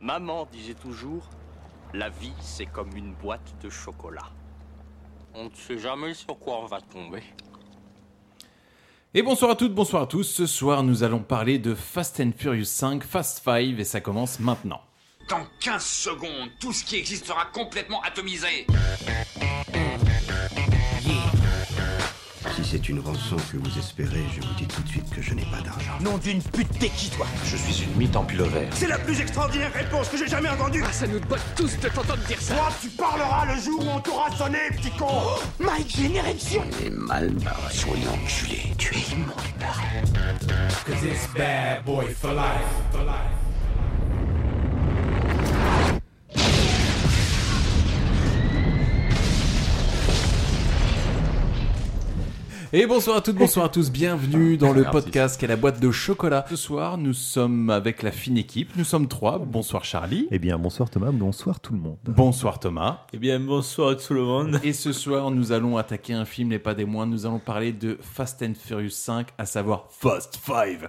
Maman disait toujours, la vie c'est comme une boîte de chocolat. On ne sait jamais sur quoi on va tomber. Et bonsoir à toutes, bonsoir à tous. Ce soir, nous allons parler de Fast and Furious 5, Fast 5, et ça commence maintenant. Dans 15 secondes, tout ce qui existe sera complètement atomisé. Si c'est une rançon que vous espérez, je vous dis tout de suite que je n'ai pas d'argent. Nom d'une pute, t'es qui toi Je suis une mythe en pilover. C'est la plus extraordinaire réponse que j'ai jamais entendue Ah, ça nous botte tous de t'entendre dire ça Toi, tu parleras le jour où on t'aura sonné, petit con oh, My Generation On est mal barré. Soyons enculé, tu es immonde Cause it's bad boy for life, for life. Et bonsoir à toutes, bonsoir à tous, bienvenue dans le podcast qu'est la boîte de chocolat. Ce soir, nous sommes avec la fine équipe, nous sommes trois. Bonsoir Charlie. Eh bien, bonsoir Thomas, bonsoir tout le monde. Bonsoir Thomas. Eh bien, bonsoir tout le monde. Et ce soir, nous allons attaquer un film, les pas des moindres, nous allons parler de Fast and Furious 5, à savoir Fast 5.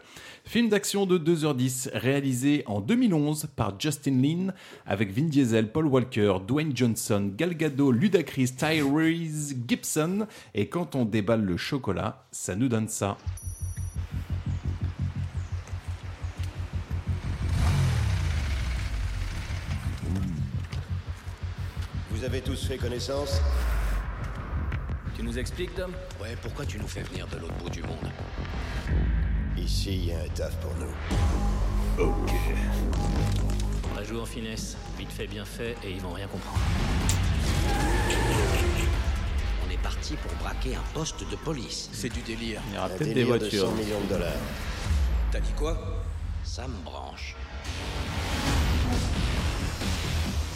Film d'action de 2h10, réalisé en 2011 par Justin Lin, avec Vin Diesel, Paul Walker, Dwayne Johnson, Gal Gadot, Ludacris, Tyrese Gibson. Et quand on déballe le chocolat, ça nous donne ça. Vous avez tous fait connaissance Tu nous expliques, Dom Ouais, pourquoi tu nous fais venir de l'autre bout du monde Ici, il y a un taf pour nous. Ok. On va jouer en finesse, vite fait, bien fait, et ils vont rien comprendre. On est parti pour braquer un poste de police. C'est du délire. Il y aura peut-être des voitures. De 100 millions de dollars. T'as dit quoi Ça me branche.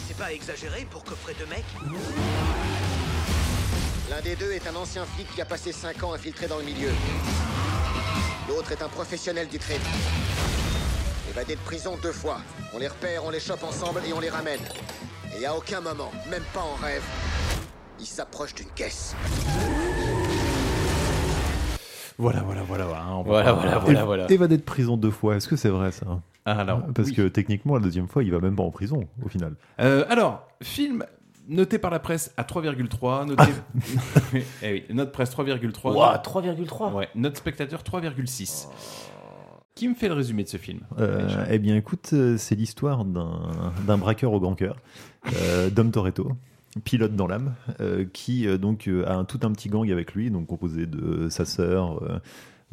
C'est pas exagéré pour coffrer deux mecs L'un des deux est un ancien flic qui a passé 5 ans infiltré dans le milieu. L'autre est un professionnel du crime. Évadé de prison deux fois. On les repère, on les chope ensemble et on les ramène. Et à aucun moment, même pas en rêve, ils s'approchent d'une caisse. Voilà, voilà, voilà. hein, on va Voilà, pas- voilà, voilà, voilà. Évadé de prison deux fois, est-ce que c'est vrai ça Ah, Hein, Alors, Parce oui. que techniquement, la deuxième fois, il va même pas en prison au final. Euh, alors, film noté par la presse à 3,3. Noté... eh oui, note presse 3,3. Ouah, 3,3 Ouais, note spectateur 3,6. Qui me fait le résumé de ce film Euh, Richard eh bien, écoute, euh, c'est l'histoire d'un d'un braqueur au grand cœur, euh, Dom Toretto, pilote dans l'âme, euh, qui euh, donc euh, a un, tout un petit gang avec lui, donc composé de sa sœur, euh,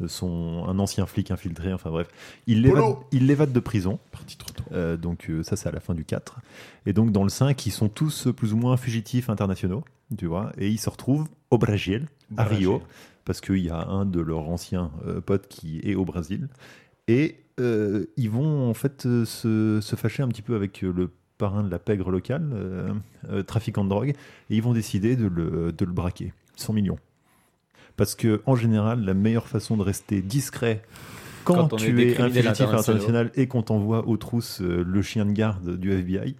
de son un ancien flic infiltré, enfin bref. Il l'évade- il l'évade de prison. Euh, donc euh, ça, c'est à la fin du 4. Et donc dans le 5, ils sont tous euh, plus ou moins fugitifs internationaux, tu vois, et ils se retrouvent au Brésil, à Brésil. Rio, parce qu'il y a un de leurs anciens euh, potes qui est au Brésil. Et euh, ils vont en fait euh, se, se fâcher un petit peu avec euh, le parrain de la pègre locale, euh, euh, trafiquant de drogue, et ils vont décider de le, de le braquer. 100 millions. Parce que en général, la meilleure façon de rester discret quand, Quand on est tu des es criminels infiltratif internationaux. international et qu'on t'envoie aux trousses euh, le chien de garde du FBI,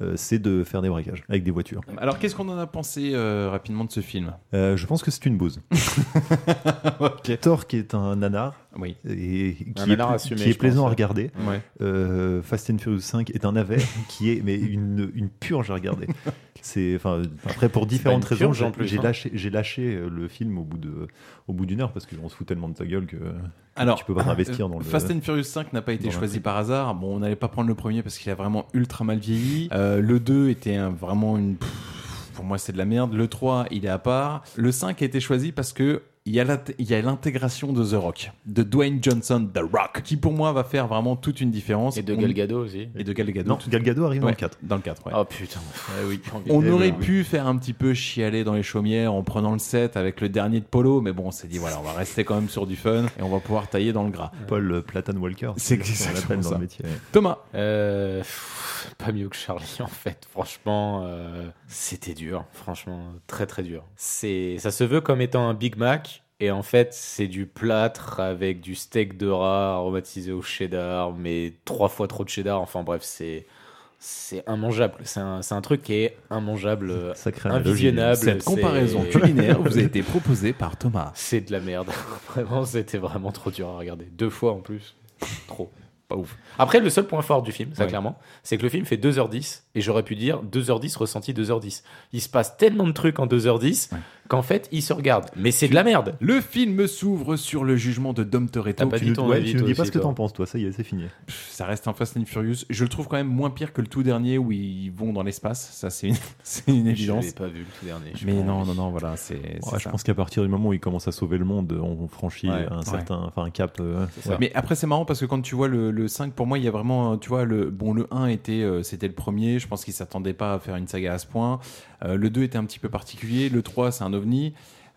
euh, c'est de faire des braquages avec des voitures. Alors, qu'est-ce qu'on en a pensé euh, rapidement de ce film Euh, je pense que c'est une bouse. Ok. Torque est un nanar Oui. et qui Un est, nanar pl- assumé, qui je est plaisant pense, hein. à ouais. regarder. Ouais. Euh, Fast and Furious 5 est un navet qui est mais une, une purge à regarder. C'est enfin après pour différentes pas une raisons purge, en j'ai plus, j'ai hein. lâché j'ai lâché euh, le film au bout de au bout d'une heure parce qu'on se fout tellement de ta gueule que Alors, tu peux pas t'investir Euh, dans le Euh, Fast and Furious 5 n'a pas été dans le choisi film. par hasard. Bon, on n'allait pas prendre le premier parce qu'il a vraiment ultra mal vieilli. Euh, le 2 était un- vraiment une. pff, Pour moi, c'est de la merde. Le 3, il est à part. Le 5 a été choisi parce que. Il y a l'int- il y a l'intégration de The Rock, de Dwayne Johnson, The Rock, qui pour moi va faire vraiment toute une différence. Et de On- Galgado aussi. Et de Gal Gadot, non, tout- Gal Gadot arrive dans ouais, le 4. Dans le 4, ouais. Oh putain. oui. On Eh aurait ben, pu faire un petit peu chialer dans les chaumières en prenant le 7 avec le dernier de Polo, mais bon, on s'est dit, voilà, on va rester quand même sur du fun et on va pouvoir tailler dans le gras. Paul Platan Walker. C'est ce qu'on exactement l'appelle dans ça. le métier. Thomas, Euh, pff, pas mieux que Charlie en fait. Franchement, euh, c'était dur. Franchement, très très dur. C'est, ça se veut comme étant un Big Mac. Et en fait, c'est du plâtre avec du steak de rat aromatisé au cheddar, mais trois fois trop de cheddar. Enfin bref, c'est, c'est immangeable. C'est un, c'est un truc qui est immangeable, euh, Sacré analogie. invisionnable. cette c'est- comparaison culinaire vous a été proposée par Thomas. C'est de la merde. Vraiment, c'était vraiment trop dur à regarder. Deux fois en plus. Trop. pas ouf. Après, le seul point fort du film, ça clairement, c'est que le film fait 2h10 et j'aurais pu dire 2h10 ressenti 2h10. Il se passe tellement de trucs en 2h10 qu'en fait, il se regarde. Mais c'est de la merde. Le film s'ouvre sur le jugement de Dom Toretto. T'as Ah, pas dit ton ouais, avis, tu nous toi dis pas aussi, ce que toi. t'en penses, toi. Ça y est, c'est fini. Pff, Ça reste un Fast and Furious. Je le trouve quand même moins pire que le tout dernier où ils vont dans l'espace. Ça, c'est une, c'est une évidence. l'ai pas vu, le tout dernier. J'ai Mais pas non, envie. non, non, voilà. C'est, c'est Ouais, je ça. pense qu'à partir du moment où il commence à sauver le monde, on franchit Ouais. un Ouais. certain, enfin un cap. euh, C'est ça. ouais. Mais après, c'est marrant parce que quand tu vois le, le 5, pour moi, il y a vraiment, euh, tu vois, le, bon, le 1 était, euh, c'était le premier. Je pense qu'ils s'attendaient pas à faire une saga à ce point. Euh, le 2 était un petit peu particulier. Le 3, c'est un ovni.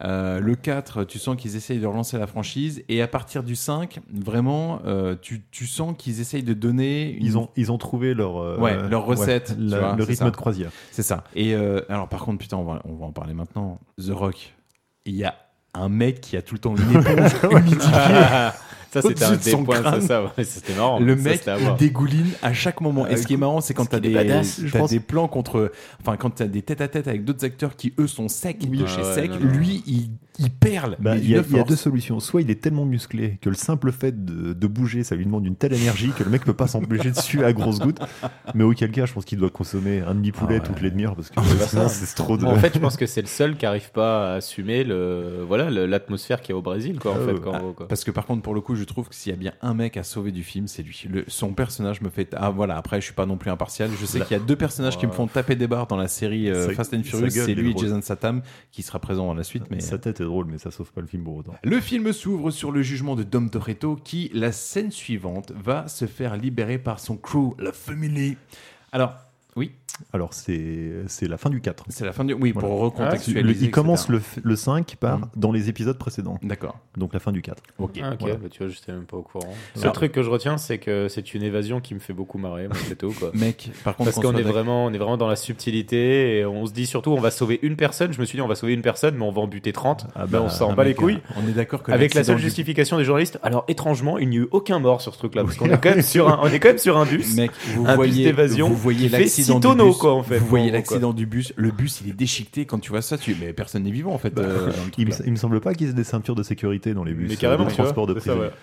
Euh, le 4, tu sens qu'ils essayent de relancer la franchise. Et à partir du 5, vraiment, euh, tu, tu sens qu'ils essayent de donner une Ils ont, ils ont trouvé leur, euh, Ouais, leur recette, tu la- vois, le c'est rythme ça. de croisière. C'est ça. Et euh, alors, par contre, putain, on va, on va en parler maintenant. The Rock, il y a un mec qui a tout le temps une éponge mythifiée ça, c'était un au-dessus de des son points, crâne. c'est ça. ouais, c'était marrant. Le Oh, Ça, mec c'était à voir. dégouline à chaque moment. Euh, Et ce qui est marrant, c'est quand t'as qu'il est des, badass, je t'as pense. des plans contre. Enfin, quand t'as des tête à tête avec d'autres acteurs qui, eux, sont secs de Ah chez ouais, sec, non, non. lui, il, il perle. Bah, mais il y, a- il d'une y a force. deux solutions. Soit il est tellement musclé que le simple fait de, de bouger, ça lui demande une telle énergie que le mec peut pas s'empêcher dessus à grosses gouttes. Mais auquel cas, je pense qu'il doit consommer un demi poulet Ah ouais. toutes les demi-heures parce que C'est pas sinon, ça. c'est trop de. En fait, je pense que c'est le seul qui arrive pas à assumer le voilà le- l'atmosphère qu'il y a au Brésil quoi. En Ah fait, ouais. quand, quoi. Parce que par contre, pour le coup, je trouve que s'il y a bien un mec à sauver du film, c'est lui. Le- son personnage me fait. Ah voilà, après, je suis pas non plus impartial. Je sais Là. qu'il y a deux personnages qui me font taper des barres dans la série euh, Ça- Fast and ça Furious. gueule, C'est les lui et gros. Jason Satam qui sera présent dans la suite. Mais... Sa tête est drôle, mais ça sauve pas le film pour autant. Le film s'ouvre sur le jugement de Dom Toretto qui, la scène suivante, va se faire libérer par son crew, la family. Alors, oui, Alors, c'est c'est la fin du 4. c'est la fin du. Oui, pour Le- Ah, recontextualiser. il commence etc. le, f- le 5 par dans les épisodes précédents. D'accord. Donc la fin du 4. Ok. Ah, ok, Voilà. bah, tu vois, j'étais même pas au courant. Le Alors- truc que je retiens, c'est que c'est une évasion qui me fait beaucoup marrer, moi, c'est tout quoi. Mec, par contre, Parce qu'on François est Dac- vraiment, on est vraiment dans la subtilité et on se dit surtout, on va sauver une personne. Je me suis dit, on va sauver une personne, mais on va en buter 30. Ah Là, bah, on s'en un bat les mec, couilles. euh, On est d'accord que. Avec la l'accident seule du- justification des journalistes. Alors, étrangement, il n'y a eu aucun mort sur ce truc-là. Parce qu'on est quand même sur un, on est quand même sur un bus. Mec, vous Un bus voyez, d'évasion vous voyez qui fait l'accident six du tonneaux, bus. quoi, en fait, vous en voyez gros, l'accident du bus. Le bus, il est déchiqueté. Quand tu vois ça, tu mais personne n'est vivant en Bah, fait. euh, dans le Il, truc, me- là. il me semble pas qu'il y ait des ceintures de sécurité dans les bus. Mais euh, carrément, de tu vois, transport de c'est ça, prisonniers. ouais.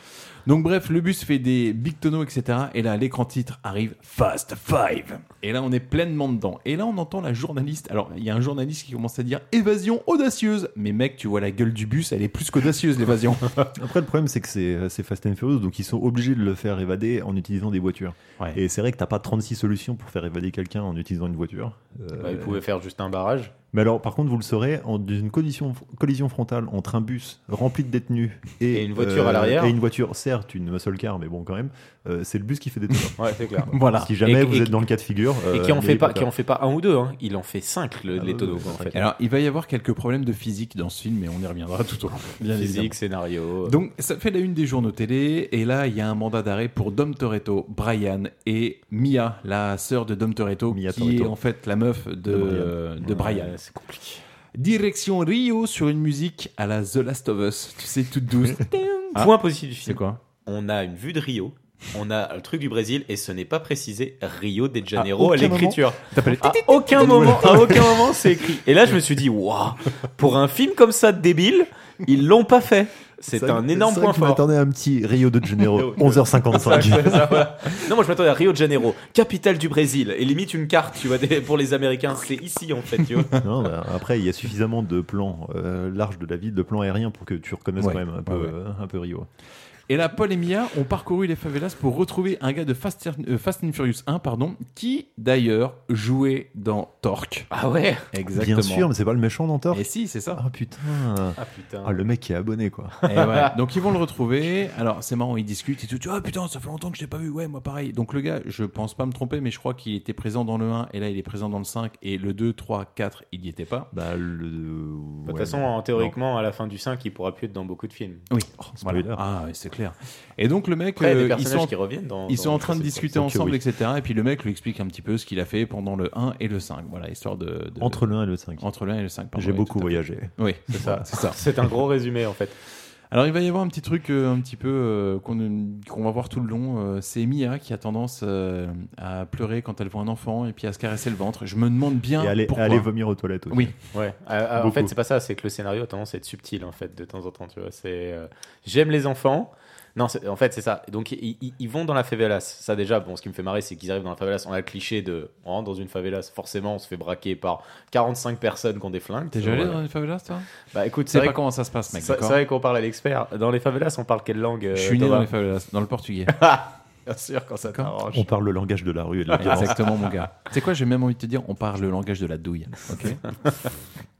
Donc bref, le bus fait des big tonneaux, etc. Et là, à l'écran titre arrive Fast Five. Et là, on est pleinement dedans. Et là, on entend la journaliste. Alors, il y a un journaliste qui commence à dire évasion audacieuse. Mais mec, tu vois la gueule du bus, elle est plus qu'audacieuse l'évasion. Après, le problème, c'est que c'est c'est Fast and Furious, donc ils sont obligés de le faire évader en utilisant des voitures. Ouais. Et c'est vrai que t'as pas 36 solutions pour faire évader quelqu'un en utilisant une voiture. Euh, Bah, ils pouvaient faire juste un barrage. Mais alors, par contre, vous le saurez, en une collision, collision frontale entre un bus rempli de détenus et, Et une voiture à l'arrière. Et une voiture, certes, une muscle car, mais bon, quand même, euh, c'est le bus qui fait des tonneaux. Ouais, c'est clair. voilà. Si jamais Et- vous et- êtes dans le cas de figure. Et euh, qui en fait pas, n'ayez qui en fait pas un ou deux. hein. Il en fait cinq le- Ah, les ouais, tonneaux. ouais, quoi, en fait. Alors, il va y avoir quelques problèmes de physique dans ce film, mais on y reviendra tout au long. Bien évidemment. Physique, scénario. Donc, ça fait la une des journaux télé, et là, il y a un mandat d'arrêt pour Dom Toretto, Brian et Mia, la sœur de Dom Toretto, Mia qui Toretto. est en fait la meuf de, de euh, Brian. Ouais, c'est compliqué. Direction Rio sur une musique à la The Last of Us, tu sais, toute douce. Ah, Point positif du film. C'est quoi on a une vue de Rio, on a le truc du Brésil, et ce n'est pas précisé Rio de À Janeiro aucun à l'écriture. T'appelles À aucun moment, à aucun moment c'est écrit. Et là, je me suis dit, waouh, pour un film comme ça de débile, ils l'ont pas fait. C'est vrai un que- énorme c'est vrai point que Je fort. m'attendais à un petit Rio de Janeiro, 11h55. C'est ça, voilà. Non, moi je m'attendais à Rio de Janeiro, capitale du Brésil, et limite une carte, tu vois, des- pour les Américains, c'est ici en fait, tu vois. Non, bah, après, il y a suffisamment de plans euh, larges de la ville, de plans aériens pour que tu reconnaisses Ouais, quand même un peu, ouais, ouais. euh, un peu Rio. Et là, Paul et Mia ont parcouru les favelas pour retrouver un gars de Fast, euh, Fast and Furious 1, pardon, qui d'ailleurs jouait dans Torque. Ah ouais Exactement. Bien sûr, mais c'est pas le méchant dans Thor Et si, c'est ça. Ah putain Ah putain. Ah, le mec qui est abonné quoi. Et ouais. Donc ils vont le retrouver. Alors c'est marrant, ils discutent et tout. Tu vois, Ah, putain, ça fait longtemps que je t'ai pas vu. Ouais, moi pareil. Donc le gars, je pense pas me tromper, mais je crois qu'il était présent dans le 1 et là il est présent dans le 5 et le 2, 3, 4, il y était pas. Bah, le. De toute façon, en- théoriquement, à la fin du 5, il pourra plus être dans beaucoup de films. Oui. Oh, spoiler. Ah, ouais, c'est clair. Et donc le mec, Après, il y a euh, des ils personnages sont en- qui reviennent dans. Ils dans- sont en train de je sais discuter donc, ensemble, oui. etc. Et puis le mec lui explique un petit peu ce qu'il a fait pendant le 1 et le 5. Voilà, histoire de. de- Entre le 1 et le 5. entre le 1 et le 5. pardon, J'ai oui, beaucoup tout à fait. voyagé. Oui, c'est ça. pas. C'est ça. C'est un gros résumé en fait. Alors il va y avoir un petit truc euh, un petit peu euh, qu'on qu'on va voir tout le long. euh, c'est Mia qui a tendance euh, à pleurer quand elle voit un enfant et puis à se caresser le ventre. Je me demande bien Et aller, pourquoi. aller vomir aux toilettes aussi. oui, Ouais. Euh, euh, en Beaucoup. fait, c'est pas ça, c'est que le scénario a tendance à être subtil en fait de temps en temps, tu vois, c'est euh, j'aime les enfants Non, c'est- en fait, c'est ça. Donc, ils, ils- ils vont dans la favelas. Ça, déjà, bon, ce qui me fait marrer, c'est qu'ils arrivent dans la favelas. On a le cliché de on rentre dans une favelas. Forcément, on se fait braquer par 45 personnes qui ont des flingues. T'es déjà allé Voilà. dans une favelas, toi Bah écoute, Tu c'est sais vrai pas que- comment ça se passe, mec, C'est c'est d'accord vrai qu'on parle à l'expert. Dans les favelas, on parle quelle langue euh, Je suis né dans les favelas, dans le portugais. Bien sûr, quand ça t'arrange. On parle le langage de la rue et Ah, de la violence. Exactement, mon gars. Tu sais quoi, j'ai même envie de te dire, on parle le langage de la douille. Ok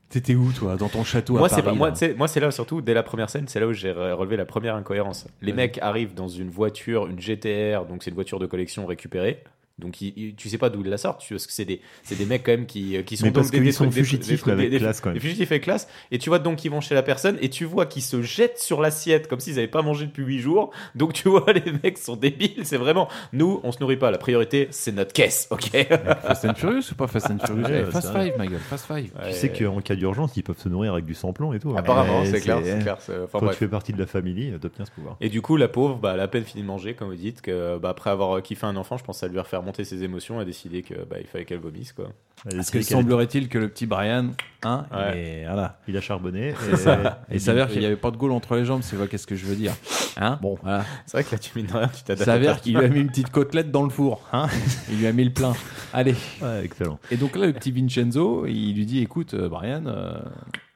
T'étais où, toi Dans ton château moi, à c'est Paris pas, moi, là tu sais, moi, c'est là surtout, dès la première scène, c'est là où j'ai re- relevé la première incohérence. Les Vas-y. mecs arrivent dans une voiture, une GTR, donc c'est une voiture de collection récupérée. Donc ils- ils- tu sais pas d'où ils la sortent, tu- parce que c'est des, c'est des mecs quand même qui, euh, qui sont Mais donc parce des, qu'ils des sont trucs- des- fugitifs, des trucs- mais avec des- des- classe, quand même. des fugitifs avec classe. Et tu vois donc qu'ils vont chez la personne et tu vois qu'ils se jettent sur l'assiette comme s'ils n'avaient pas mangé depuis 8 jours. Donc tu vois les mecs sont débiles, c'est vraiment nous on se nourrit pas. La priorité c'est notre caisse, ok. Fast and Furious ou pas Fast and Furious Ouais, Eh, ouais, Fast c'est vrai. Five, ma gueule, Fast Five. Tu sais qu'en cas d'urgence, ils peuvent se nourrir avec du sans-plomb et tout. hein. Apparemment, Ouais, c'est clair, c'est clair, c'est- enfin, Quand bref. tu fais partie de la famille, euh, t'obtiens ce pouvoir. Et du coup, la pauvre, bah, elle a à peine fini de manger, comme vous dites, que bah, après avoir kiffé un enfant, je pense que ça lui a fait remonter ses émotions et a décidé que bah, il fallait qu'elle vomisse quoi. Parce que semblerait-il que le petit Brian, hein, Ouais. et voilà. Il a charbonné. C'est ça. et- Il s'avère et- qu'il n'y avait pas de goal entre les jambes, c'est vrai, qu'est-ce que je veux dire. Hein bon, voilà. C'est vrai que là, tu mines de rien, tu Il t'adaptes. s'avère qu'il lui a mis une petite côtelette dans le four. Hein il lui a mis le plein. Allez. excellent. Et donc là, le petit Vincenzo, il lui dit écoute, euh, Brian, euh,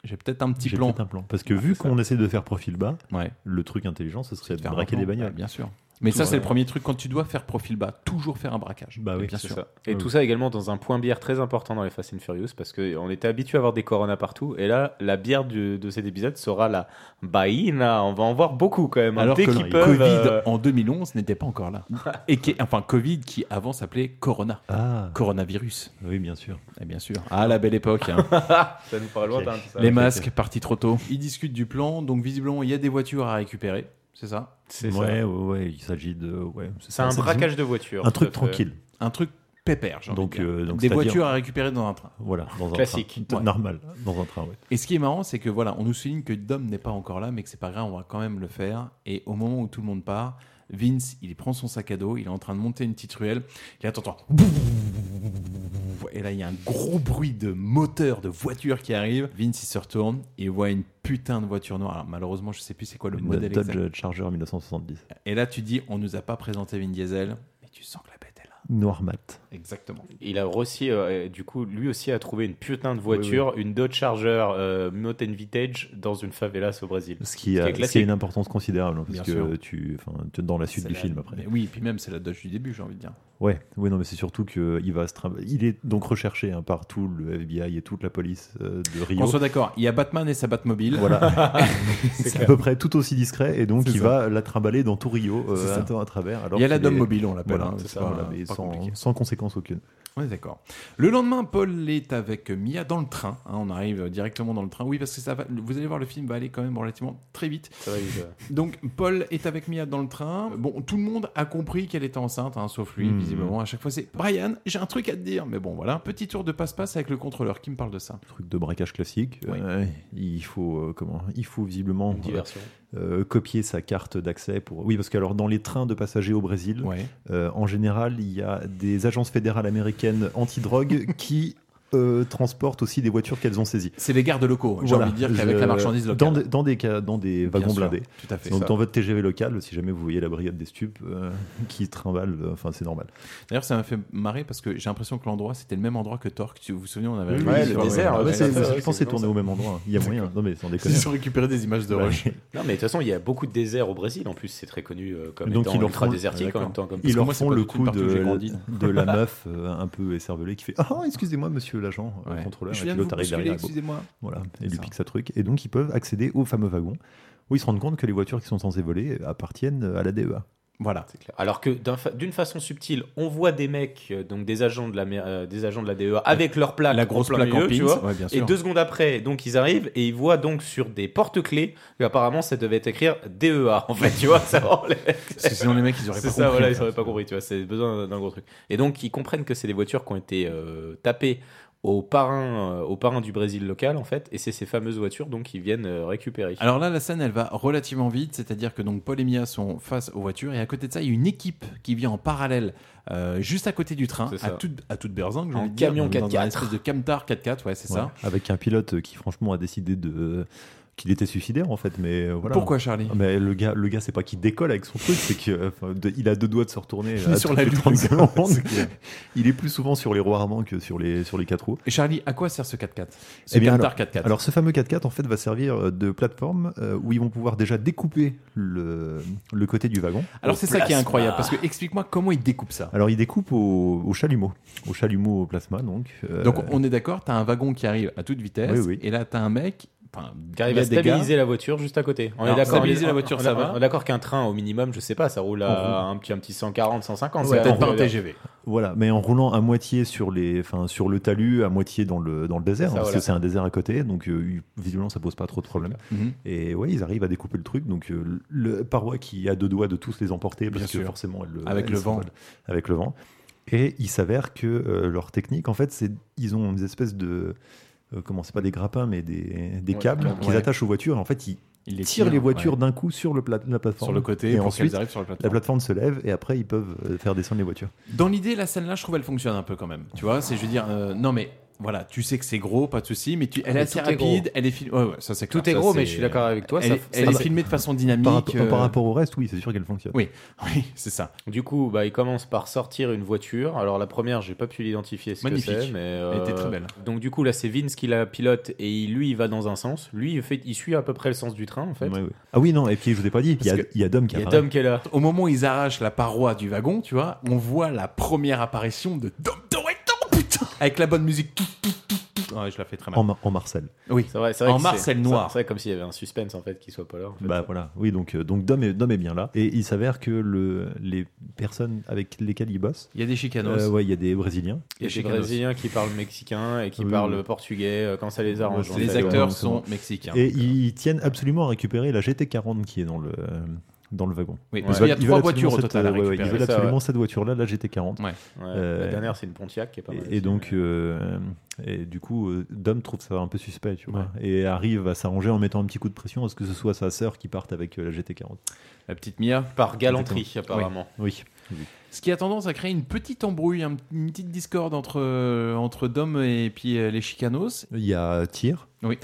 j'ai peut-être un petit J'ai plan. peut-être un plan. Ah, Parce que vu qu'on essaie de faire profil bas, Ouais. le truc intelligent, ce serait de faire un braquer plan. des bagnoles. Ouais, bien sûr. Mais Tout ça, c'est le vrai. premier truc. Quand tu dois faire profil bas, toujours faire un braquage. Bah oui, bien c'est sûr. ça. Et tout ça également dans un point bière très important dans les Fast and Furious parce qu'on était habitué à avoir des Corona partout et là la bière du- de cet épisode sera la Baïna. On va en voir beaucoup quand même. hein. Alors Dès que qu'ils le peuvent, Covid euh, en 2011 n'était pas encore là. Et qui, enfin, Covid qui avant s'appelait Corona. Ah. Coronavirus. Oui, bien sûr. Et bien sûr. Ah, la belle époque. hein. ça nous paraît lointain. tout ça. Les masques partis trop tôt. Ils discutent du plan, donc visiblement il y a des voitures à récupérer, c'est ça C'est ouais, ouais, ouais, il s'agit de. Ouais, C'est un braquage de voiture, Un tout truc à fait. tranquille. Un truc pépère, j'ai envie Donc, de dire. euh, donc, Des c'est-à-dire- voitures à récupérer dans un train. Voilà, dans un Classique. train. Ouais. Normal, dans un train, ouais. Et ce qui est marrant, c'est que voilà, on nous souligne que Dom n'est pas encore là, mais que c'est pas grave, on va quand même le faire. Et au moment où tout le monde part, Vince, il prend son sac à dos, il est en train de monter une petite ruelle. Il attend, attend. Et là, il y a un gros bruit de moteur de voiture qui arrive. Vince, il se retourne, il voit une putain de voiture noire. Alors, malheureusement, je sais plus c'est quoi le Une modèle Dodge exact. Charger 1970. Et là, tu dis, on nous a pas présenté Vin Diesel, mais tu sens que la bête est là. Noir mat. Exactement. Il a aussi, euh, du coup, lui aussi a trouvé une putain de voiture, une Dodge Charger euh, Mountain Vintage dans une favelas au Brésil. Ce qui, est a, ce qui a classique. une importance considérable, hein, parce Bien que sûr. tu, enfin, tu- dans la suite C'est du la- film après. mais oui, et puis même, c'est la Dodge du début, j'ai envie de dire. Ouais, oui, non, mais c'est surtout que il va se tra- il est donc recherché hein, par tout le FBI et toute la police euh, de Rio. Qu'on soit d'accord, il y a Batman et sa Batmobile. Voilà. C'est c'est à clair. peu près tout aussi discret et donc C'est il ça. va la trimballer dans tout Rio euh, C'est ça. à temps à travers. alors Il y a la qu'il Dom est- mobile, on l'appelle, Voilà, hein, c'est c'est ça, pas- voilà, mais pas sans, compliqué. sans conséquence aucune. On est d'accord. Le lendemain, Paul est avec Mia dans le train. hein, on arrive directement dans le train. Oui, parce que ça va, vous allez voir, le film va aller quand même relativement très vite. Ça va vite, ouais. Donc, Paul est avec Mia dans le train. Bon, tout le monde a compris qu'elle était enceinte, hein, sauf lui, Mhm. visiblement. À chaque fois, c'est Brian, j'ai un truc à te dire. Mais bon, voilà. Petit tour de passe-passe avec le contrôleur qui me parle de ça. Truc de braquage classique. Oui. euh, il faut euh, comment Il faut visiblement Une diversion. euh, copier sa carte d'accès pour. Oui, parce que alors dans les trains de passagers au Brésil, Ouais. euh, en général, il y a des agences fédérales américaines anti-drogue qui euh, transportent aussi des voitures qu'elles ont saisies. C'est les gardes locaux. J'ai Voilà. envie de dire qu'avec Je- la marchandise locale. Dans des, dans des, ca- dans des wagons sûr, blindés. tout à fait. Donc Ça. dans votre TGV local, si jamais vous voyez la brigade des stupes euh, qui trimballe, euh, enfin c'est normal. D'ailleurs, ça m'a fait marrer parce que j'ai l'impression que l'endroit, c'était le même endroit que Torque. Tu vous vous souvenez, on avait Oui, vu oui, sur- ouais, ouais, ouais, c'est- ouais, ouais, je pense que c'est tourné au même endroit. hein. Il y a moyen. Non mais sans déconner. Ils ont récupéré des images de Bah, Rush. Non, mais de toute façon, il y a beaucoup de déserts au Brésil. En plus, c'est très connu euh, comme Donc étant ils leur ultra font, désertique en D'accord. même temps. Comme ils leur Parce que font moi, le c'est coup pas du tout une partie où j'ai de, grandi. de la meuf euh, un peu esservelée qui fait ah excusez-moi monsieur l'agent euh, contrôleur Je et viens puis de l'autre vous arrive derrière bousculer, bon. excusez-moi. voilà et C'est lui ça. pique sa truc et donc ils peuvent accéder au fameux wagon où ils se rendent compte que les voitures qui sont censées voler appartiennent euh, à la E DEA Voilà. Alors que d'un fa- d'une façon subtile, on voit des mecs, euh, donc des agents de la, mer- euh, des agents de la DEA avec leur plaque, La en grosse plein plaque milieu, en pins, tu vois. ouais, bien et sûr. deux secondes après, donc ils arrivent et ils voient donc sur des porte-clés que apparemment ça devait écrire DEA. En fait, tu vois, ça rend les mecs- Parce que sinon, les mecs, ils auraient C'est pas ça, compris, voilà, en ils fait. auraient pas compris. Tu vois, c'est besoin d'un gros truc. Et donc ils comprennent que c'est des voitures qui ont été euh, tapées au parrain, euh, au parrain du Brésil local en fait, et c'est ces fameuses voitures donc qu'ils viennent euh, récupérer. Alors là, la scène, elle va relativement vite, c'est-à-dire que donc Paul et Mia sont face aux voitures, et à côté de ça, il y a une équipe qui vient en parallèle, euh, juste à côté du train, C'est à ça. toute, à toute berzingue, j'ai En envie de dire, camion dans- dans 4x4. un espèce de camtar 4x4, ouais, c'est Ouais. ça. avec un pilote qui franchement a décidé de euh, qu'il était suicidaire en fait, mais euh, voilà. Pourquoi, Charlie Mais le gars, le gars, c'est pas qu'il décolle avec son truc, c'est qu'il a deux doigts de se retourner. Il est à sur toutes la les lune, 30 c'est secondes. clair. Il est plus souvent sur les roues armants que sur les sur les quatre roues. Et Charlie, à quoi sert ce 4x4 Ce Eh bien, Qatar alors, 4x4. alors, ce fameux 4x4 en fait va servir de plateforme euh, où ils vont pouvoir déjà découper le, le côté du wagon. Alors, c'est ça qui est incroyable, parce que explique-moi comment ils découpent ça. Alors il découpe au, au chalumeau, au chalumeau au plasma donc. euh, Donc on est d'accord, t'as un wagon qui arrive à toute vitesse, Oui, oui. et là t'as un mec. Enfin, Car il y a va des gars- stabiliser la voiture juste à côté. On Alors, est d'accord. stabiliser on est- la voiture, on- ça on- va. On est d'accord qu'un train au minimum, je sais pas, ça roule à un petit, un petit 140, 150. Ouais, c'est peut-être pas- pas un TGV. Voilà, mais en roulant à moitié sur les, enfin sur le talus, à moitié dans le dans le désert, Ça, hein, parce voilà. que c'est un désert à côté, donc euh, visiblement ça pose pas trop de problèmes. Mhm. Et ouais, ils arrivent à découper le truc, donc euh, le paroi qui a deux doigts de tous les emporter, parce Bien que sûr. forcément elle, Avec elle le vent. s'envole avec le vent. Et il s'avère que euh, leur technique, en fait, c'est ils ont des espèces de euh, comment c'est pas des grappins, mais des, des Ouais, câbles câbles, qu'ils ouais. attachent aux voitures. Et en fait, ils, Ils les tirent les tirent, voitures ouais. d'un coup sur le plat- la plateforme. Sur le côté, Et pour ensuite, qu'elles arrivent sur la plateforme. la plateforme se lève et après ils peuvent euh, faire descendre les voitures. Dans l'idée, la scène-là, je trouve elle fonctionne un peu quand même. Tu vois, c'est je veux dire, euh, non mais voilà, tu sais que c'est gros, pas de souci, mais tu, elle est Ah, Mais assez tout est gros. rapide, elle est filmée. Ouais, ouais, ça c'est Tout clair, est ça, gros, mais c'est- je suis d'accord avec toi, Elle, ça- est- ça- elle est ça- filmée de façon dynamique. Par, rapport- euh, par rapport au reste, oui, c'est sûr qu'elle fonctionne. Oui, oui, c'est ça. Du coup, bah, il commence par sortir une voiture. Alors la première, j'ai pas pu l'identifier ce Magnifique. que c'est, mais euh, Elle était très belle. Donc du coup là, c'est Vince qui la pilote et il- lui, il va dans un sens. Lui, il, fait, il suit à peu près le sens du train en fait. Ouais, ouais. Ah oui, non, et puis je vous ai pas dit, il y a, Parce que- il y a Dom qui Il y a apparaît. Dom qui est là. Au moment où ils arrachent la paroi du wagon, tu vois, on voit la première apparition de Dom Toretto, putain, avec la bonne musique. Tout, tout, tout, tout. Ouais, je la fais très mal. En, Mar- en Marcel. Oui, C'est vrai, c'est vrai en que c'est- Marcel noir. C'est vrai comme s'il y avait un suspense en fait qui soit pas là. en fait. Bah voilà, oui, donc, euh, donc Dom, est, Dom est bien là. Et il s'avère que le, les personnes avec lesquelles il bosse. Il y a des chicanos. Euh, ouais, il y a des Brésiliens. Il y a des Chicanos. Brésiliens qui parlent mexicain et qui Oui, parlent oui. portugais euh, quand ça les arrange. Ouais, en c'est- Les fait. acteurs ouais, c'est sont bon. mexicains. Et ils ils tiennent absolument à récupérer la GT40 qui est dans le. Dans le wagon. Oui, Ils parce veulent- qu'il y a ils trois veulent voitures absolument au total à cette- ouais, ouais, Ils récupérer. veulent Ça, absolument cette voiture-là, la GT40. Ouais. Ouais, Euh, La dernière, c'est une Pontiac qui est pas mal. Et, et donc, euh, et du coup, euh, Dom trouve ça un peu suspect, tu vois, et arrive à s'arranger en mettant un petit coup de pression à ce que ce soit sa sœur qui parte avec euh, la GT40. La petite Mia. par galanterie Exactement. apparemment. Oui. Ce qui a tendance à créer une petite embrouille, un- une petite discorde entre, euh, entre Dom et puis euh, les chicanos. Il y a tir, Oui.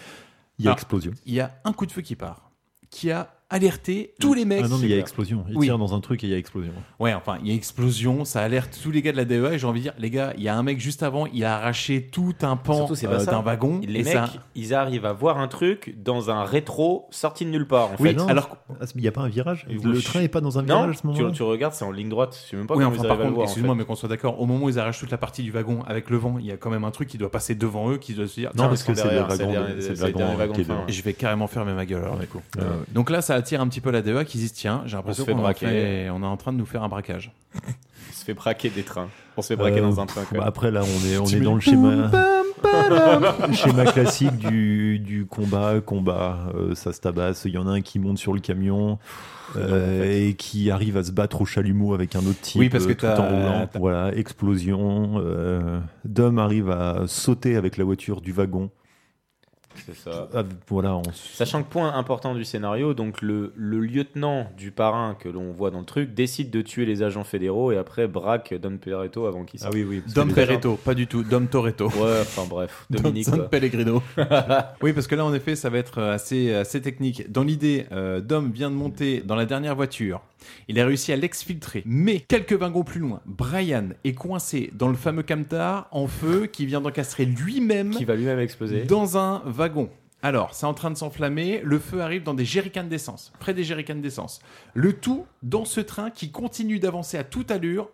il y a Ah. explosion. Il y a un coup de feu qui part, qui a alerté tous les mecs. Ah non, mais il y a explosion. Il Oui. tire dans un truc et il y a explosion. Ouais, enfin, il y a explosion, ça alerte tous les gars de la DEA. Et j'ai envie de dire, les gars, il y a un mec juste avant, il a arraché tout un pan Surtout, c'est pas euh, ça. d'un wagon. Les et mecs, ça- ils arrivent à voir un truc dans un rétro sorti de nulle part en Oui, fait. non. alors. Ah, c'est- Il n'y a pas un virage Et Le oui. train n'est pas dans un Non, virage Ah à ce tu, moment-là tu regardes, c'est en ligne droite. Je sais même pas Oui, enfin, comment ils par arrivent à le contre, voir. en fait. excuse-moi, mais qu'on soit d'accord, au moment où ils arrachent toute la partie du wagon avec le vent, il y a quand même un truc qui doit passer devant eux, qui doit se dire. Non, tiens, parce que c'est le derrière, c'est wagon le de- dernier- c'est le c'est le wagon dernier wagon qui est de fin. devant. Je vais carrément fermer ma gueule alors du coup. Euh, Ouais, ouais. Donc là, ça attire un petit peu la DEA qui se dit tiens, j'ai l'impression fait qu'on est en braquer. train- on est en train de nous faire un braquage. On se fait braquer des trains. On se fait braquer Euh, dans un pff, train. bah, quoi. après, là, on est, on est T'imagines- dans le schéma, le schéma classique du, du combat. Combat, euh, ça se tabasse. Il y en a un qui monte sur le camion euh, et qui arrive à se battre au chalumeau avec un autre type. Oui, parce que euh, tout t'as- en roulant. t'as- Voilà, explosion. euh, Dom arrive à sauter avec la voiture du wagon. C'est ça. Ah, voilà, on s- Sachant que point important du scénario, donc le, le lieutenant du parrain que l'on voit dans le truc décide de tuer les agents fédéraux et après braque Don Perretto avant qu'il sorte. Ah oui. Dom Perretto, pas du tout, Dom Toretto. Ouais, enfin bref, Dominique. euh, Dom quoi. Pellegrino. oui, parce que là, en effet, ça va être euh, assez, assez technique. Dans l'idée, euh, Dom vient de monter dans la dernière voiture. Il a réussi à l'exfiltrer. Mais quelques wagons plus loin, Brian est coincé dans le fameux camtar en feu qui vient d'encastrer lui-même Qui va lui-même exploser. dans un wagon. Alors, c'est en train de s'enflammer, le feu arrive dans des jerrycans d'essence, près des jerrycans d'essence. Le tout dans ce train qui continue d'avancer à toute allure,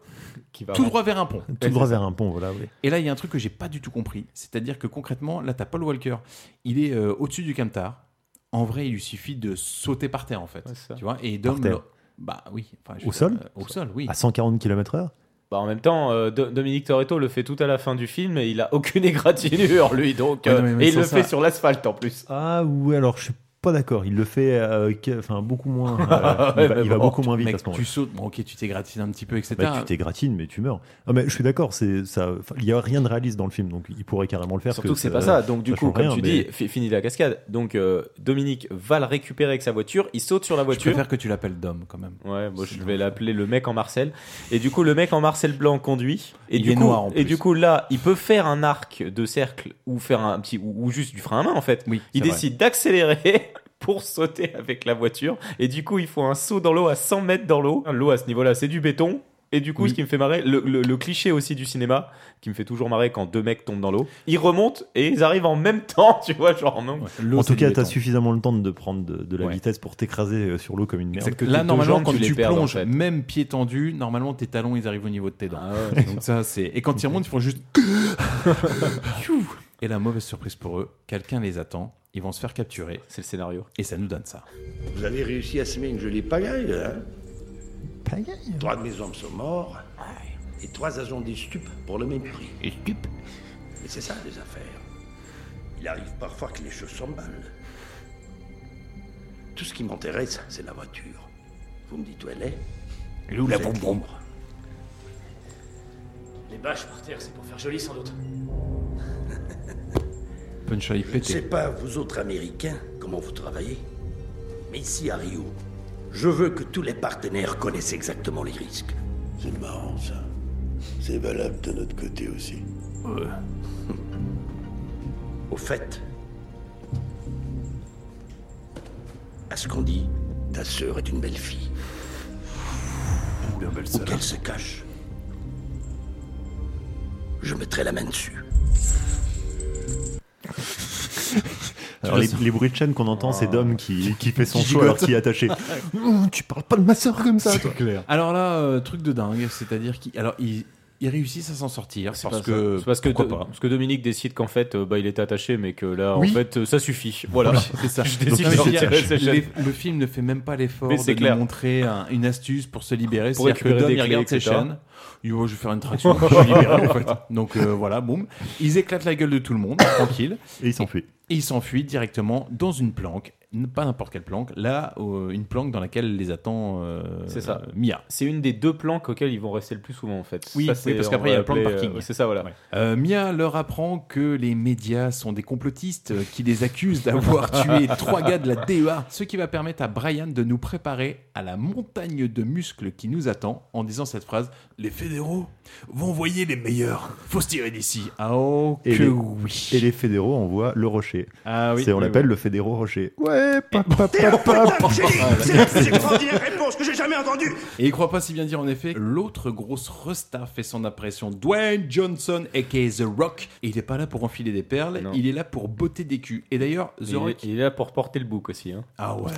Qui va tout droit vers un pont. tout droit vers un pont, voilà, oui. Et là, il y a un truc que j'ai pas du tout compris. C'est-à-dire que concrètement, là, t'as Paul Walker. Il est euh, au-dessus du camtar. En vrai, il lui suffit de sauter par terre, en fait. Ouais, c'est ça. tu vois Et Dom. Par terre. le- Bah oui. Enfin, je- Au sol Ah, euh, Au sol, oui. À 140 km/h Bah, en même temps, euh, Do- Dominique Toretto le fait tout à la fin du film et il a aucune égratignure, lui, donc. Ouais, non, euh, mais même et il sans le ça- fait sur l'asphalte en plus. Ah ouais, alors je suis pas d'accord. Il le fait euh, que- enfin, beaucoup moins. euh, Ouais, il va, mais il va bon, beaucoup moins vite Mec, à ce moment tu sautes. Bon, ok, tu t'égratines un petit peu, etc. Bah, tu t'égratines, mais tu meurs. Ah, mais je suis d'accord, c'est ça. enfin, Il y a rien de réaliste dans le film, donc il pourrait carrément le faire. Surtout que, c'est pas ça. Donc, du coup, change comme rien, tu mais- dis, fi- fini la cascade. Donc, euh, Dominique va le récupérer avec sa voiture. Il saute sur la je voiture. préfère que tu l'appelles Dom, quand même. Ouais, moi je vais l'appeler le mec en Marcel. Et du coup, le mec en Marcel blanc conduit. Et Il du est coup, noir, en et plus. du coup là, il peut faire un arc de cercle ou faire un petit ou, ou juste du frein à main en fait. Oui, il c'est décide d'accélérer pour sauter avec la voiture. Et du coup, il faut un saut dans l'eau à 100 mètres dans l'eau. Ah, L'eau à ce niveau-là, c'est du béton. Et du coup, Oui. ce qui me fait marrer, le, le- le cliché aussi du cinéma, qui me fait toujours marrer quand deux mecs tombent dans l'eau, ils remontent et ils arrivent en même temps, tu vois, genre en même en tout cas, t'as suffisamment le temps de prendre de, de la vitesse pour t'écraser euh, sur l'eau comme une merde. Là, normalement, quand tu plonges, même pied tendu, normalement, tes talons, ils arrivent au niveau de tes dents. Ah Donc ça, c'est... Et quand ils remontent, ils font juste... Pfiou. Et la mauvaise surprise pour eux, quelqu'un les attend, ils vont se faire capturer. C'est le scénario. Et ça nous donne ça. Vous avez réussi à semer une jolie pagaille, hein Pagaille Trois de mes hommes sont morts et trois agents des stupes pour le même prix. Et stupes Mais c'est ça, les affaires. Il arrive parfois que les choses s'emballent. Tout ce qui m'intéresse, c'est la voiture. Vous me dites où elle est Et où la bombe Les bâches par terre, c'est pour faire joli sans doute. Punch il Je ne sais pété. pas, vous autres Américains, comment vous travaillez. Mais ici à Rio, je veux que tous les partenaires connaissent exactement les risques. C'est marrant ça. C'est valable de notre côté aussi. Ouais. Au fait, à ce qu'on dit, ta sœur est une belle fille. Où qu'elle se cache. Je mettrai la main dessus. Alors, les, les bruits de chaîne qu'on entend, c'est Dom qui, qui fait son Qui choix alors gigote. qu'il est attaché. Mmh, tu parles pas de ma sœur comme ça, toi. Alors là, euh, truc de dingue, c'est-à-dire qu'ils alors, ils, ils réussissent à s'en sortir parce Parce que... que, parce, que pourquoi Do- pas parce que Dominique décide qu'en fait, euh, bah, il était attaché, mais que là, Oui. en fait, euh, ça suffit. Voilà, Oui, c'est ça. Je Donc, décide de je veux retirer dire, cette chaîne. les- le film ne fait même pas l'effort Mais de c'est nous clair. montrer un- une astuce pour se libérer. Pour C'est-à-dire que récupérer Dom, des il clés, regarde ses etc.. chaînes. Il dit, Oh, je vais faire une traction, je suis libéré, en fait. Donc euh, voilà, boum. Ils éclatent la gueule de tout le monde, tranquille. Et ils s'enfuient. Et ils s'enfuient directement dans une planque. N- Pas n'importe quelle planque. Là, euh, une planque dans laquelle les attend euh, C'est ça. Mia. C'est une des deux planques auxquelles ils vont rester le plus souvent, en fait. Oui, Ça, oui, c'est- parce on qu'après, va il y a le plan de appeler, parking. euh, c'est ça, voilà. Euh, Mia leur apprend que les médias sont des complotistes euh, qui les accusent d'avoir tué trois gars de la DEA. Ce qui va permettre à Brian de nous préparer à la montagne de muscles qui nous attend en disant cette phrase Les fédéraux vont envoyer les meilleurs. Faut se tirer d'ici. Ah oh, que Et les, oui. et les fédéraux envoient le rocher. Ah oui, C'est- on oui, l'appelle oui. le fédéraux rocher. Ouais, T'es un putain Ah, de génie Ah, C'est c'est l'extraordinaire réponse que j'ai jamais entendue Et il croit pas si bien dire en effet. L'autre grosse resta fait son apparition. Dwayne Johnson, aka The Rock. Et il est pas là pour enfiler des perles, il est là pour botter des culs. Et d'ailleurs, The Il est- Rock. il est là pour porter le bouc aussi. hein. Ah ouais.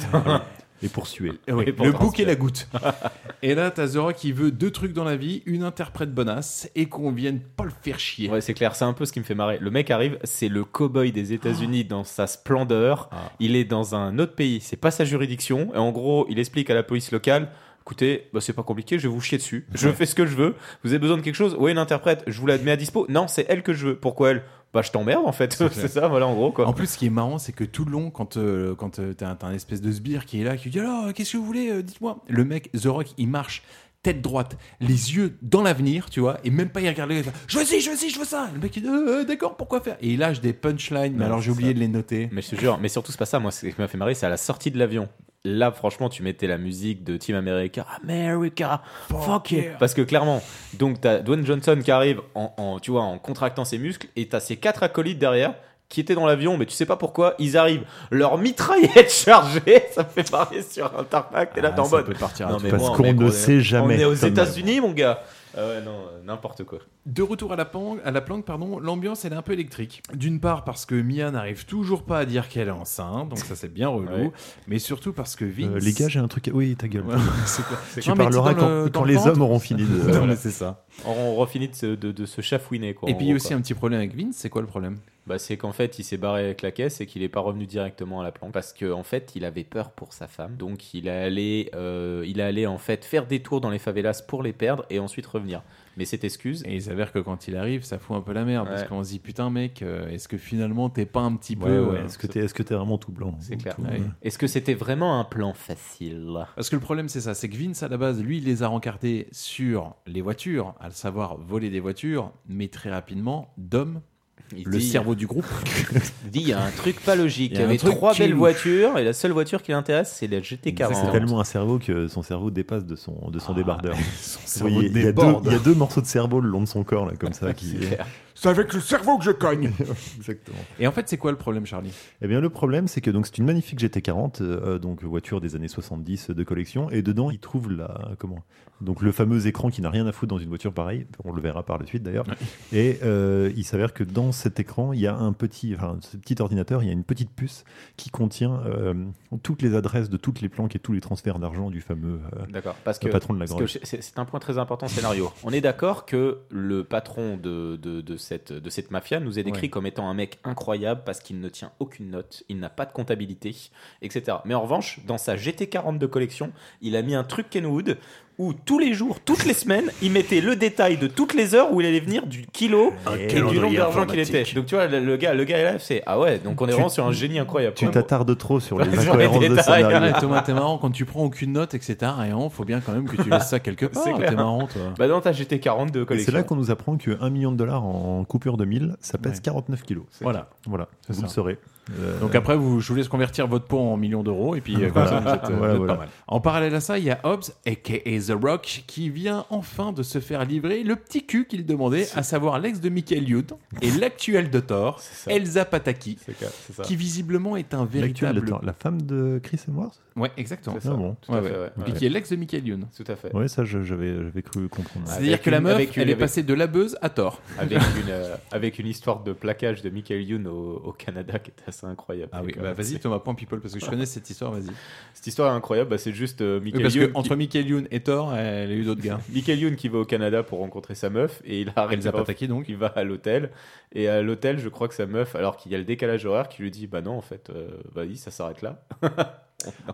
Et pour suer. Eh oui, Et pour le bouc et transpirer. la goutte. et là, t'as Zora qui veut deux trucs dans la vie, une interprète bonasse et qu'on vienne pas le faire chier. Ouais, c'est clair, c'est un peu ce qui me fait marrer. Le mec arrive, c'est le cow-boy des États-Unis dans sa splendeur. Il est dans un autre pays, c'est pas sa juridiction. Et en gros, il explique à la police locale écoutez, bah, c'est pas compliqué, je vais vous chier dessus. Je fais ce que je veux. Vous avez besoin de quelque chose Ouais, une interprète, je vous la mets à dispo. Non, c'est elle que je veux. Pourquoi elle Bah, je t'emmerde en fait. c'est ça, voilà, en gros quoi. En plus, ce qui est marrant, c'est que tout le long, quand, euh, quand euh, t'as t'as un espèce de sbire qui est là, qui dit alors, qu'est-ce que vous voulez, euh, dites-moi. Le mec, The Rock, il marche tête droite, les yeux dans l'avenir, tu vois, et même pas il regarde les gars, je veux ci, je veux ci, je veux ça. Le mec, il dit Euh, euh, d'accord, pourquoi faire Et il lâche des punchlines, mais Non, alors j'ai c'est oublié de les noter. Mais je te jure, mais surtout, c'est pas ça. Moi, ce qui m'a fait marrer, c'est à la sortie de l'avion. Là, franchement, tu mettais la musique de Team America. America, fuck yeah. Parce que clairement, donc t'as Dwayne Johnson qui arrive en, en- tu vois, en contractant ses muscles et t'as ses quatre acolytes derrière qui étaient dans l'avion, mais tu sais pas pourquoi, ils arrivent, leur mitraillette chargée, ça me fait marrer sur un tarmac, t'es là, Ah, t'es en ça mode. peut partir à Non, tout. mais Parce moi, qu'on mec, ne on est- sait jamais, On est aux comme- euh, États-Unis, mon gars. Ah ouais, non, euh, n'importe quoi. De retour à la, pan- à la planque, pardon, l'ambiance elle est un peu électrique. D'une part parce que Mia n'arrive toujours pas à dire qu'elle est enceinte, donc ça c'est bien relou. Ouais. Mais surtout parce que Vince. Euh, les gars, j'ai un truc. à- Oui, ta gueule. Ouais, c'est clair. Tu Non, mais parleras tu sais, dans quand, le- quand dans le les ventre. hommes auront fini de. Non, Voilà. mais c'est ça. On, on refinit de, se- de, de se chafouiner, quoi. Et en puis il y gros, a aussi quoi. un petit problème avec Vince, c'est quoi le problème Bah, c'est qu'en fait, il s'est barré avec la caisse et qu'il n'est pas revenu directement à la planque parce qu'en en fait, il avait peur pour sa femme. Donc, il est allé, euh, il est allé en fait faire des tours dans les favelas pour les perdre et ensuite revenir. Mais cette excuse. Et il s'avère que quand il arrive, ça fout un peu la merde parce Ouais. qu'on se dit putain mec, euh, est-ce que finalement t'es pas un petit peu. Ouais, euh, ouais, Est-ce que t'es est-ce que t'es vraiment tout blanc C'est clair. Tout- Est-ce que c'était vraiment un plan facile Parce que le problème, c'est ça, c'est que Vince, à la base, lui, il les a rencartés sur les voitures, à savoir voler des voitures, mais très rapidement, Dom, Il le dit- cerveau du groupe, Il dit il y a un truc pas logique. Il Il y y, a un avait truc trois qui- belles voitures et la seule voiture qui l'intéresse, c'est la GT40. C'est tellement un cerveau que son cerveau dépasse de son, de son débardeur. Son Vous cerveau voyez, il, y a deux, déborde. il y a deux morceaux de cerveau le long de son corps, là, comme ça, qui, clair. C'est avec le cerveau que je cogne. Exactement. Et en fait, c'est quoi le problème, Charlie Eh bien, le problème, c'est que donc c'est une magnifique GT40, euh, donc voiture des années 70 de collection, et dedans, il trouve la comment Donc le fameux écran qui n'a rien à foutre dans une voiture pareille. On le verra par la suite d'ailleurs. Et euh, il s'avère que dans cet écran, il y a un petit, enfin, ce petit ordinateur, il y a une petite puce qui contient euh, toutes les adresses de toutes les planques et tous les transferts d'argent du fameux euh, D'accord, parce que, le patron de la parce grange. que c'est- c'est un point très important scénario. On est d'accord que le patron de, de, de cette, de cette mafia nous est décrit Ouais. comme étant un mec incroyable parce qu'il ne tient aucune note, il n'a pas de comptabilité, etc. Mais en revanche, dans sa GT40 de collection, il a mis un truc Kenwood où tous les jours, toutes les semaines, il mettait le détail de toutes les heures où il allait venir du kilo et du calendrier nombre d'argent qu'il était. informatique. Donc tu vois, le, le gars, le gars est là, c'est ah ouais, donc on est Tu- vraiment sur un génie incroyable. Bah, Tu Ouais, t'attardes trop sur les Sur les incohérences de détails. scénario. Ouais, Thomas, t'es marrant quand tu prends aucune note, etc. Et il faut bien quand même que tu laisses ça quelque part. C'est clair. T'es marrant, toi. Bah dans ta GT40 de Et collection. c'est là qu'on nous apprend que 1 million de dollars en coupure de 1000, ça pèse Ouais. 49 kilos. Voilà. Voilà, C'est vous ça. le saurez. Euh, Donc après, vous, je vous laisse convertir votre pot en millions d'euros et puis euh, comme ça, vous êtes, Voilà, euh, vous êtes voilà. pas mal. En parallèle à ça, il y a Hobbs, aka The Rock, qui vient enfin de se faire livrer le petit cul qu'il demandait, à savoir l'ex de Michael Youd et l'actuelle de Thor, Elsa Pataki, ça. qui visiblement est un l'actuelle de véritable... Thor, la femme de Chris Hemsworth Ouais, exactement. C'est ça. Ah bon. Tout à fait, ouais. Et qui est l'ex de Michael Youn. Tout à fait. Ouais, ça je- j'avais j'avais cru comprendre. C'est-à-dire Avec que la une- meuf, avec une- elle est avec- passée de la buzz à Thor. avec une, euh, avec une histoire de plaquage de Michael Youn au, au Canada qui est assez incroyable. Ah oui, Donc, bah euh, vas-y c'est- Thomas, point people, parce que je connais cette histoire, vas-y. Cette histoire est incroyable, bah, c'est juste euh, Michael parce Youn que entre Michael Youn et Thor, elle a eu d'autres gars. Michael Youn qui va au Canada pour rencontrer sa meuf et il a Elsa Pataki, donc il va à l'hôtel et à l'hôtel je crois que sa meuf alors qu'il y a le décalage horaire qui lui dit bah non en fait euh, vas-y ça s'arrête là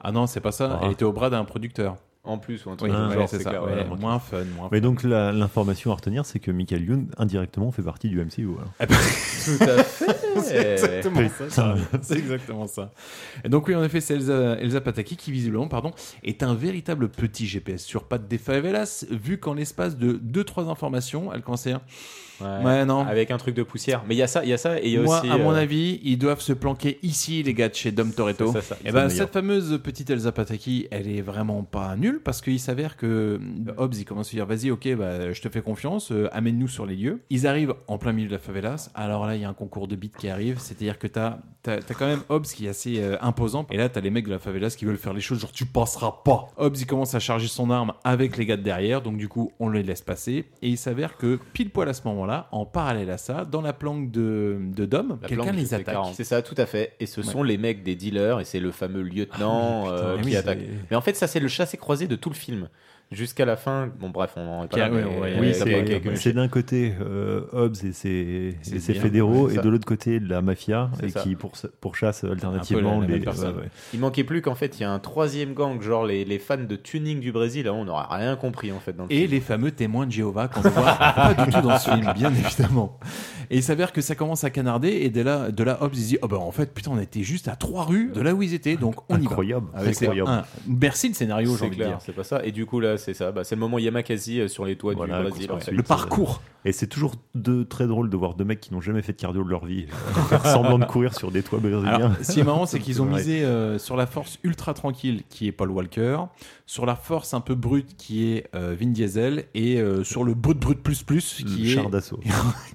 Ah non, c'est pas ça, Ah. elle était au bras d'un producteur. En plus, ou un truc Oui, du ouais, genre, c'est c'est ça. clair, ouais, voilà. moins fun, moins Mais donc la- l'information à retenir, c'est que Michael Youn indirectement fait partie du MCU. alors. tout à fait C'est exactement Ah, ça, Putain. Charlie. C'est exactement ça. Et donc oui, en effet, c'est Elsa, Elsa Pataki qui visiblement, pardon, est un véritable petit GPS sur pattes des favelas, vu qu'en l'espace de 2-3 informations, elle cancère. Ouais, Ouais, non. avec un truc de poussière mais il y a ça il y a ça et il y a Moi, aussi à mon euh, avis, ils doivent se planquer ici, les gars, de chez Dom Toretto. C'est ça, ça. Et ben, C'est le cette fameuse petite Elsa Pataki, elle est vraiment pas nulle parce qu'il s'avère que Hobbs, il commence à dire vas-y, ok, bah, je te fais confiance, euh, amène-nous sur les lieux. Ils arrivent en plein milieu de la favelas. Alors là, il y a un concours de beats qui arrive. C'est-à-dire que t'as as, quand même Hobbs qui est assez euh, imposant. Et là, t'as les mecs de la favelas qui veulent faire les choses genre tu passeras pas. Hobbs, il commence à charger son arme avec les gars de derrière. Donc, du coup, on les laisse passer. Et il s'avère que pile poil à ce moment-là, en parallèle à ça, dans la planque de, de Dom, la quelqu'un planque les du attaque. T40. C'est ça, tout à fait. Et ce sont les mecs des dealers, et c'est le fameux lieutenant Ah, mais putain, euh, mais qui oui, attaque. c'est- Mais en fait, ça, c'est le chassé-croisé de tout le film. Jusqu'à la fin, bon, bref, on en est pas Qui a- là. mais- ouais, ouais, mais Oui, ça c'est- peut- ok, ok. c'est d'un côté euh, Hobbes et ses, C'est et ses bien, fédéraux, ouais, et ça. de l'autre côté la mafia, C'est et ça. qui pourchasse pour pourchasse Un alternativement peu la- la les. même personne. ouais, ouais. Il manquait plus qu'en fait, il y a un troisième gang, genre les, les fans de tuning du Brésil. Là, on n'aura rien compris en fait dans le Et film. les fameux témoins de Jéhovah qu'on ne voit pas du tout dans ce film, bien évidemment. Et il s'avère que ça commence à canarder et de là, de là Hobbes il se dit oh ben en fait putain on était juste à trois rues de là où ils étaient donc on Incroyable, y va. Avec incroyable. Ah un- Bercy le scénario j'ai C'est envie de clair, dire. c'est pas ça. Et du coup, là, c'est ça. Bah, c'est le moment Yamakasi euh, sur les toits Voilà, du qu'on Brésil. se en retrouve, fait. euh, Et c'est toujours de, très drôle de voir deux mecs qui n'ont jamais fait de cardio de leur vie euh, faire semblant de courir sur des toits brésiliens. Alors, ce qui est marrant, c'est qu'ils ont Ouais. misé euh, sur la force ultra tranquille qui est Paul Walker, sur la force un peu brute qui est euh, Vin Diesel et euh, sur le brut brut plus plus Le qui est char d'assaut.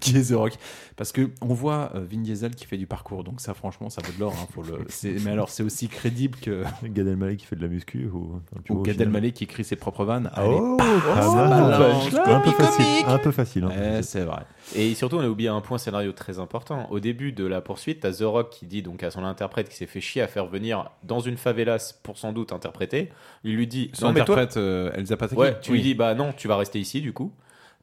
qui est The Rock. Parce que on voit euh, Vin Diesel qui fait du parcours, donc ça franchement ça vaut de l'or. hein, faut le- c'est- Mais alors c'est aussi crédible que Gad Elmaleh qui fait de la muscu ou, enfin, tu ou vois, au Gad final. Elmaleh qui écrit ses propres vannes. Ah, Allez, oh, paf, pas ça mal. balance. Un peu facile, un peu facile. hein. Ouais, c'est vrai. Et surtout, on a oublié un point scénario très important. Au début de la poursuite, t'as The Rock qui dit donc à son interprète qui s'est fait chier à faire venir dans une favelas pour sans doute interpréter. Il lui dit Son non, mais toi- interprète, euh, Elsa Pataki. Ouais, tu Oui. lui dis bah non, tu vas rester ici du coup.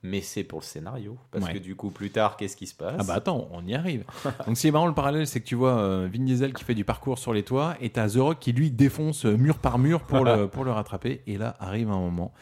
Mais c'est pour le scénario. Parce Ouais. que du coup, plus tard, qu'est-ce qui se passe Ah bah attends, on y arrive. Donc ce qui est marrant le parallèle, c'est que tu vois euh, Vin Diesel qui fait du parcours sur les toits et t'as The Rock qui lui défonce euh, mur par mur pour le, pour le rattraper. Et là arrive un moment.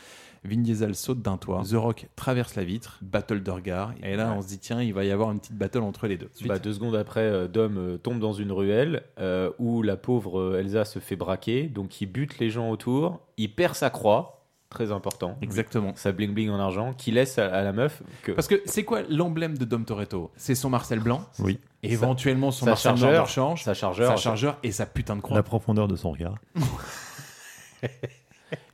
Vin Diesel saute d'un toit, The Rock traverse la vitre, battle de regard, et là Ouais. on se dit tiens il va y avoir une petite battle entre les deux. Bah, deux secondes après, euh, Dom euh, tombe dans une ruelle euh, où la pauvre euh, Elsa se fait braquer, donc il bute les gens autour, il perd sa croix, très important. Exactement. Sa bling bling en argent, qui laisse à, à la meuf que Parce que c'est quoi l'emblème de Dom Toretto C'est son Marcel Blanc, Oui. et éventuellement son Sa Marcel Blanc chargeur, d'Orchange, sa chargeur, sa chargeur et sa putain de croix. La profondeur de son regard.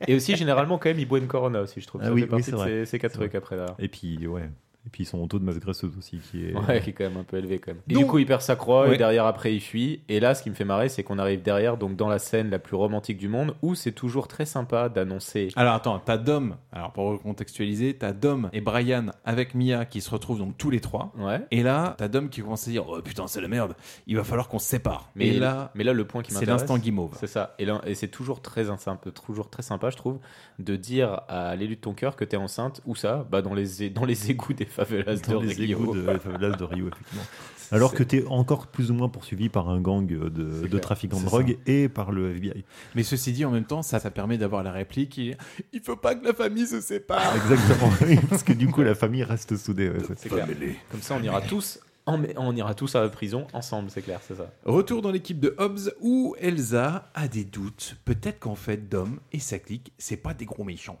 Et aussi, généralement, quand même, il boit une Corona aussi, je trouve. Ah ça oui, fait Ah oui, partie c'est de vrai. ces, ces quatre C'est trucs après. là. Et euh, puis, ouais. Et puis son taux de masse graisseuse aussi qui est. Ouais, qui est quand même un peu élevé quand même. Et du coup, il perd sa croix, et Ouais. derrière après il fuit. Et là, ce qui me fait marrer, c'est qu'on arrive derrière, donc dans la scène la plus romantique du monde, où c'est toujours très sympa d'annoncer. Alors attends, t'as Dom, alors pour recontextualiser, t'as Dom et Brian avec Mia qui se retrouvent donc tous les trois. Ah. Et là, t'as Dom qui commence à dire Oh putain, c'est la merde, il va falloir qu'on se sépare. Mais et là, mais là, le point qui C'est m'intéresse, l'instant guimauve. C'est ça. Et, là- et c'est toujours très un- sympa, toujours très sympa, je trouve, de dire à l'élu de ton cœur que t'es enceinte. Où ça Bah dans les é- dans les égouts des favelas Dans de les Rio. égouts de favelas de Rio, effectivement. Alors que t'es encore plus ou moins poursuivi par un gang de, de clair. trafiquants de C'est drogue et par le FBI. Mais ceci dit, en même temps, ça, ça permet d'avoir la réplique et- Il faut pas que la famille se sépare. Exactement. Parce que du coup, la famille reste soudée. ouais, ça. C'est clair. Comme ça, on ira tous en- on ira tous à la prison ensemble, c'est clair, c'est ça. Retour dans l'équipe de Hobbs où Elsa a des doutes. Peut-être qu'en fait, Dom et sa clique, c'est pas des gros méchants.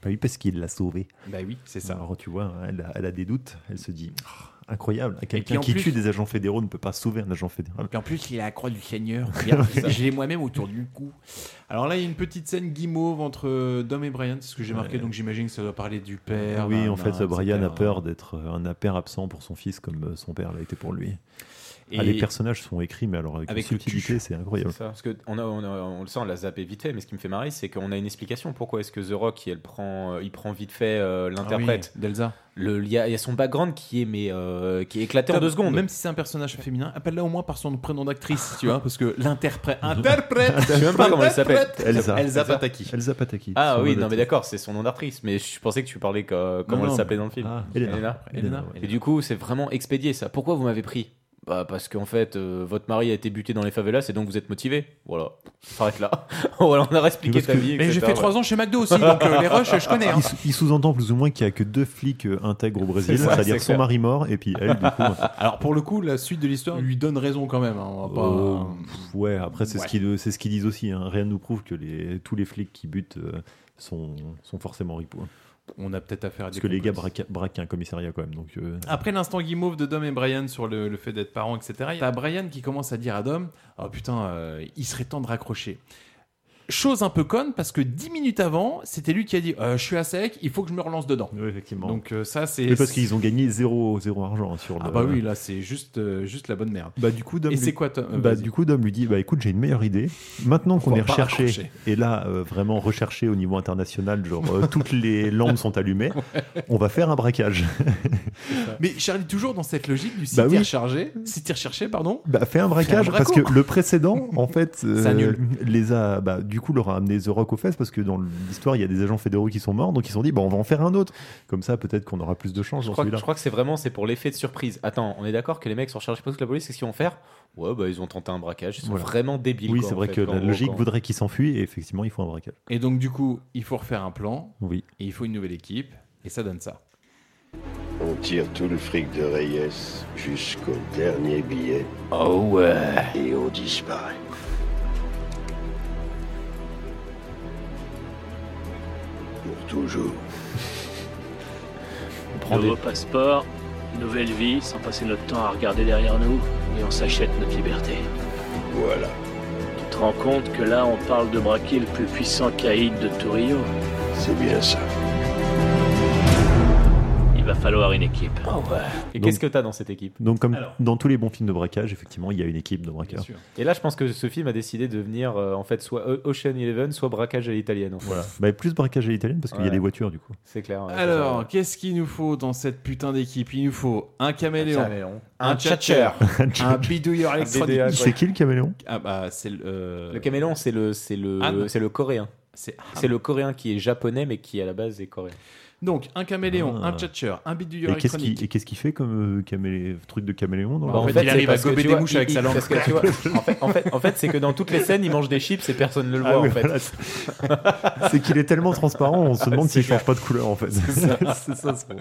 Bah oui, parce qu'il l'a sauvée. Bah oui, c'est ça. Alors tu vois, hein, elle a, elle a des doutes. Elle se dit Ah, incroyable, puis, quelqu'un en qui plus- tue des agents fédéraux ne peut pas sauver un agent fédéral. Et en plus, il a la croix du Seigneur. Regarde, je l'ai moi-même autour du cou. Alors là, il y a une petite scène guimauve entre euh, Dom et Brian, c'est ce que j'ai marqué, donc j'imagine que ça doit parler du père. oui, en nanana, fait, Brian etc. a peur d'être euh, un père absent pour son fils comme euh, son père l'a été pour lui. Et- Ah, les personnages sont écrits, mais alors avec, Avec une le subtilité, c'est incroyable. C'est ça, parce que on, a- on a- on le sent, on l'a zappé vite fait, mais ce qui me fait marrer, c'est qu'on a une explication. Pourquoi est-ce que The Rock, il prend, euh, il prend vite fait euh, l'interprète oui, d'Elsa. Le- Il y, a il y a son background qui est, mais, euh, qui est éclaté en Tom, deux secondes. Même si c'est un personnage féminin, appelle-la au moins par son prénom d'actrice, tu vois, parce que l'interprète. Interprète Je sais même pas comment elle s'appelle. Interprète Elsa Pataki. Elsa Pataki. Ah Son nom oui, non mais d'actrice. d'accord, c'est son nom d'actrice, mais je pensais que tu parlais que- comment Non, elle non, s'appelait mais- dans le film. Ah, Elena. Elena, Et du coup, c'est vraiment expédié ça. Pourquoi vous m'avez pris bah parce qu'en fait, euh, votre mari a été buté dans les favelas et donc vous êtes motivé. Voilà, s'arrête là. voilà, on a expliqué ta vie. Mais j'ai etc., fait trois voilà. ans chez McDo aussi, donc euh, les rushs, je connais. hein. Il sou- Il sous-entend plus ou moins qu'il n'y a que deux flics euh, intègres au Brésil, C'est ça, c'est-à-dire c'est son clair. mari mort et puis elle, du coup. Alors pour le coup, la suite de l'histoire lui donne raison quand même. hein, on va pas- Euh, pff, ouais, après, c'est Ouais. ce qu'ils c'est ce qu'ils disent aussi. hein. Rien ne nous prouve que les, tous les flics qui butent euh, sont, sont forcément ripoux. hein. On a peut-être affaire à Parce Ah, des que les gars complexes. braquent, braquent un commissariat quand même. Donc, euh, Après l'instant guimauve de Dom et Brian sur le, le fait d'être parents, etc., t'as Brian qui commence à dire à Dom Oh putain, euh, il serait temps de raccrocher. Chose un peu conne parce que dix minutes avant, c'était lui qui a dit Euh, Je suis à sec, il faut que je me relance dedans. effectivement. Donc euh, ça, c'est. mais parce qu'ils ont gagné zéro, zéro argent hein, sur Ah le- bah oui, là, c'est juste, euh, juste la bonne merde. Bah, du coup, Dom Et lui- c'est quoi, Tom Euh, bah, vas-y. Du coup, Dom lui dit bah, écoute, j'ai une meilleure idée. Maintenant qu'on va est pas recherché, raccrocher. et là, euh, vraiment recherché au niveau international, genre euh, toutes les lampes sont allumées, on va faire un braquage. Mais Charlie, toujours dans cette logique du site Bah oui. rechargé, site recherché, pardon. Bah, fait un braquage Fais un parce braco. que le précédent, en fait, Ça annule. les a, bah, du coup, leur a amené The Rock aux fesses parce que dans l'histoire, il y a des agents fédéraux qui sont morts, donc ils se sont dit, bah, on va en faire un autre. Comme ça, peut-être qu'on aura plus de chance Je dans crois, celui-là. je crois que c'est vraiment c'est pour l'effet de surprise. Attends, on est d'accord que les mecs sont rechargés par toute la police, qu'est-ce qu'ils vont faire Ouais, bah ils ont tenté un braquage, ils sont Voilà. vraiment débiles. Oui, quoi, c'est en vrai fait, que en la gros, logique quoi. voudrait qu'ils s'enfuient et effectivement, ils font un braquage. Et donc, du coup, il faut refaire un plan. Oui. Et il faut une nouvelle équipe. Et ça donne ça. On tire tout le fric de Reyes jusqu'au dernier billet. Oh ouais. Et on disparaît. Pour toujours. Nouveau passeport, nouvelle vie, sans passer notre temps à regarder derrière nous, et on s'achète notre liberté. Voilà. Tu te rends compte que là, on parle de braquer le plus puissant caïd de Tourio C'est bien ça. Il va falloir une équipe. Et Donc- qu'est-ce que t'as dans cette équipe Donc, comme dans tous les bons films de braquage, effectivement, il y a une équipe de braqueurs. Et là, je pense que ce film a décidé de venir euh, en fait soit O- Ocean Eleven, soit braquage à l'italienne. en fait. Voilà. Bah, plus braquage à l'italienne parce qu'il y Ouais. a des voitures, du coup. C'est clair. ouais, c'est Alors, ça. qu'est-ce qu'il nous faut dans cette putain d'équipe Il nous faut un caméléon, Un caméléon. Un tchatcher, tchatcher. un bidouilleur Un électronique. BDA, quoi. C'est qui le caméléon Ah bah c'est le. euh, le caméléon, c'est le c'est le Han. c'est le coréen. C'est c'est le coréen qui est japonais mais qui à la base est coréen. Donc un caméléon, Ah. un tchatcher, un bidouilleur Et qu'est-ce électronique. qu'il et qu'est-ce qu'il fait comme euh, camélé- truc de caméléon dans Bah, le- c'est parce que tu vois, il- il- parce que tu vois, en fait, en fait, en fait, c'est que dans toutes les scènes, il mange des chips et personne ne le voit. Ah oui, en fait. Ah, voilà, C'est qu'il est tellement transparent, on se demande C'est s'il change clair. pas de couleur en fait. C'est ça, c'est bon.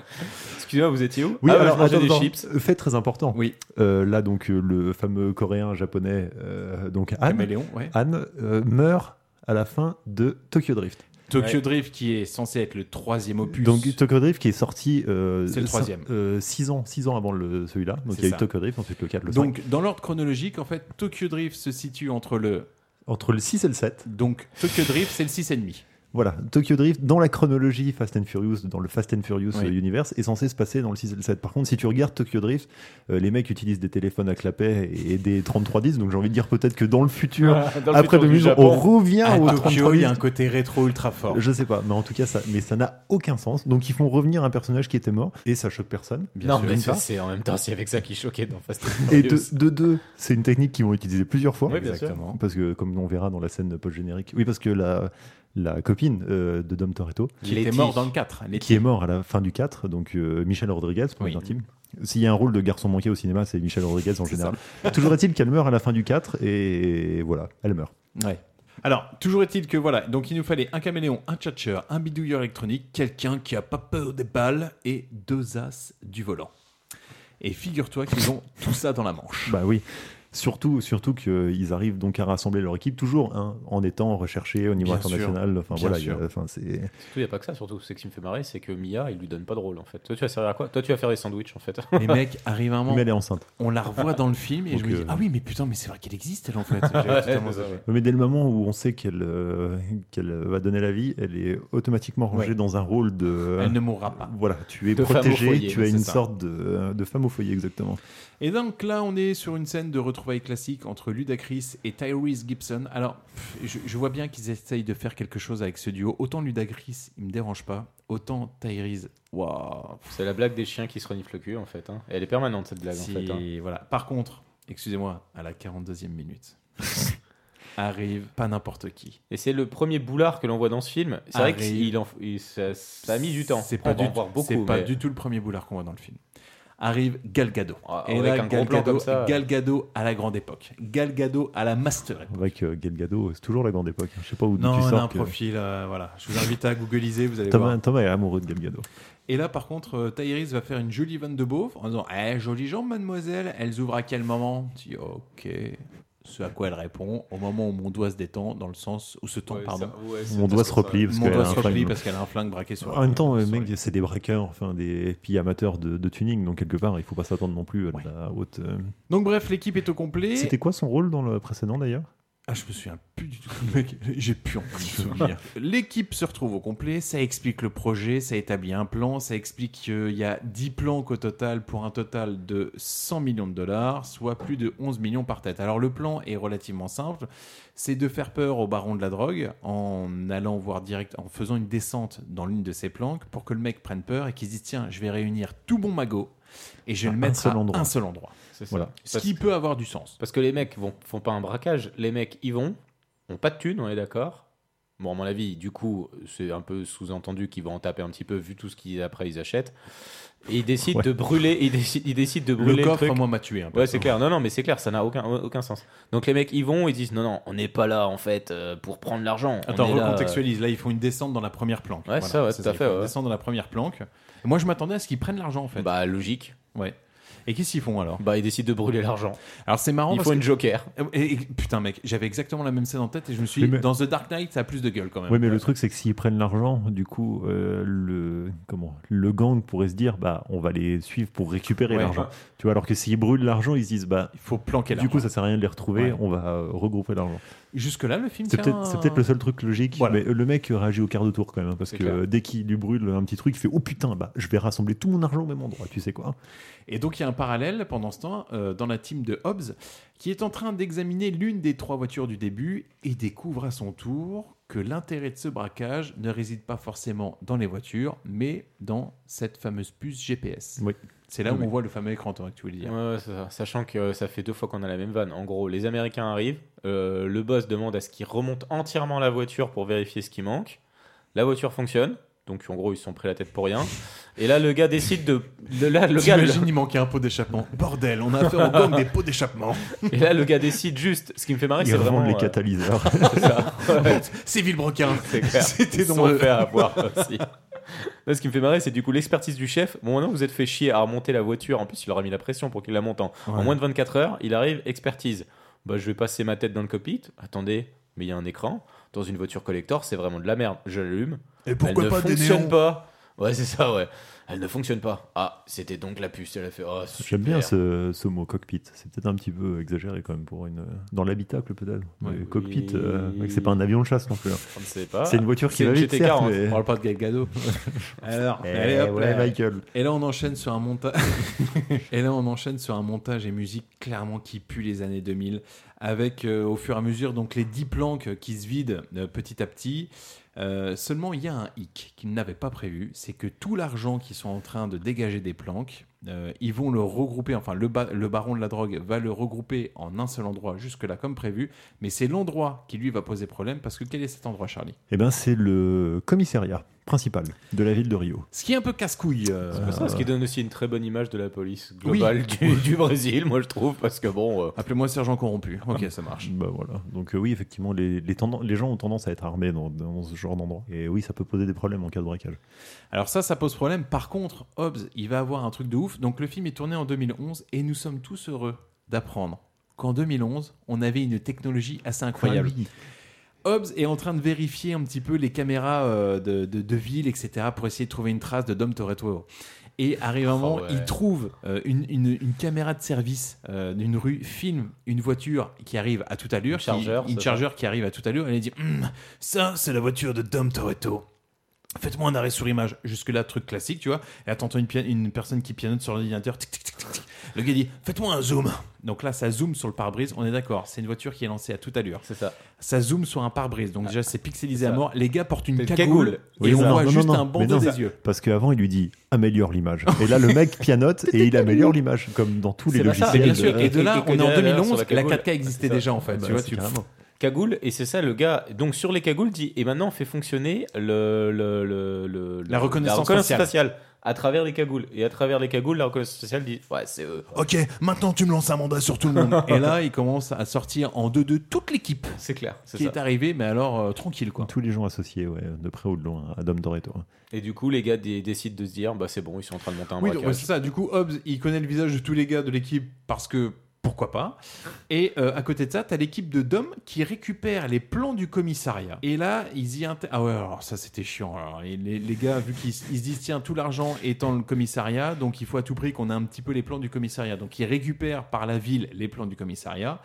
Excusez-moi, vous étiez où Oui, Ah, bah, alors, je mangeais attends, des attends. chips. Fait très important. Oui. là, donc, euh, le fameux coréen japonais, euh, donc Han, Caméléon, ouais. Han, euh, meurt à la fin de Tokyo Drift. Tokyo Drift qui est censé être le troisième opus. Donc Tokyo Drift qui est sorti euh, C'est le troisième. 6 ans, six ans avant le- celui-là. Donc C'est il y a ça. eu Tokyo Drift, ensuite le 4, le 5. Donc dans l'ordre chronologique, en fait, Tokyo Drift se situe entre le Entre le 6 et le 7. donc Tokyo Drift, c'est le 6 et demi. Voilà, Tokyo Drift, dans la chronologie Fast and Furious, dans le Fast and Furious Oui. euh, universe, est censé se passer dans le 6 et le 7. Par contre, si tu regardes Tokyo Drift, euh, les mecs utilisent des téléphones à clapet et des 3310, donc j'ai envie de dire peut-être que dans le futur, Voilà, dans le après futur du 2000 Japon, on revient à au Tokyo, 3310. il y a un côté rétro ultra fort. Je sais pas, mais en tout cas, ça mais ça n'a aucun sens. Donc ils font revenir un personnage qui était mort, et ça choque personne. non, sûr. mais D'une ça, part. c'est en même temps, c'est avec ça qui choquait dans Fast and Et Furious. de, de deux, c'est une technique qu'ils vont utiliser plusieurs fois. Oui, bien sûr. Exactement. Parce que, comme on verra dans la scène post-générique, oui, parce que la, la copine euh, de Dom Toretto, Qui était mort dans le 4, Letty. qui est mort à la fin du 4, donc euh, Michel Rodriguez, pour les intimes. S'il y a un rôle de garçon manqué au cinéma, c'est Michel Rodriguez en général. Toujours est-il qu'elle meurt à la fin du 4 et voilà, elle meurt. Ouais. Alors, toujours est-il que voilà, donc il nous fallait un caméléon, un tchatcher, un bidouilleur électronique, quelqu'un qui a pas peur des balles et deux as du volant. Et figure-toi qu'ils ont tout ça dans la manche. Bah oui. Surtout, surtout qu'ils arrivent donc à rassembler leur équipe, toujours hein, en étant recherchés au niveau Bien international. sûr. Enfin Bien voilà, il y a- sûr. enfin, c'est. Surtout, il n'y a pas que ça, surtout. C'est que ce qui me fait marrer, c'est que Mia, il lui donne pas de rôle en fait. Toi, tu vas servir à quoi Toi, tu vas faire des sandwichs en fait. Les mecs, arrive un moment. Mais elle est enceinte. On la revoit dans le film et Donc, je me dis euh, Ah oui, mais putain, mais c'est vrai qu'elle existe, elle en fait. Ouais, J'ai totalement c'est ça, ouais. Mais dès le moment où on sait qu'elle euh, qu'elle va donner la vie, elle est automatiquement rangée Ouais. dans un rôle de. Elle ne mourra pas. Voilà, tu es De femme au protégé, foyer, tu as c'est une ça. sorte de, de femme au foyer, exactement. Et donc là, on est sur une scène de retrouvailles classique entre Ludacris et Tyrese Gibson. Alors, pff, je, je vois bien qu'ils essayent de faire quelque chose avec ce duo. Autant Ludacris, il me dérange pas, autant Tyrese, waouh. C'est la blague des chiens qui se reniflent le cul en fait. hein. Et elle est permanente cette blague Si, en fait. hein. voilà. Par contre, excusez-moi, à la 42e minute, arrive pas n'importe qui. Et c'est le premier boulard que l'on voit dans ce film. C'est vrai Arrive. que il en- il- ça, ça a mis du temps. C'est On pas, va du, en voir beaucoup. c'est pas mais- du tout le premier boulard qu'on voit dans le film. Arrive Galgado. Ah, avec un gros plan comme ça. Galgado à la grande époque. Galgado à la master époque. Avec euh, Galgado, c'est toujours la grande époque. hein. Je sais pas où tu Non, on sors. a un que- profil, euh, voilà. Je vous invite à googliser, vous allez Thomas, voir. Thomas est amoureux de Galgado. Et là, par contre, euh, Tyrese va faire une jolie vanne de beauf en disant Eh, jolie jambe, mademoiselle, elles ouvrent à quel moment Tu dis Ok. Ce à quoi elle répond Au moment où mon doigt se détend, dans le sens où se tend, Ouais, pardon. ça- ouais, c'est Mon doigt se replie parce euh, Mon qu'elle doigt a se un replie flingue. parce qu'elle a un flingue braqué sur En même temps, euh, mec, c'est des braqueurs, enfin des puis amateurs de, de tuning, donc quelque part, il faut pas s'attendre non plus à de la haute. euh, Donc, bref, l'équipe est au complet. C'était quoi son rôle dans le précédent d'ailleurs Ah, je me souviens plus du tout. Mec, j'ai plus encore de souvenirs. L'équipe se retrouve au complet, ça explique le projet, ça établit un plan, ça explique qu'il y a 10 plans qu'au total pour un total de 100 millions de dollars, soit plus de 11 millions par tête. Alors le plan est relativement simple, c'est de faire peur au baron de la drogue en allant voir direct, en faisant une descente dans l'une de ses planques pour que le mec prenne peur et qu'il se dise tiens, je vais réunir tout mon magot et je vais À le un mettre seul à endroit. un seul endroit. C'est ça. Voilà. Ce qui peut avoir du sens. Parce que les mecs vont, font pas un braquage, les mecs y vont, ont pas de thunes, on est d'accord. Bon, à mon avis, du coup, c'est un peu sous-entendu qu'ils vont en taper un petit peu vu tout ce qu'ils après ils achètent. Et ils décident Ouais. de brûler, ils décident, ils décident de brûler le, coffre, truc. moi, m'a tué, hein, ouais, perso. c'est clair. Non, non, mais c'est clair, ça n'a aucun, aucun sens. Donc les mecs ils vont, ils disent non, non, on n'est pas là en fait euh, pour prendre l'argent. On Attends, est là, euh, recontextualise. Là, ils font une descente dans la première planque. Ouais, ça, ouais, tout à ils fait, font Une ouais. descente dans la première planque. Et moi, je m'attendais à ce qu'ils prennent l'argent, en fait. Bah, logique. Ouais. Et qu'est-ce qu'ils font alors Bah, ils décident de brûler l'argent. Alors, c'est marrant. Il parce faut que- une Joker. Et- et- putain, mec, j'avais exactement la même scène en tête et je me suis dit, Mais- dans The Dark Knight, ça a plus de gueule quand même. Oui, mais le truc, c'est que s'ils prennent l'argent, du coup, euh, le, comment, le gang pourrait se dire, bah, on va les suivre pour récupérer Ouais. bah. l'argent. Tu vois, alors que s'ils brûlent l'argent, ils se disent, bah, il faut planquer Du coup, l'argent. ça sert à rien de les retrouver, Ouais. on va euh, regrouper l'argent. Jusque-là, le film C'est tient peut-être, c'est peut-être le seul truc logique, mais euh, le mec réagit au quart de tour quand même, hein, parce C'est que clair. euh, dès qu'il lui brûle un petit truc, il fait, oh putain, bah, je vais rassembler tout mon argent au même endroit, tu sais quoi. Et donc, il y a un parallèle pendant ce temps euh, dans la team de Hobbs qui est en train d'examiner l'une des trois voitures du début et découvre à son tour que l'intérêt de ce braquage ne réside pas forcément dans les voitures, mais dans cette fameuse puce GPS. Oui. C'est là où Oui. on voit le fameux écran, toi, que tu voulais dire. Ouais, ouais, c'est ça. Sachant que euh, ça fait deux fois qu'on a la même vanne. En gros, les Américains arrivent, euh, le boss demande à ce qu'ils remontent entièrement la voiture pour vérifier ce qui manque. La voiture fonctionne, donc en gros, ils se sont pris la tête pour rien. Et là, le gars décide de. de- là, le gars, J'imagine, il manquait un pot d'échappement. Bordel, on a affaire au gang des pots d'échappement. Et là, le gars décide juste. Ce qui me fait marrer, Ils c'est vraiment. revendent les euh, catalyseurs. c'est ça. Ouais. C'est Villebrequin. C'est clair. C'était dans Ils sont le- fait avoir aussi. Là, ce qui me fait marrer, c'est du coup l'expertise du chef. Bon, maintenant, vous êtes fait chier à remonter la voiture. En plus, il leur a mis la pression pour qu'il la monte en, en Ouais. moins de 24 heures. Il arrive, expertise. Bah, je vais passer ma tête dans le cockpit. Attendez, mais il y a un écran. Dans une voiture collector, c'est vraiment de la merde. Je l'allume. Et pourquoi Elle pas ne des fonctionne néons pas. Ouais, c'est ça, ouais. Ah, Elle ne fonctionne pas. Ah, c'était donc la puce. Elle a fait. Oh, super. J'aime bien ce, ce mot cockpit. C'est peut-être un petit peu exagéré quand même pour une dans l'habitacle peut-être. Mais Oui. Cockpit, euh, mec, c'est pas un avion de chasse non plus. hein. On ne sait pas. C'est une voiture qui Ah, C'est va une vite. GT40, certes, on mais- On parle pas de Galgado. Alors, Eh allez, Oh, hop, ouais, là. Michael. Et là, on enchaîne sur un montage. et là, on enchaîne sur un montage et musique clairement qui pue les années 2000, avec euh, au fur et à mesure donc les 10 planques qui se vident euh, petit à petit. Euh, seulement, il y a un hic qu'ils n'avaient pas prévu, c'est que tout l'argent qu'ils sont en train de dégager des planques, euh, ils vont le regrouper, enfin le, ba- le baron de la drogue va le regrouper en un seul endroit jusque-là comme prévu, mais c'est l'endroit qui lui va poser problème parce que quel est cet endroit Charlie Eh ben, c'est le commissariat principal de la ville de Rio. Ce qui est un peu casse-couille. euh, C'est ça, ce qui euh, donne aussi une très bonne image de la police globale du, du Brésil, moi je trouve, parce que bon. euh, Appelez-moi sergent corrompu. Ok, ça marche. Bah voilà. Donc euh, oui, effectivement, les, les, tendan- les gens ont tendance à être armés dans, dans ce genre d'endroit. Et oui, ça peut poser des problèmes en cas de braquage. Alors ça, ça pose problème. Par contre, Hobbs, il va avoir un truc de ouf. Donc le film est tourné en 2011 et nous sommes tous heureux d'apprendre qu'en 2011, on avait une technologie assez incroyable. Ah oui. Hobbs est en train de vérifier un petit peu les caméras euh, de, de- de ville, etc., pour essayer de trouver une trace de Dom Toretto. Et arrive un moment, ouais. il trouve euh, une, une- une caméra de service euh, d'une rue, filme une voiture qui arrive à toute allure, qui- Charger, une ça. chargeur qui arrive à toute allure, elle dit Hum, Ça, c'est la voiture de Dom Toretto. Faites-moi un arrêt sur image. Jusque-là, truc classique, tu vois. Et là, t'entends une, pia- une personne qui pianote sur l'ordinateur. Tic, tic, tic, tic, tic. Le gars dit Faites-moi un zoom. Donc là, ça zoome sur le pare-brise. On est d'accord. C'est une voiture qui est lancée à toute allure. C'est ça. Ça zoome sur un pare-brise. Donc déjà, c'est pixelisé à mort. Les gars portent une Ah, C'est une cagoule. cagoule. Oui, Et on ça. voit Non, non, juste non, un mais bandeau non, des ça- yeux. Parce qu'avant, il lui dit améliore l'image. Et là, le mec pianote et il améliore l'image, comme dans tous les C'est logiciels. euh, ça, de- bien sûr. Et de là, que on est en derrière, 2011, sur la cagoule, 4K existait c'est ça. déjà, en fait. Tu vois, tu- Cagoule, et c'est ça le gars. Donc sur les cagoules, dit et maintenant on fait fonctionner le, le- le- le- le- La reconnaissance faciale. à travers les cagoules. Et à travers les cagoules, la reconnaissance faciale dit ouais, c'est eux. Ok, maintenant tu me lances un mandat sur tout le monde. Et là, il commence à sortir en 2-2 toute l'équipe. C'est clair, c'est Qui ça. est arrivée, mais alors euh, tranquille quoi. Tous les gens associés, ouais, de près ou de loin, à Dom Toretto. hein. Et du coup, les gars dé- décident de se dire bah c'est bon, ils sont en train de monter un Oui, donc, ouais, braquage. c'est ça. Du coup, Hobbs, il connaît le visage de tous les gars de l'équipe parce que pourquoi pas. Et euh, à côté de ça, t'as l'équipe de Dom qui récupère les plans du commissariat. Et là, ils y inter- Ah ouais, alors ça c'était chiant. Alors. Et les, les gars, vu qu'ils s- ils se disent tiens, tout l'argent est dans le commissariat, donc il faut à tout prix qu'on ait un petit peu les plans du commissariat. Donc ils récupèrent par la ville les plans du commissariat.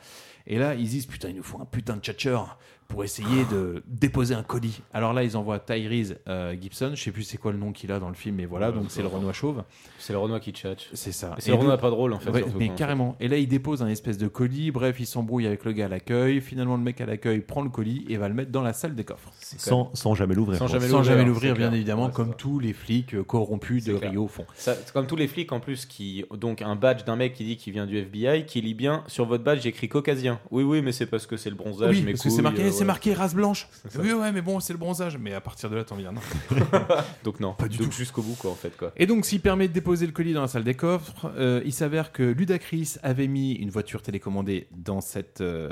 Et là, ils disent putain, il nous faut un putain de tchatcheur pour essayer de déposer un colis. Alors là, ils envoient Tyrese euh, Gibson, je sais plus c'est quoi le nom qu'il a dans le film, mais voilà, Ouais, donc je c'est le comprends. Renoir chauve. C'est le Renoir qui tchatche. C'est ça. Et c'est Et le Renoir donc- pas drôle en fait. Ouais, surtout, hein. mais quand on fait carrément. Et là, il dépose un espèce de colis. Bref, il s'embrouille avec le gars à l'accueil. Finalement, le mec à l'accueil prend le colis et va le mettre dans la salle des coffres. Sans, sans jamais l'ouvrir. Sans jamais Sans jamais l'ouvrir, hein, c'est bien clair. évidemment, Ouais, c'est comme ça. tous les flics euh, corrompus de C'est clair. Rio font. Ça, c'est comme tous les flics en plus qui donc un badge d'un mec qui dit qu'il vient du FBI qui lit bien sur votre badge j'écris caucasien. Oui oui mais c'est parce que c'est le bronzage Oui, mes parce que c'est couilles, marqué, euh, c'est voilà. marqué race blanche. ça. Oui, ouais, mais bon, c'est le bronzage. Mais à partir de là, t'en viens. Non. Donc non, Pas du donc tout. jusqu'au bout quoi en fait quoi. Et donc, s'il permet de déposer le colis dans la salle des coffres, euh, il s'avère que Ludacris avait mis une voiture télécommandée dans, cette, euh,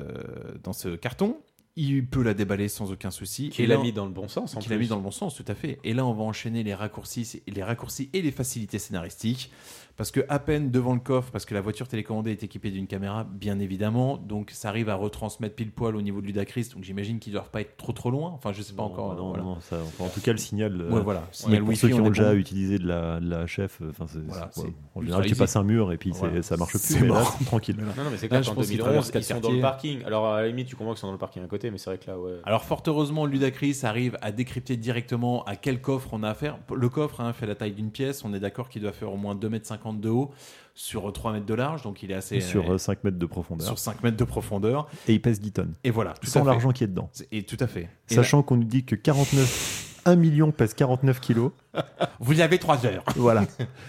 dans ce carton. Il peut la déballer sans aucun souci. Qu'il Et là, a mis dans le bon sens, en Qu'il a plus. mis dans le bon sens, tout à fait. Et là, on va enchaîner les raccourcis, les raccourcis et les facilités scénaristiques. Parce que à peine devant le coffre, parce que la voiture télécommandée est équipée d'une caméra, bien évidemment, donc ça arrive à retransmettre pile poil au niveau de Ludacris. Donc j'imagine qu'ils doivent pas être trop trop loin. Enfin, je sais pas encore. Non, voilà. non, ça- enfin, en tout cas, le signal. euh, Ouais, voilà, mais signal pour wifi, ceux qui on ont est déjà bon. utilisé de la, de la chef, euh, enfin, c'est- Voilà, c'est- en c'est ultra général, tu easy. passes un mur et puis c'est- Voilà. ça marche plus. C'est mais là, mort. c'est tranquille. Non non mais c'est Là, clair je qu'en pense qu'ils 2011 traversent ils sont dans quartier. le parking. Alors à la limite tu comprends que sont dans le parking à côté mais c'est vrai que là ouais. Alors fort heureusement, Ludacris arrive à décrypter directement à quel coffre on a affaire. Le coffre hein, fait la taille d'une pièce, on est d'accord qu'il doit faire au moins 2,50 m de haut sur 3 mètres de large, donc il est assez... Sur euh, 5 mètres de profondeur. sur 5 mètres de profondeur. Et il pèse 10 tonnes. Et voilà, tout à Sans fait. l'argent qui est dedans. C'est- Et tout à fait. Et Sachant qu'on nous dit que 49, 1 million pèse 49 kilos. là- vous avez 3 heures. Voilà.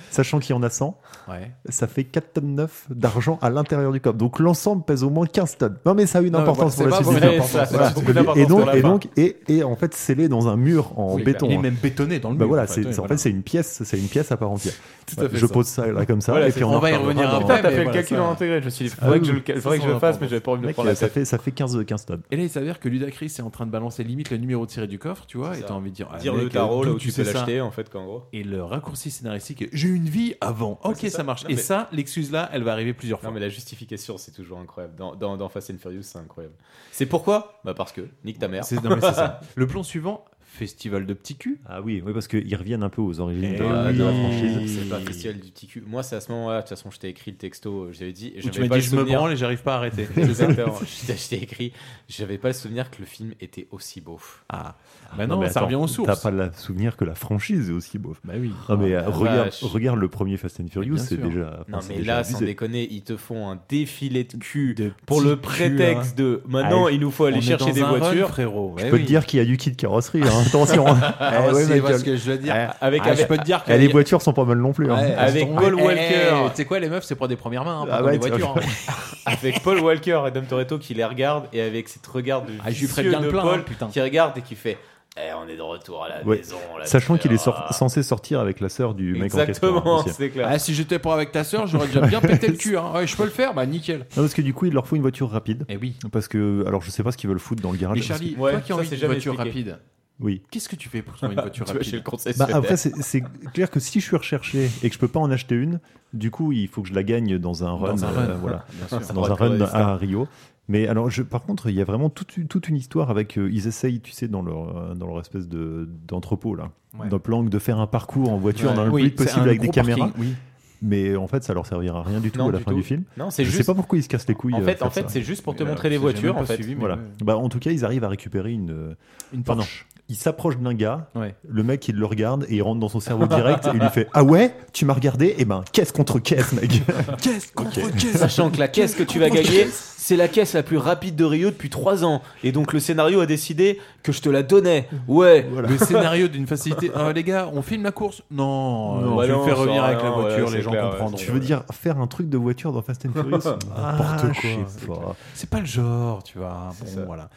Sachant qu'il y en a 100, Ouais. ça fait 4 tonnes 9 d'argent à l'intérieur du coffre. Donc l'ensemble pèse au moins 15 tonnes. Non mais ça a une Non, mais importance voilà, c'est pour pas la vraiment suite des ça, choses. c'est Voilà. surtout que bah, Et l'importance donc, pour la et donc, et, et en fait scellé dans un mur en Oui, béton. il est hein. même bétonné dans le Bah mur, voilà, en fait, c'est- ouais, c'est- en voilà. fait c'est une pièce, c'est une pièce à part entière. Tout à fait je ça. pose ça là comme ça Voilà, et puis c'est- on, en on va y reparlera Ah, revenir dans- après. Putain, mais t'as fait le voilà, calcul ça- en intégré, je me suis dit, Ah faudrait oui, que je le oui. cal- Ça, faudrait que ça, je on le fasse, va mais j'avais pas envie de me Mec, euh, prendre la ça tête. fait ça fait 15 15 tonnes. Et là, il s'avère que Ludacris est en train de balancer limite le numéro tiré du coffre, tu vois, et t'as envie de dire. ah, Dire le mec, tarot, d'où là où tu sais peux ça l'acheter, en fait, qu'en gros. Et le raccourci scénaristique, est, j'ai eu une vie avant. Ok, ça. marche. Non, et mais- ça, l'excuse-là, elle va arriver plusieurs fois. Non, mais la justification, c'est toujours incroyable. Dans, dans, dans Fast and Furious, c'est incroyable. C'est pourquoi Bah parce que, nique ta mère. C'est non, mais c'est ça. Le plan suivant, Festival de petits culs Ah oui, oui parce qu'ils reviennent un peu aux origines Eh de, oui. de la franchise. C'est pas festival du petit cul. Moi, c'est à ce moment-là, de toute façon, je t'ai écrit le texto, j'avais dit. Où j'avais tu m'as pas dit, le je me souvenir- branle et j'arrive pas à arrêter. Exactement. je t'ai- je t'ai écrit, j'avais pas le souvenir que le film était aussi beau. Ah, Ah, mais attends, T'as pas le souvenir que la franchise est aussi beau. Bah oui. Non, mais Oh, euh, la regarde, vache. regarde le premier Fast and Furious, Bien c'est sûr. déjà. Non, enfin, c'est mais déjà là, abusé. sans déconner, ils te font un défilé de cul pour le prétexte hein. de maintenant, Allez, il nous faut on aller est chercher dans des un run, voitures. frérot. Je peux te dire qu'il y a du kit carrosserie, hein. attention. hein. Ah, Eh ouais, ma gueule. Eh, ah, je peux te dire que les voitures sont pas mal non plus. hein. Avec Paul Walker. Tu sais quoi, les meufs, c'est pour des premières mains, hein, pas Ah comme ouais, les tu- voitures. hein. avec Paul Walker et Dom Toretto qui les regardent et avec cette regard de Ah, je lui vicieux ferais bien de le plein, Paul hein, putain. qui regarde et qui fait eh, on est de retour à la hein. Ouais. maison là, Sachant tu qu'il est verras. sor- censé sortir avec la sœur du mec en Ah. Exactement, question. hein, aussi. c'est clair. Ah, si j'étais pas avec ta sœur, j'aurais déjà bien pété le cul. hein. Ouais, je peux le faire, bah nickel. Non, parce que du coup, il leur faut une voiture rapide. Et oui. Parce que, alors, je sais pas ce qu'ils veulent foutre dans le garage. Mais Charlie, parce que- toi qui as envie d'une voiture rapide, Oui. qu'est-ce que tu fais pour trouver une voiture Tu vas rapide chez le Bah, concessionnaire. après, c'est c'est clair que si je suis recherché et que je peux pas en acheter une, du coup, il faut que je la gagne dans un run, Dans un euh, run, voilà, bien sûr. dans Ça un pourrait run ah, être à Rio. Mais alors, je, par contre, il y a vraiment toute, une- toute une histoire avec. euh, ils essayent, tu sais, dans leur, euh, dans leur espèce de- d'entrepôt, là, Ouais. d'un plan de faire un parcours en voiture Ouais. dans le Oui, plus vite c'est possible un avec des gros caméras. parking, oui. Mais en fait, ça leur servira à rien du tout Non, à la du fin tout. du film. Non, c'est je juste- sais pas pourquoi ils se cassent les couilles. En euh, fait- à faire en fait, ça. c'est juste pour te Mais, montrer les j'ai même voitures, pas en fait. suivi, mais voilà. ouais. Bah, en tout cas, ils arrivent à récupérer une. Une enfin, non. Porsche. Ils s'approchent d'un gars. Ouais. Le mec, il le regarde et il rentre dans son cerveau direct et il lui fait Ah ouais, tu m'as regardé Eh ben, caisse contre caisse, mec. caisse contre Sachant que la caisse que tu vas gagner, c'est la caisse la plus rapide de Rio depuis 3 ans. Et donc le scénario a décidé que je te la donnais. Ouais. Le scénario d'une facilité. Ah, les gars, on filme la course Non, Non, on va bah le non, faire ça revenir va, avec la non, ouais, voiture, c'est les gens clair, ouais. comprendront. Tu veux dire faire un truc de voiture dans Fast and Furious N'importe Ah, quoi. je sais c'est pas. clair. C'est pas le genre, tu vois. hein, Bon, ça. voilà.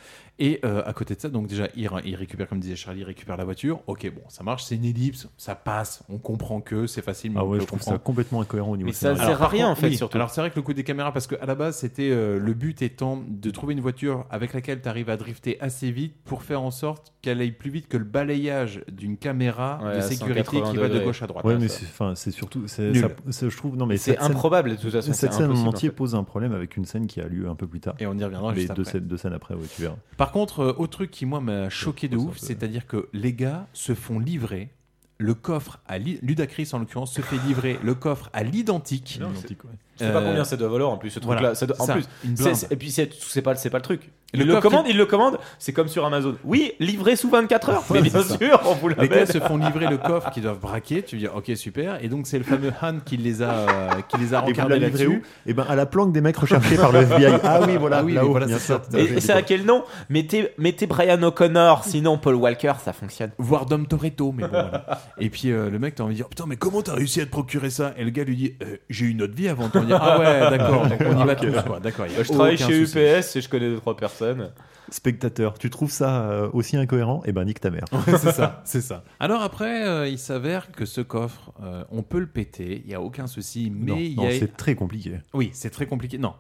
Et euh, à côté de ça, donc déjà, il, il récupère, comme disait Charlie, il récupère la voiture. Ok, bon, ça marche, c'est une ellipse, ça passe, on comprend que c'est facile. mais Ah on ouais, peut je trouve comprendre. ça complètement incohérent au niveau Mais ça Alors, sert à par rien, en contre, fait, oui. surtout. Alors c'est vrai que le coup des caméras, parce qu'à la base, c'était euh, le but étant de trouver une voiture avec laquelle tu arrives à drifter assez vite pour faire en sorte qu'elle aille plus vite que le balayage d'une caméra Ouais, de à sécurité qui 180 va de degrés. gauche à droite. Ouais, Hein, mais ça. c'est enfin, c'est surtout. c'est- Nul. ça- c'est- je trouve. Non, mais C'est cette scène- improbable, de toute façon, Cette c'est scène en impossible, en entier fait. pose un problème avec une scène qui a lieu un peu plus tard. Et on y reviendra Mais juste deux après. scènes- deux scènes après, ouais, tu verras. Par contre, euh, autre truc qui moi m'a choqué de ouf, c'est-à-dire que les gars se font livrer le coffre à l'i- Ludacris en l'occurrence se fait livrer le coffre à l'identique. Non, c'est- Je sais pas combien ça doit valoir en plus ce truc Voilà. là. Ça doit- en Ça, plus, une c'est- blinde. c'est- et puis c'est c'est pas, le- c'est pas le truc. Le Il le coffre commande, il le commande, c'est comme sur Amazon. Oui, livré sous 24 heures, mais bien C'est ça. sûr, on vous Les l'amène. gars se font livrer le coffre qu'ils doivent braquer. Tu dis ok super. Et donc c'est le fameux Han qui les a euh, qui les a Et vous la rencardés livrez où là-dessus. Eh ben, à la planque des mecs recherchés par le FBI. Ah oui, voilà. Ah oui, là-haut, mais voilà, bien c'est sûr. ça. Tout à fait. Et c'est à quel nom mettez, mettez Brian O'Connor, sinon Paul Walker, ça fonctionne. Voir Dom Toretto, mais bon. voilà. Et puis euh, le mec, t'as envie de dire Putain, mais comment t'as réussi à te procurer ça Et le gars lui dit Euh, J'ai eu une autre vie avant. de t'en dire Ah ouais, d'accord, donc on y va Ok. tous, quoi. D'accord, il y a Je travaille aucun chez souci. UPS et je connais deux trois personnes. Spectateur, tu trouves ça euh, aussi incohérent Eh ben, nique ta mère. Ouais, c'est ça, c'est ça. Alors après, euh, il s'avère que ce coffre, euh, on peut le péter, il n'y a aucun souci, mais Non, il y non, a- c'est très compliqué. Oui, c'est très compliqué. Non,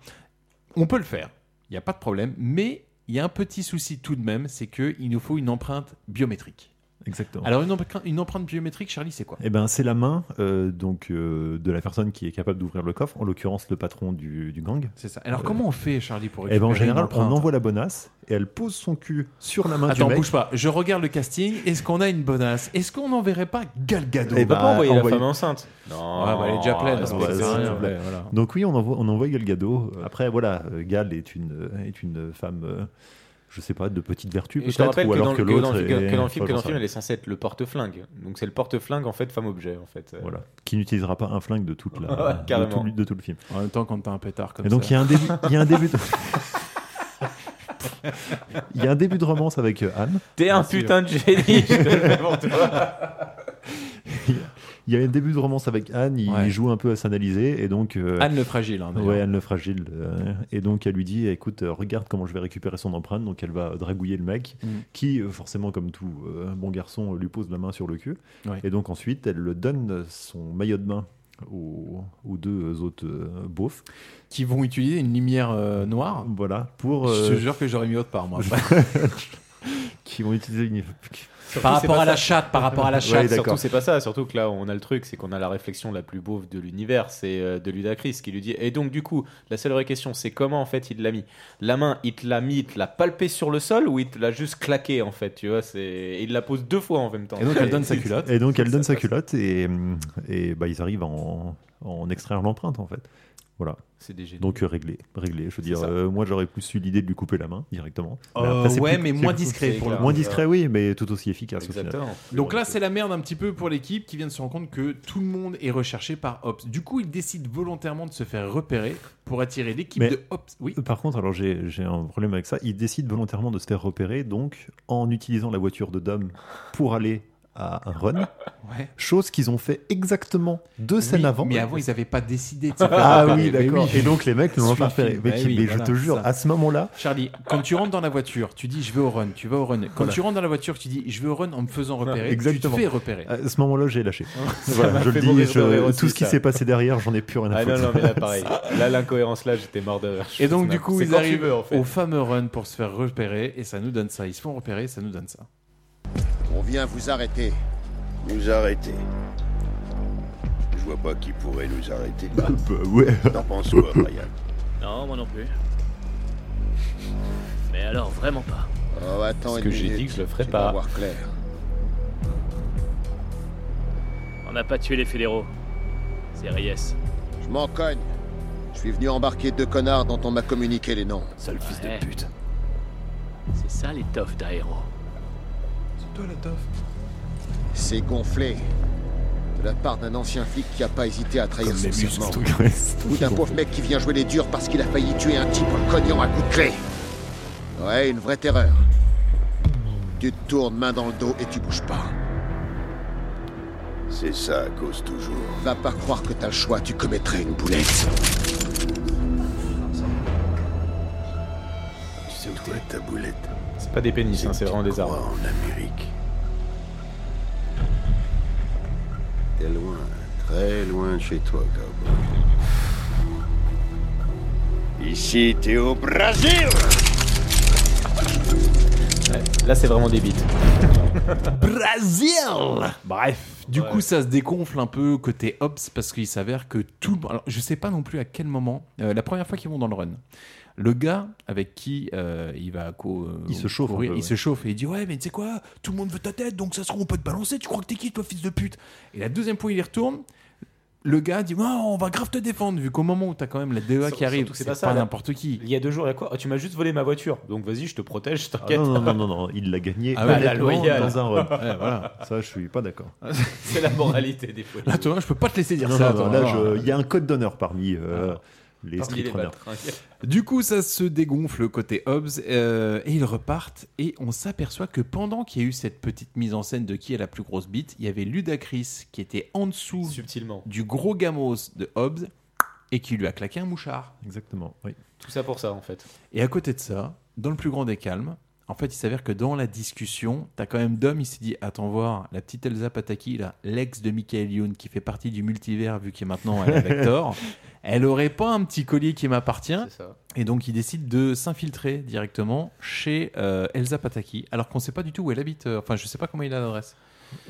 on peut le faire, il n'y a pas de problème, mais il y a un petit souci tout de même, c'est qu'il nous faut une empreinte biométrique. Exactement. Alors une, empr- une empreinte biométrique, Charlie, c'est quoi Eh ben, c'est la main euh, donc euh, de la personne qui est capable d'ouvrir le coffre, en l'occurrence le patron du, du gang. C'est ça. Alors comment on fait, Charlie, pour Euh, Eh ben, en récupérer général, une on hein. empreinte envoie la bonasse et elle pose son cul sur la main du Attends, mec. bouge pas. Je regarde le casting. Est-ce qu'on a une bonasse Est-ce qu'on n'enverrait pas Gal Gadot Eh ben, Pas envoyer la envoyer- femme enceinte. Non, Ouais, bah, elle est déjà pleine, elle hein, Ouais, respecte c'est rien, ça. ouais, voilà. Donc oui, on envoie, on envoie Gal Gadot. Après, voilà, euh, Gal est une, euh, est une femme, euh, je sais pas, de petite vertu Et je te peut-être, rappelle ou que dans, alors le- que que dans l'autre le- que- que dans le est- film, enfin, que dans le j'en sais film, rien. elle est censée être le porte-flingue. Donc c'est le porte-flingue en fait femme objet en fait. Voilà. Qui n'utilisera pas un flingue de, toute la, Ouais, de carrément. tout, le- de tout le film. En même temps, quand t'as un pétard comme Et donc ça. il y a un début, il y a un début. De... Il y a un début de romance avec euh, Anne. T'es un putain de génie. je te le mets pour toi. Il y a un début de romance avec Anne, il Ouais. joue un peu à s'analyser et donc euh, Anne le fragile, hein, d'ailleurs. ouais, Anne le fragile euh, et donc elle lui dit écoute euh, regarde comment je vais récupérer son empreinte donc elle va dragouiller le mec Mm. qui euh, forcément comme tout euh, bon garçon euh, lui pose la main sur le cul Ouais. et donc ensuite elle le donne son maillot de bain aux, aux deux autres euh, beaufs qui vont utiliser une lumière euh, noire. Voilà, pour. Je te euh, jure que j'aurais mis autre part, moi. qui vont utiliser l'uniforme. Surtout, c'est pas ça. Ouais, d'accord. surtout, c'est pas ça. Surtout que là, on a le truc, c'est qu'on a la réflexion la plus beauve de l'univers. C'est euh, de Ludacris qui lui dit Et donc, du coup, la seule vraie question, c'est comment en fait il l'a mis La main, il te l'a mis, il te l'a palpé sur le sol ou il te l'a juste claqué en fait Tu vois, c'est. et Il la pose deux fois en même temps. Et Et donc elle donne sa culotte et, hum, et bah, ils arrivent à en, en extraire l'empreinte en fait. Voilà. C'est des génies. Donc euh, réglé, réglé. Je veux dire, ça. euh, moi j'aurais plus eu l'idée de lui couper la main directement. Euh, Bah, après, c'est ouais, plus- mais c'est moins plus- discret, c'est pour le Moins coup. discret, oui, mais tout aussi efficace au final. Donc là, c'est la merde un petit peu pour l'équipe qui vient de se rendre compte que tout le monde est recherché par Ops. Du coup, ils décident volontairement de se faire repérer pour attirer l'équipe Mais de Ops. Oui. Par contre, alors j'ai j'ai un problème avec ça. Ils décident volontairement de se faire repérer, donc en utilisant la voiture de Dom pour aller à un run. Ouais. Chose qu'ils ont fait exactement deux scènes Oui, avant. Mais avant, ils n'avaient pas décidé de se faire Ah repérer. oui, Mais d'accord. Et donc les mecs ne l'ont Suis pas le film. repéré. Mec, Bah Mais oui, je voilà, te jure, ça. à ce moment-là, Charlie, quand tu rentres dans la voiture, tu dis je vais au run, tu vas au run. Quand Voilà. tu rentres dans la voiture, tu dis je vais au run en me faisant repérer. Exactement. Tu te fais repérer. À ce moment-là, j'ai lâché. Ça Voilà, m'a je fait le dis, mourir je- de rire aussi, tout ce qui ça. s'est passé derrière, j'en ai plus rien à Ah non, foutre. non, mais là, pareil. Là, l'incohérence, là, j'étais mort de rire. Et donc, du coup, C'est ils quand tu arrivent veux, en fait. au fameux run pour se faire repérer et ça nous donne ça. Ils se font repérer et ça nous donne ça. On vient vous arrêter. Nous arrêter. Je vois pas qui pourrait nous arrêter. Bah, bah, ouais. T'en penses quoi, Brian Non, moi non plus. Mais alors, vraiment pas. Oh, attends Parce une que j'ai minute, dit que je le ferais tu vas pas. voir clair. On n'a pas tué les fédéraux. C'est Reyes. Je m'en cogne. Je suis venu embarquer deux connards dont on m'a communiqué les noms. Sale fils de pute. C'est ça les toffes d'aéro. C'est toi la toffe. C'est gonflé. De la part d'un ancien flic qui a pas hésité à trahir Comme son les muscles, serment. tout le reste. Ou d'un pauvre mec qui vient jouer les durs parce qu'il a failli tuer un type en le cognant à coups de clé. Ouais, une vraie terreur. Tu te tournes main dans le dos et tu bouges pas. C'est ça, à cause toujours. Va pas croire que t'as le choix, tu commettrais une boulette. Tu sais où t'es ta boulette C'est pas des pénis, hein, c'est vraiment des armes. En Amérique. T'es loin, très loin de chez toi, cowboy. Ici, t'es au Brésil Là, c'est vraiment des bites. Brésil Bref, du coup, ça se déconfle un peu côté Ops parce qu'il s'avère que tout. le- Alors, je sais pas non plus à quel moment. euh, la première fois qu'ils vont dans le run, le gars avec qui euh, il va co- euh, Il se chauffe un courir, peu, il ouais. se chauffe et il dit ouais, mais tu sais quoi, tout le monde veut ta tête, donc ça se trouve on peut te balancer. Tu crois que t'es qui, toi, fils de pute Et la deuxième fois, il y retourne. Le gars dit Ouais, on va grave te défendre vu qu'au moment où t'as quand même la DEA qui arrive, Surtout que c'est pas pas, ça, là. n'importe qui. Il y a deux jours, il y a quoi Oh, Tu m'as juste volé ma voiture, donc vas-y, je te protège, je t'inquiète. Ah non, non, non, non, non, il l'a gagné Ah ouais, la honnêtement loyale. dans un run. Ouais, voilà. Ça, je suis pas d'accord. C'est la moralité des fois. Là, Thomas, je peux pas te laisser dire Non, ça. non, non, attends, là, attends. je- il y a un code d'honneur parmi euh, les euh, Ah, Parmi les street runners. hein. Du coup, ça se dégonfle côté Hobbs euh, et ils repartent. Et on s'aperçoit que pendant qu'il y a eu cette petite mise en scène de qui est la plus grosse bite, il y avait Ludacris qui était en dessous Subtilement. du gros gamos de Hobbs et qui lui a claqué un mouchard. Exactement, oui. Tout ça pour ça, en fait. Et à côté de ça, dans le plus grand des calmes, en fait, il s'avère que dans la discussion, t'as quand même Dom, il s'est dit Attends, voir, la petite Elsa Pataki, là, l'ex de Michael Youn, qui fait partie du multivers, vu qu'elle est maintenant elle est avec Thor, elle aurait pas un petit collier qui m'appartient Et donc, il décide de s'infiltrer directement chez euh, Elsa Pataki, alors qu'on sait pas du tout où elle habite. euh, Enfin, je sais pas comment il a l'adresse.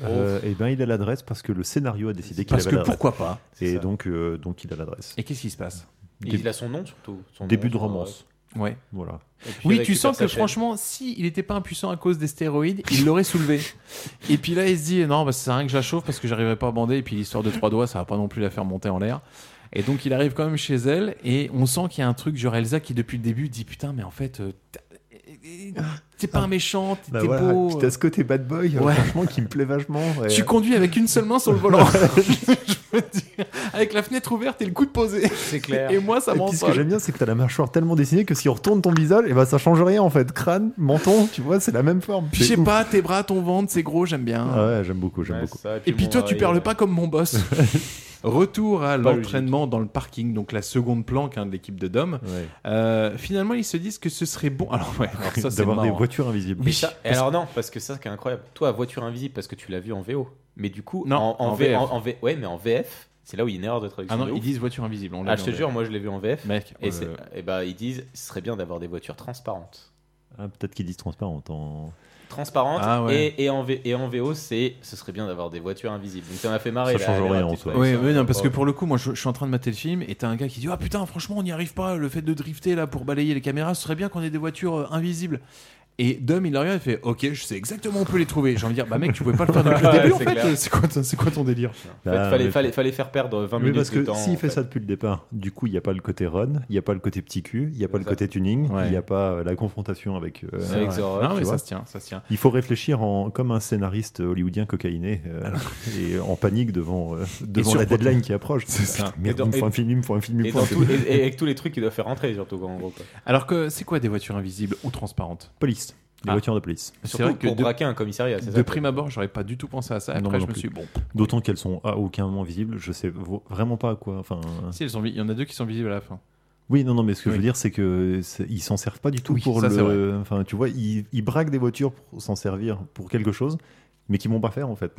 Oh, Euh, et ben il a l'adresse parce que le scénario a décidé qu'il Parce avait que l'adresse. pourquoi pas C'est Et ça. donc, euh, donc il a l'adresse. Et qu'est-ce qui se passe Il a son nom, surtout. Son début de nom, son romance. adresse. Ouais. Voilà. Et puis, il Oui, tu récupère sens sa que chaîne. franchement, si il n'était pas impuissant à cause des stéroïdes, il l'aurait soulevé. et puis là, il se dit non, bah, ça sert à rien que je la chauffe parce que j'arriverai pas à bander. Et puis l'histoire de trois doigts, ça va pas non plus la faire monter en l'air. Et donc il arrive quand même chez elle et on sent qu'il y a un truc genre Elsa qui depuis le début dit putain mais en fait euh, t'as- t'es Ah. pas un méchant, t'es Bah t'es voilà, beau. t'as ce côté bad boy, euh, Ouais. franchement, qui me plaît vachement. et- Tu conduis avec une seule main sur le volant. Je veux dire, avec la fenêtre ouverte et le coup de posé. C'est clair. Et moi, ça Et puis, m'en ce que j'aime bien, c'est que t'as la mâchoire tellement dessinée que si on retourne ton visage, et ben ça change rien en fait. Crâne, menton, tu vois, c'est la même forme. Puis je C'est sais ouf. pas, tes bras, ton ventre, c'est gros, j'aime bien. Ah ouais, j'aime beaucoup, j'aime Ouais, beaucoup. ça, Et puis mon toi, tu oreille, perds le euh, pas comme mon boss. Retour à Pas l'entraînement dans le parking, donc la seconde planque hein, de l'équipe de Dom. Euh, finalement, ils se disent que ce serait bon. Alors, ouais, alors ça, c'est D'avoir des marrant. hein. voitures invisibles. Oui, Et ça- et parce- alors non, parce que ça, c'est incroyable. Toi, voiture invisible, parce que tu l'as vu en VO. Mais du coup, Non, en, en V- VF. en- en V- ouais, mais en VF, c'est là où il y a une erreur de traduction. Ah non, de ils ouf. disent voiture invisible, on l'a ah, vu je en te VF. jure, moi, je l'ai vu en VF. Mec, et, eh ben, euh, c'est- et bah, ils disent, ce serait bien d'avoir des voitures transparentes. Ah, peut-être qu'ils disent transparente en. transparente Ah ouais. et, et en V- et en VO c'est ce serait bien d'avoir des voitures invisibles donc ça m'a fait marrer Ça là, change elle a rien raté, en soi. ouais, Oui, ça- oui, non, parce que ouais. pour le coup, moi, je, je suis en train de mater le film et t'as un gars qui dit Ah putain, franchement, on n'y arrive pas. Le fait de drifter là pour balayer les caméras, ce serait bien qu'on ait des voitures euh, invisibles. Et Dom, il regarde et fait Ok, je sais exactement où on peut les trouver. J'ai envie de dire Bah mec, tu pouvais pas le faire depuis le Ouais, début en c'est fait. clair. C'est quoi, ton- c'est quoi ton délire En fait, Bah, fallait, mais- fallait, fallait faire perdre 20 Oui, minutes parce de que temps. s'il fait ça depuis le départ, du coup, il n'y a pas le côté run, il n'y a pas le côté petit cul, il n'y a pas le côté tuning, il n'y a pas euh, la confrontation avec. euh, C'est vrai. Zorro, Non, tu mais ça vois. se tient, ça se tient. Il faut réfléchir en, comme un scénariste hollywoodien cocaïné euh, et en panique devant, euh, devant la surprenant. deadline qui approche. C'est ça. Et Merde, dans- il me faut et- un film, il me faut un film, il me et faut dans un film. tout- et- et avec tous les trucs qu'il doit faire rentrer, surtout quoi, en gros. quoi. Alors que c'est quoi des voitures invisibles ou transparentes Police. Des Ah. voitures de police. C'est Surtout vrai que pour de- braquer un commissariat, c'est ça, De quoi. prime abord, j'aurais pas du tout pensé à ça. Après, Non, moi je non me plus. suis dit, Bon, D'autant qu'elles sont à aucun moment visibles, je sais vo- vraiment pas à quoi. Enfin, si, elles sont vi- il y en a deux qui sont visibles à la fin. Oui, non, non, mais ce que je Oui. veux dire, c'est que c'est- ils s'en servent pas du tout Oui, pour ça, c'est le. Enfin, tu vois, ils, ils braquent des voitures pour s'en servir pour quelque chose, mais qu'ils vont pas faire en fait.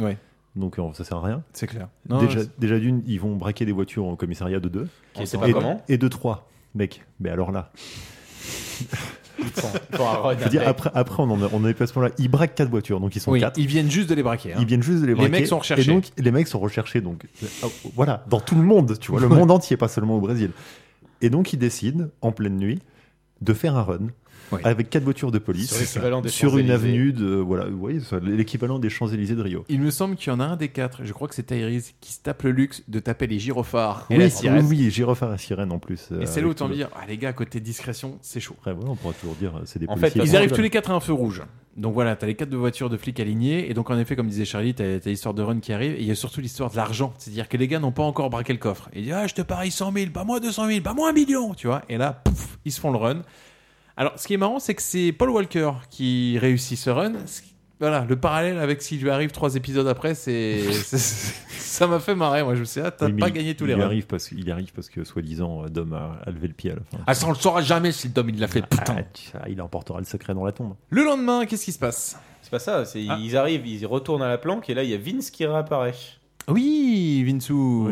Donc euh, ça sert à rien. C'est clair. Non, déjà, c'est- Ah, déjà d'une, ils vont braquer des voitures au commissariat de deux. Qui sait et, pas comment. Et de trois, mec. Mais alors là. pour un run Je veux dire, avec. après, après, on en est- on en est pas à ce point-là. Ils braquent quatre voitures, donc ils sont Bah, Oui, quatre. ils viennent juste de les braquer. hein. Ils viennent juste de les braquer. Les mecs sont recherchés. Et donc, les mecs sont recherchés, donc euh, voilà, dans tout le monde, tu vois, le monde entier, pas seulement au Brésil. Et donc, ils décident, en pleine nuit, de faire un run avec quatre voitures de police Sur l'équivalent des sur une Champs-Élysées. avenue de. Voilà, vous voyez, ça, l'équivalent des Champs-Élysées de Rio. Il me semble qu'il y en a un des quatre, je crois que c'est Tyrese, qui se tape le luxe de taper les gyrophares et oui, la sirène. oui, oui, gyrophare à sirène en plus. euh, Et c'est avec là où t'as tout envie de le- dire, ah les gars, côté discrétion, c'est chaud. Après, voilà, on pourra toujours dire, euh, c'est des En fait, policiers. ils arrivent tous les quatre à un feu rouge. Donc voilà, t'as les quatre de voitures de flics alignées. Et donc en effet, comme disait Charlie, t'as t'as l'histoire de Ron qui arrive. Et il y a surtout l'histoire de l'argent. C'est-à-dire que les gars n'ont pas encore braqué le coffre. Et ils disent, ah, je te parie 100 000, pas moi 200 000, pas moi un million. Tu vois, et là, pouf, ils se font le run. Alors ce qui est marrant, c'est que c'est Paul Walker qui réussit ce run. Ce qui- Voilà, le parallèle avec ce qui lui arrive trois épisodes après, c'est. c'est- ça m'a fait marrer. Moi, je me suis dit, ah, t'as Oui, mais pas il- gagné tous il les y runs. arrive parce qu'il arrive parce que soi-disant euh, Dom a, a levé le pied à la fin. Ah, ça, on le saura jamais si le Dom il l'a fait, putain. Ah, tu- ah, il emportera le secret dans la tombe. Le lendemain, qu'est-ce qui se passe C'est pas ça, c'est- ils arrivent, ils retournent à la planque et là il y a Vince qui réapparaît. Oui, Vinsou.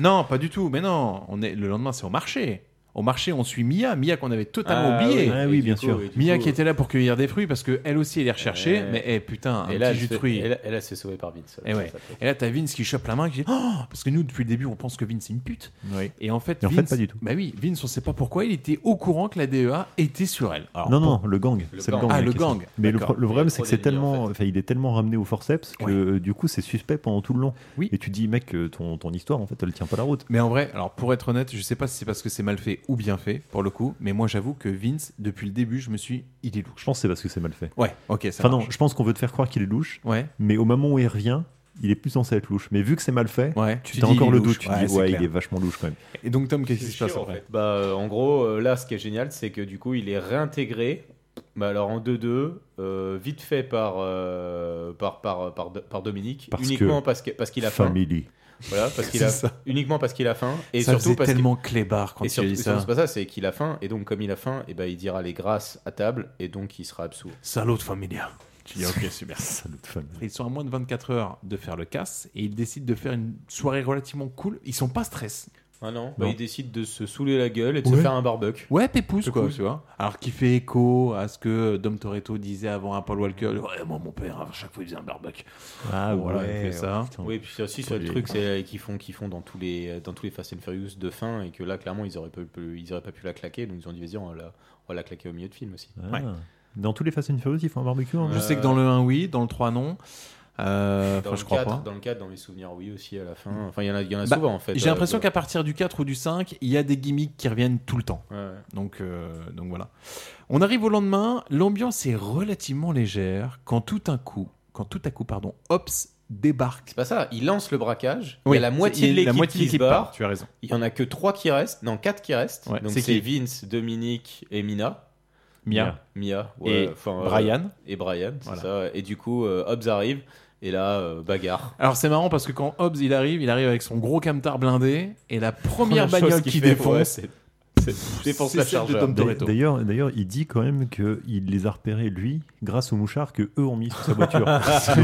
Non, pas du tout. Mais non, on est le lendemain, c'est au marché. Au marché, on suit Mia, Mia qu'on avait totalement Ah oublié. oui, Ah oui, et du bien coup, sûr. et du Mia coup, qui était là pour cueillir des fruits parce que elle aussi elle est recherchée. Euh, mais eh, putain, un et petit là, elle jus de se- fruits. Et là, elle, elle s'est sauvée par Vince. Et, ouais. et là, t'as Vince qui chope la main, qui dit Oh Parce que nous, depuis le début, on pense que Vince, c'est une pute. Et en fait, Et en fait, Vince, pas du tout. Bah oui, Vince, on sait pas pourquoi, il était au courant que la DEA était sur elle. Alors, non, non, Ah, bon. le gang. C'est le gang. la Ah, le question. gang. Mais le, D'accord. pro- le problème, c'est que c'est tellement, enfin, il est tellement ramené au forceps que euh, du coup, c'est suspect pendant tout le long. Et tu te dis, mec, euh, ton, ton histoire, en fait, elle tient pas la route. Mais en vrai, alors pour être honnête, je sais pas si c'est parce que c'est mal fait ou bien fait pour le coup, mais moi j'avoue que Vince, depuis le début, je me suis, il est louche. Je pense que c'est parce que c'est mal fait. Ouais, ok, ça Enfin, non, marche. je pense qu'on veut te faire croire qu'il est louche. Ouais. Mais au moment où il revient, il est plus censé être louche. Mais vu que c'est mal fait, Ouais, tu, tu t'as dis, encore il est le doute. louche. Tu Ouais, dis, c'est ouais, clair. il est vachement louche quand même. Et donc Tom, qu'est-ce qui se Sûr, passe en après fait. Bah, euh, en gros, euh, là, ce qui est génial, c'est que du coup, il est réintégré. Bah, alors en 2-2, euh, vite fait par, euh, par, par, par, par Dominique, Parce uniquement que parce que- parce qu'il a faim. family. Voilà, parce qu'il a C'est ça. uniquement parce qu'il a faim et Ça surtout faisait parce tellement qu'il- clébard quand et tu as dit surtout- ça. C'est pas ça, c'est qu'il a faim et donc comme il a faim, et ben il dira les grâces à table et donc il sera absous. Salaud de familia. Tu dis ok, super. Salaud de familia. Ils sont à moins de 24 heures de faire le casse et ils décident de faire une soirée relativement cool. Ils sont pas stress. Ah non, bah, Non. il décide de se saouler la gueule et de se Ouais. faire un barbecue. Ouais, pépouze quoi, Pépouze. tu vois. Alors qui fait écho à ce que Dom Toretto disait avant à Paul Walker. Ouais, moi mon père, à chaque fois il faisait un barbecue. Ah voilà, ouais, il fait ça. Oui, puis c'est aussi ça, le truc, c'est euh, qu'ils font, qu'ils font dans tous les, dans tous les Fast and Furious de fin et que là, clairement, ils auraient pas, pu- ils auraient pas pu la claquer, donc ils ont dit vas-y, on va la, on va la claquer au milieu de film aussi. Ah. Dans tous les Fast and Furious, ils font un barbecue. hein Je sais que dans le 1 oui, dans le 3 non. Euh, Dans enfin, le je crois 4, pas. Dans le 4, dans mes souvenirs, oui aussi à la fin. Enfin, il y en a, il y en a Bah, souvent en fait. J'ai euh, l'impression de- qu'à partir du 4 ou du 5, il y a des gimmicks qui reviennent tout le temps. Ouais, ouais. Donc, euh, donc voilà. On arrive au lendemain, l'ambiance est relativement légère quand tout un coup, quand tout à coup, pardon, Ops débarque. C'est pas ça, Bah, il lance le braquage. Oui, il y a la moitié il de y a la l'équipe moitié de qui se l'équipe barre. part, tu as raison. Il y en a que 3 qui restent, non 4 qui restent. Ouais, Donc c'est c'est qui Vince, Dominique et Mina. Mia. Mia, euh, Et Brian. et Brian, c'est ça. Et du coup, euh, Hobbs arrive et là, euh, bagarre. Alors c'est marrant parce que quand Hobbs il arrive, il arrive avec son gros camtar blindé et la première chose bagnole qu'il qui fait, ouais, défonce. c'est- c'est- défonce c'est la celle de chargeur. Dom D'a- Toretto. D'ailleurs, d'ailleurs, il dit quand même qu'il les a repérés lui grâce au mouchard que eux ont mis sous sa voiture. Ah,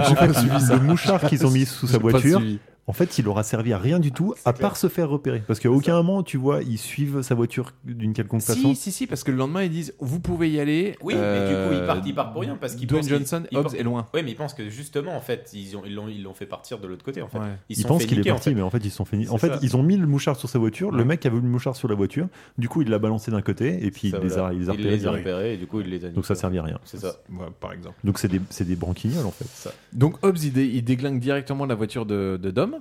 J'ai pas suivi ça. le mouchard qu'ils ont mis sous sa J'ai pas voiture, suivi. en fait, il aura servi à Ah, rien du tout, à part se faire repérer. Parce qu'à aucun moment, tu vois, ils suivent sa voiture d'une quelconque façon. Si, si, si, parce que le lendemain, ils disent Vous pouvez y aller. Euh, Oui, mais du coup, ils partent, ils partent pour rien parce qu'ils Dwayne pensent qu'ils- Johnson, ils Hobbs pensent- est loin. Oui, mais ils pensent que justement, en fait, ils ont- ils l'ont ils l'ont fait partir de l'autre côté. En fait. Ouais. Ils Ils, se sont pensent fait qu'il est niquer, en parti, fait. mais en fait ils se sont fait. niquer. En C'est fait, ça. ils ont mis le mouchard sur sa voiture. Le mec a vu le mouchard sur la voiture. Du coup, il l'a balancé d'un côté et puis Ça, il les a, voilà. il les a Il repérés. les a repérés et du coup, il les a Donc ça servait à rien. C'est ça. par exemple. Donc c'est des, c'est des branquignoles en fait. Donc Hobbs, il, dé- il déglingue directement la voiture de, de Dom. ça.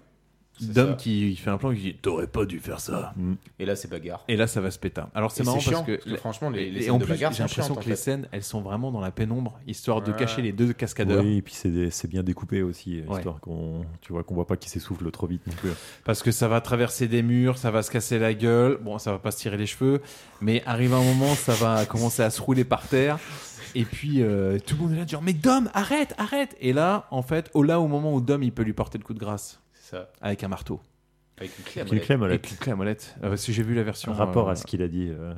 Dom qui fait un plan qui dit T'aurais pas dû faire ça. Et là, c'est bagarre. Et là, ça va se péter. Alors c'est Et marrant c'est parce, chiant, que, parce que franchement, les- et- les et scènes en de plus, bagarre j'ai sont l'impression chiantes, que en les fait. scènes, elles sont vraiment dans la pénombre, histoire de Ouais. cacher les deux cascadeurs. Oui, et puis c'est, des- c'est bien découpé aussi, euh, Ouais. histoire qu'on, tu vois, qu'on voit pas qu'il s'essouffle trop vite non plus. Parce que ça va traverser des murs, ça va se casser la gueule, bon, ça va pas se tirer les cheveux, mais arrive un moment, ça va commencer à se rouler par terre. Et puis euh, tout le monde est là, genre, mais Dom, arrête, arrête Et là, en fait, au là, au moment où Dom, il peut lui porter le coup de grâce. C'est ça. Avec un marteau. Avec une clé à Avec une clé à molette. Avec une clé à molette. Euh, parce que j'ai vu la version. Rapport euh, à ce qu'il a dit. euh,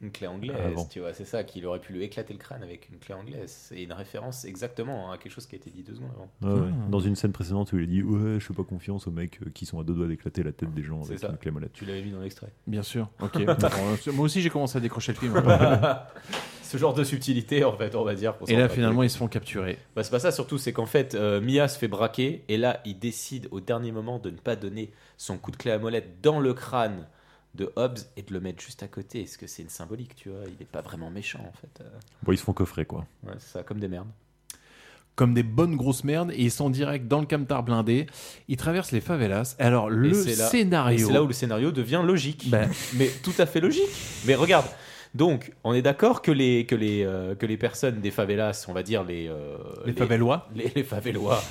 Une clé anglaise, avant. tu vois, c'est ça, qu'il aurait pu lui éclater le crâne avec une clé anglaise. C'est une référence exactement à quelque chose qui a été dit deux secondes avant. Ouais, ouais. Dans une scène précédente où il a dit ouais je fais pas confiance aux mecs euh, qui sont à deux doigts d'éclater la tête des gens C'est avec ça. une clé à molette. Tu l'avais mis dans l'extrait. Bien sûr, ok. Bon, euh, Moi aussi, j'ai commencé à décrocher le film. hein. Ah. Ce genre de subtilité, en fait, on va dire. pour Et s'en là, rappeler. finalement, ils se font capturer. Bah, c'est pas ça, surtout, c'est qu'en fait, euh, Mia se fait braquer, et là, il décide au dernier moment de ne pas donner son coup de clé à molette dans le crâne de Hobbs et de le mettre juste à côté. Est-ce que c'est une symbolique, tu vois Il n'est pas vraiment méchant, en fait. euh. Bon ils se font coffrer quoi. Ouais, c'est ça, comme des merdes. Comme des bonnes grosses merdes, et ils sont direct dans le camtar blindé. Ils traversent les favelas. Et Alors, Et le c'est là- scénario. et C'est là où le scénario devient logique. Mais tout à fait logique. Mais regarde. Donc, on est d'accord que les, que, les, euh, que les personnes des favelas, on va dire les... euh, Les favelois. Les, les favelois.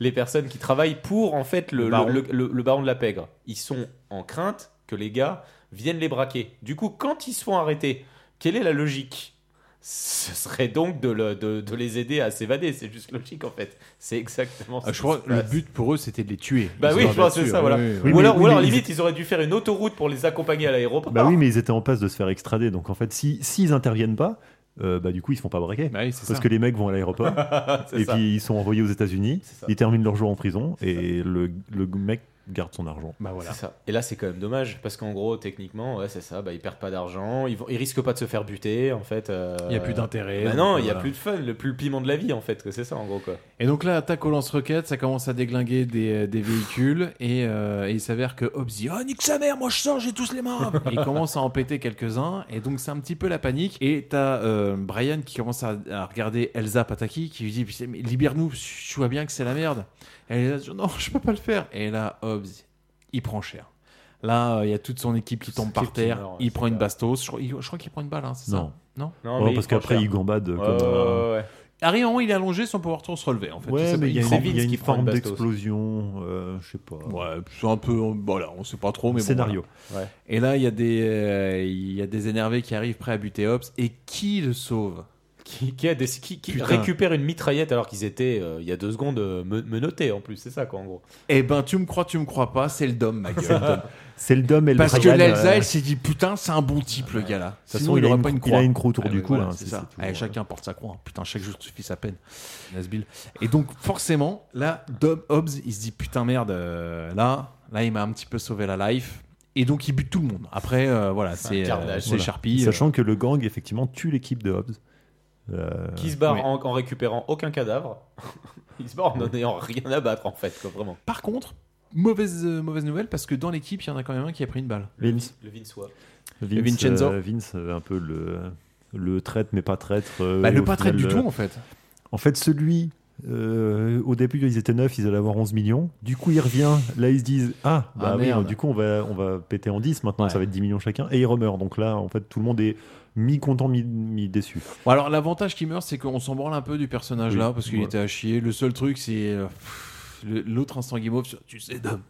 les personnes qui travaillent pour, en fait, le, Le baron. le- le- le baron de la pègre. Ils sont en crainte que les gars viennent les braquer. Du coup, quand ils se font arrêter, quelle est la logique ce serait donc de, le- de- de les aider à s'évader, c'est juste logique en fait. C'est exactement Ah, ce je crois qui se que le passe. but pour eux, c'était de les tuer. Bah Ils oui, sont je pense que là-dessus, c'est ça, ouais, voilà. ouais, ouais. Ou mais- alors, oui, ou alors mais ils- limite, ils auraient dû faire une autoroute pour les accompagner à l'aéroport. Bah oui, mais ils étaient en passe de se faire extrader. Donc en fait, si s'ils interviennent pas, euh, bah du coup ils se font pas braquer. c'est parce ça. que les mecs vont à l'aéroport C'est et ça. puis ils sont envoyés aux États-Unis. ça. Ils terminent leur jour en prison et le, le mec garde son argent. Bah voilà. C'est ça. Et là, c'est quand même dommage parce qu'en gros, techniquement, ouais, c'est ça. Bah, ils perdent pas d'argent, ils, vont, ils risquent pas de se faire buter en fait. euh, Il y a plus Eh d'intérêt, Bah donc, non, il y a voilà. plus de fun, le plus le piment de la vie en fait. que C'est ça en gros quoi. Et donc là, attaque au lance-roquettes, ça commence à déglinguer des, des véhicules, et, euh, et il s'avère que Hobbs dit Oh, nique sa mère, moi je sors, j'ai tous les mains Et Il commence à en péter quelques-uns, et donc c'est un petit peu la panique. Et t'as euh, Brian qui commence à, à regarder Elsa Pataki, qui lui dit Putain, mais Libère-nous, je vois bien que c'est la merde. Elle est là, genre, Non, je peux pas le faire. Et là, Hobbs, il prend cher. Là, euh, il y a toute son équipe qui tombe par équipe qui terre, meurt, ouais, il prend une bastos, je crois, il- je crois qu'il prend une balle, hein, c'est Non. ça Non Non, Oh, mais il parce prend qu'après cher. ils gambadent Ouais, comme. euh, un- ouais, ouais. Arrive un moment, il est allongé sans pouvoir trop se relever, en fait. Ouais, Tu sais pas, mais il y a il tremble. une, il y a vite une qu'il prend forme une bastos. d'explosion, euh, je sais pas. Ouais, c'est un peu. Voilà, on sait pas trop, mais bon, Scénario. voilà. Ouais. Et là, il y, a des, euh, il y a des énervés qui arrivent prêts à buter Hobbs. Et qui le sauve Qui, qui a des- qui- qui Putain. récupère une mitraillette alors qu'ils étaient euh, il y a deux secondes euh, me- menottés en plus. C'est ça quoi en gros. Eh ben, tu me crois, tu me crois pas, c'est le Dom, ma C'est le gueule. Dom. C'est le Dom et le Parce que Brian, l'Elsa, euh, elle s'est dit putain, c'est un bon type le gars là. De toute façon, Sinon, il a aurait une pas une cro- il croix. a une croix autour Ah, du oui, cou, voilà, hein, c'est c'est- ça. c'est toujours, Eh, euh, Chacun porte sa croix. hein. Putain, chaque jour suffit sa peine. Nasbil. Et donc, forcément, là, Dom Hobbs, il se dit putain, merde, euh, là, là, il m'a un petit peu sauvé la life. Et donc, il bute tout le monde. Après, euh, voilà, c'est euh, carnage, c'est Voilà. Sharpie. euh, Sachant que le gang, effectivement, tue l'équipe de Hobbs. Euh, Qui se barre en, en récupérant aucun cadavre. ils se barrent en n'ayant rien à battre en fait quoi vraiment. Par contre, mauvaise, euh, mauvaise nouvelle parce que dans l'équipe, il y en a quand même un qui a pris une balle. Vince. Le Vinsois. Le Vincenzo. euh, Vince, euh, un peu le, le traître, mais pas traître. euh, Bah, le au pas traître final, du euh, tout, en fait. En fait, celui. euh, au début, ils étaient 9, ils allaient avoir 11 millions. Du coup, il revient. Là, ils se disent Ah, bah Ah, oui, merde. du coup, on va, on va péter en 10. Maintenant, Ouais. ça va être 10 millions chacun. Et il remeurt. Donc là, en fait, tout le monde est mi-content, mi- mi-déçu. Bon, alors l'avantage qui meurt, c'est qu'on s'en branle un peu du personnage là Oui, parce qu'il ouais. était à chier. Le seul truc, c'est euh, pff, le- l'autre instant guimauve. sur, Tu sais, Dom,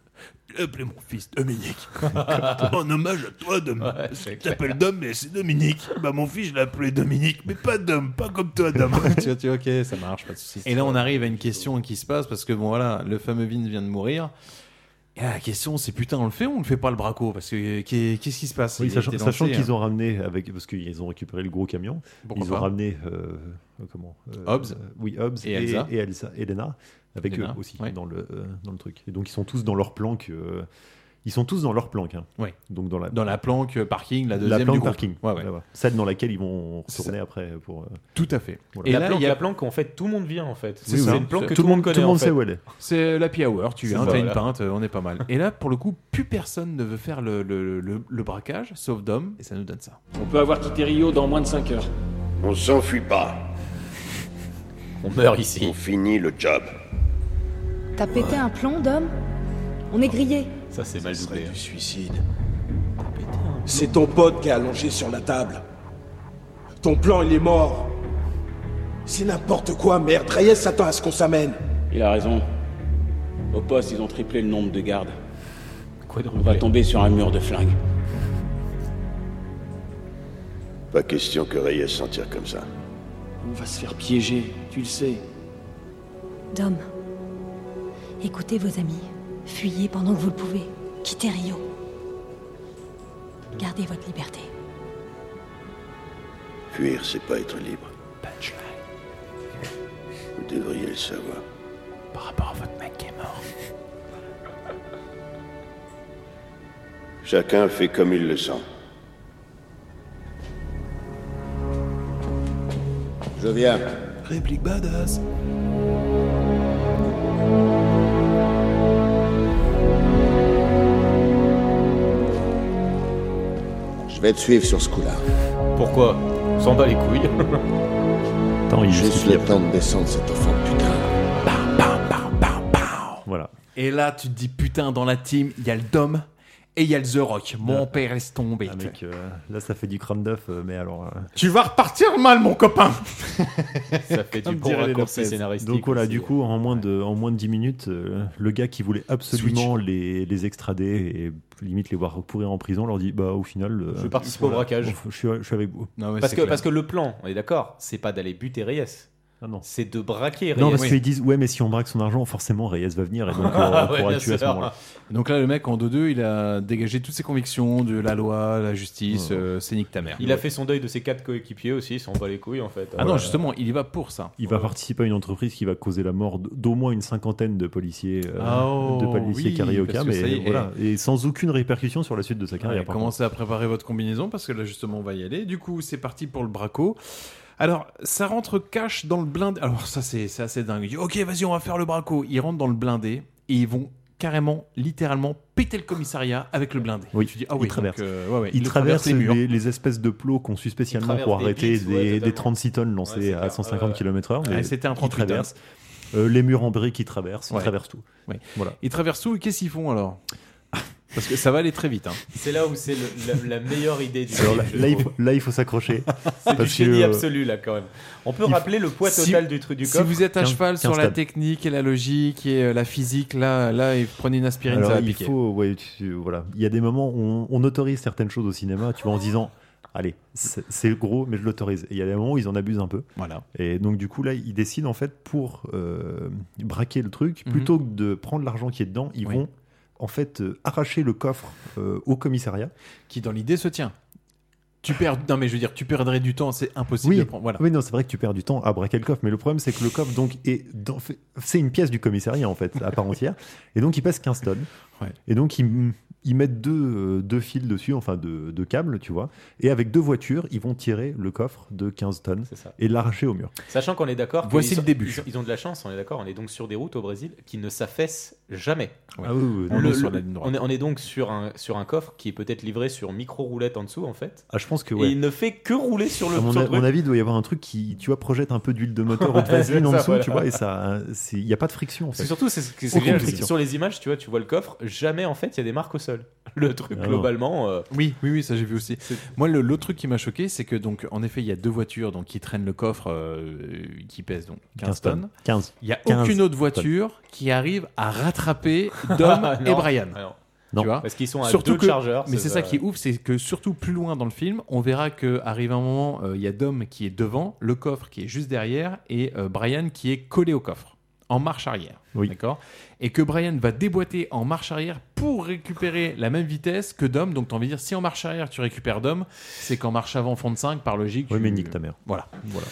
j'ai appelé mon fils Dominique en hommage à toi, Dom. Ouais, c'est je t'appelle Dom, mais c'est Dominique. Bah mon fils, je l'ai appelé Dominique, mais pas Dom, pas comme toi, Dom. tu vois, tu vois, ok, ça marche, pas de soucis. Et là, on arrive à une question qui se passe parce que bon, voilà, le fameux Vince vient de mourir. Et là, la question, c'est putain, on le fait ou on le fait pas le braco Parce que euh, qu'est- qu'est-ce qui se passe Oui, Il a sachant, été sachant lancé, qu'ils hein. ont ramené avec parce qu'ils ont récupéré le gros camion, Pourquoi ils ont pas ramené euh, euh, comment euh, Hobbs. oui Hobbs Et Elsa. et Elsa- Elena avec Il y eux en a un, aussi ouais. dans, le, euh, dans le truc. Et donc ils sont tous dans leur planque. euh, ils sont tous dans leur planque. hein. Ouais. Donc dans la, Dans la planque euh, parking, la deuxième planque du groupe. parking. Ouais, ouais. Voilà. Celle dans laquelle ils vont C'est retourner après pour. euh, Tout à fait. voilà. Et Et la là, planque, il y a- la planque, en fait, tout le monde vient en fait. C'est ça. une planque que Tout tout le monde connaît. tout le en monde sait fait. où elle est. C'est l'happy hour, tu C'est viens, ça, t'as une voilà. pinte, euh, on est pas mal. Et là, pour le coup, plus personne ne veut faire le, le- le- le braquage, sauf Dom, et ça nous donne ça. On peut avoir quitté Rio dans moins de 5 heures. On s'enfuit pas. On meurt ici. On finit le job. T'as pété un plomb, Dom On est grillé. Ça, Ah, c'est mal doublé. hein. Du suicide. C'est ton pote qui est allongé sur la table. Ton plan, il est mort. C'est n'importe quoi, merde. Reyes s'attend à ce qu'on s'amène. Il a raison. Au poste, ils ont triplé le nombre de gardes. On va tomber sur un mur de flingues. Pas question que Reyes s'en tire comme ça. On va se faire piéger, tu le sais. Dom, écoutez vos amis. Fuyez pendant que vous le pouvez. Quittez Rio. Gardez votre liberté. Fuir, c'est pas être libre. Vous devriez le savoir. Par rapport à votre mec qui est mort. Chacun fait comme il le sent. Je viens. Réplique badass. Je vais te suivre sur ce coup-là. Pourquoi On s'en bat les couilles. Attends, il Juste justifie le temps de descendre cet enfant de putain. Voilà. Et là, tu te dis, putain, dans la team, il y a le Dom et il y a le The Rock. Ah. Mon père laisse tomber. Avec, euh, là, ça fait du crâne d'œuf, euh, mais alors. euh, Tu vas repartir mal, mon copain Ça fait du Comme bon dirait les raccourci Lopez. scénaristique. Donc voilà, aussi. hein. du coup, en moins de, en moins de 10 minutes, euh, le gars qui voulait absolument les, les extrader et limite les voir pourrir en prison leur dit Bah, au final. euh, Je vais participer au braquage. Je suis, je suis avec vous. parce, que, parce que le plan, on est d'accord, c'est pas d'aller buter Reyes. Ah C'est de braquer Reyes. Ah Non, parce qu'ils disent Ouais, mais si on braque son argent, forcément Reyes va venir et donc euh, on pourra le tuer à ce moment-là. Donc là, le mec en 2-2, il a dégagé toutes ses convictions de la loi, la justice, euh, c'est nique ta mère. Il a fait son deuil de ses quatre coéquipiers aussi, ils s'en bat les couilles en fait. Ah non, justement, il y va pour ça. Il va participer à une entreprise qui va causer la mort d- d'au moins une cinquantaine de policiers, euh, Ah, oh, de policiers oui, carioca, parce que ça y mais est. Ah, voilà, et sans aucune répercussion sur la suite de sa carrière. Ouais, par commencez à préparer votre combinaison parce que là justement on va y aller. Du coup c'est parti pour le braco. Alors ça rentre cash dans le blindé. Alors ça c'est c'est assez dingue. Il dit, ok vas-y on va faire le braco. Ils rentrent dans le blindé et ils vont carrément littéralement péter le commissariat avec le blindé. Oui, tu dis ah il oui traverse. donc, euh, ouais, ouais, il, ils traverse, les murs. les, les espèces de plots qu'on suit spécialement Il pour traverse des arrêter des, bits, ouais, des totalement. 36 tonnes lancées à 150 km/h. Ouais, mais c'était Ah, un il 38 traverse. Euh, les murs en briques qui traversent, Ouais. ils traversent tout. Ouais. Voilà. Ils traversent tout et qu'est-ce qu'ils font alors Parce que ça va aller très vite. hein. C'est là où c'est le- la, la meilleure idée du Alors film. là, je là, il trouve. faut, là, il faut s'accrocher. C'est du Parce que, génie euh, absolu là quand même. On peut il faut- rappeler le poids Si- total du truc du Si coffre. vous êtes à 15 cheval sur 15 la tonnes. technique et la logique et euh, la physique, là, là, et prenez une aspirine, Alors, ça va il piquer. faut, ouais, tu- voilà. Il y a des moments où on, on autorise certaines choses au cinéma, tu vois, en se disant, allez, c'est c'est gros, mais je l'autorise. Et il y a des moments où ils en abusent un peu. Voilà. Et donc, du coup, là, ils décident, en fait, pour euh, braquer le truc, Mhm. plutôt que de prendre l'argent qui est dedans, ils Oui. vont, en fait, euh, arracher le coffre euh, au commissariat. Qui dans l'idée se tient. Tu perds. Non mais je veux dire, tu perdrais du temps, c'est impossible Oui, de prendre. Voilà. oui, non, c'est vrai que tu perds du temps à braquer le coffre, mais le problème, c'est que le coffre, donc, est dans- fait- c'est une pièce du commissariat, en fait, à part entière. Et donc, il pèse 15 tonnes. Ouais. Et donc, ils, ils mettent deux, euh, deux fils dessus, enfin, deux, deux câbles, tu vois. Et avec deux voitures, ils vont tirer le coffre de 15 tonnes ça. et l'arracher au mur. Sachant qu'on est d'accord. que Voici ils le sont- début. Ils ont, ils ont de la chance, on est d'accord. On est donc sur des routes au Brésil qui ne s'affaissent jamais. Ouais. Ah oui, oui, oui, Le- on est le- sur la ligne droite. on, est, on est donc sur un, sur un coffre qui est peut-être livré sur micro-roulette en dessous en fait. Ah, je pense que, Et ouais. il ne fait que rouler sur le à mon, sur le a- truc. mon avis, il doit y avoir un truc qui, tu vois, projette un peu d'huile de moteur ou de vaseline en Ça, dessous, voilà. tu vois, et ça, hein, c'est- il n'y a pas de friction. En Parce que fait. surtout, c'est, c'est- c'est Aucune génial, c'est que friction. sur les images, tu vois, tu vois le coffre, jamais en fait il y a des marques au sol. Le truc Ah non. globalement. euh, Oui, oui, oui, ça j'ai vu aussi. Moi, le, l'autre truc qui m'a choqué, c'est que donc, en effet, il y a deux voitures donc qui traînent le coffre euh, qui pèse donc 15, 15 tonnes. tonnes. 15. Il y a 15 aucune autre voiture qui arrive à rattraper Dom et Non. Brian. Ah non. Tu vois Parce qu'ils sont à Surtout deux que- chargeurs. Mais c'est ça qui est ouf, c'est que surtout plus loin dans le film, on verra que arrive un moment, euh, il y a Dom qui est devant, le coffre qui est juste derrière et euh, Brian qui est collé au coffre en marche arrière. Oui. D'accord Et que Brian va déboîter en marche arrière pour récupérer la même vitesse que Dom. Donc, t'as envie de dire, si en marche arrière tu récupères Dom, c'est qu'en marche avant fond de 5, par logique. Oui, tu- mais nique ta mère. Voilà. Voilà.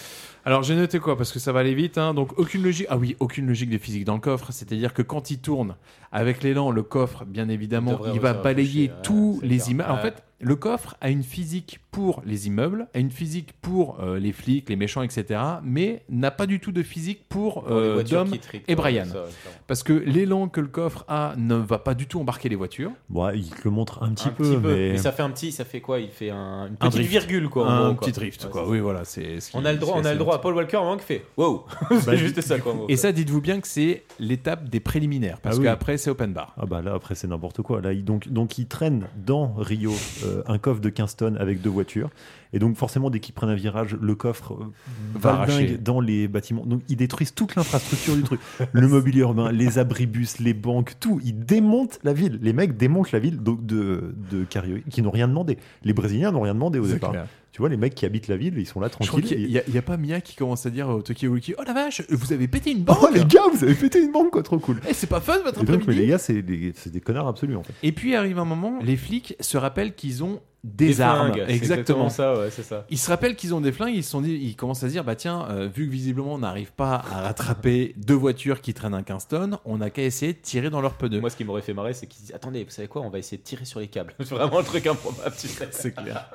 Alors j'ai noté quoi parce que ça va aller vite. hein. Donc aucune logique. Ah oui, aucune logique de physique dans le coffre. C'est-à-dire que quand il tourne avec l'élan, le coffre, bien évidemment, devrait il va réussir à balayer accrocher, tous les immeubles. En Ouais. fait, le coffre a une physique pour les immeubles, a une physique pour euh, les flics, les méchants, etc. Mais n'a pas du tout de physique pour, les euh, voitures Dom qui triquent, et ouais, Brian. ça, clairement. parce que l'élan que le coffre a ne va pas du tout embarquer les voitures. Ouais, il te le montre un petit, Un peu, mais... ça fait un petit, ça fait quoi Il fait un, une Un petite drift. virgule quoi. en Un gros, quoi. petit drift, Ouais, quoi. c'est ça. Oui, voilà, c'est ce qui- On a le droit, c'est- on a c'est- le droit. Paul Walker en manque fait. Wow, Bah, c'est juste ça quoi. en gros, Et quoi. ça, dites-vous bien que c'est l'étape des préliminaires, parce Ah oui. qu'après c'est open bar. Ah bah là après c'est n'importe quoi. Là, il- donc, donc ils traînent dans Rio euh, un coffre de 15 tonnes avec deux voitures. Et donc forcément dès qu'ils prennent un virage, le coffre euh, Va va arracher. dingue dans les bâtiments. Donc ils détruisent toute l'infrastructure du truc. Le mobilier urbain, les abribus, les banques, tout. Ils démontent la ville. Les mecs démontent la ville donc de, de Cario, qui n'ont rien demandé. Les Brésiliens n'ont rien demandé au C'est départ. clair. Tu vois, les mecs qui habitent la ville, ils sont là Je crois tranquilles. qu'il Et- n'y a, il y a pas Mia qui commence à dire au Tokiwiki Oh la vache, vous avez pété une banque Oh les gars, vous avez pété une banque, quoi, trop cool. Eh, C'est pas fun votre Et donc, mais après-midi les gars, c'est des, c'est des connards absolus en fait. Et puis arrive un moment, les flics se rappellent qu'ils ont des, Des armes. flingues, c'est exactement ça, ouais, c'est ça. Ils se rappellent qu'ils ont des flingues, ils, se sont dit, ils commencent à se dire bah tiens, euh, vu que visiblement on n'arrive pas à rattraper deux voitures qui traînent un 15 tonnes, on n'a qu'à essayer de tirer dans leurs pneus. Moi, ce qui m'aurait fait marrer, c'est qu'ils disent Attendez, vous savez quoi On va essayer de tirer sur les câbles. C'est vraiment un truc improbable, tu sais. C'est clair.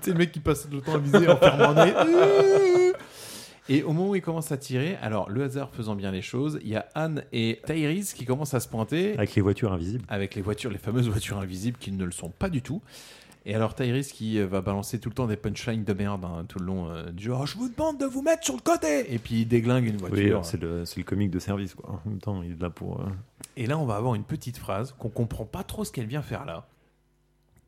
C'est le mec qui passe le temps à viser en fermant un nez. Et au moment où il commence à tirer, alors le hasard faisant bien les choses, il y a Anne et Tyrese qui commencent à se pointer Avec les voitures invisibles. avec les voitures, les fameuses voitures invisibles qui ne le sont pas du tout. Et alors Tyrese qui euh, va balancer tout le temps des punchlines de merde hein, tout le long euh, du genre je vous demande de vous mettre sur le côté et puis il déglingue une Oui, voiture. alors, c'est le, c'est le comique de service, quoi. En même temps, il est là pour. euh, Et là, on va avoir une petite phrase qu'on comprend pas trop ce qu'elle vient faire là.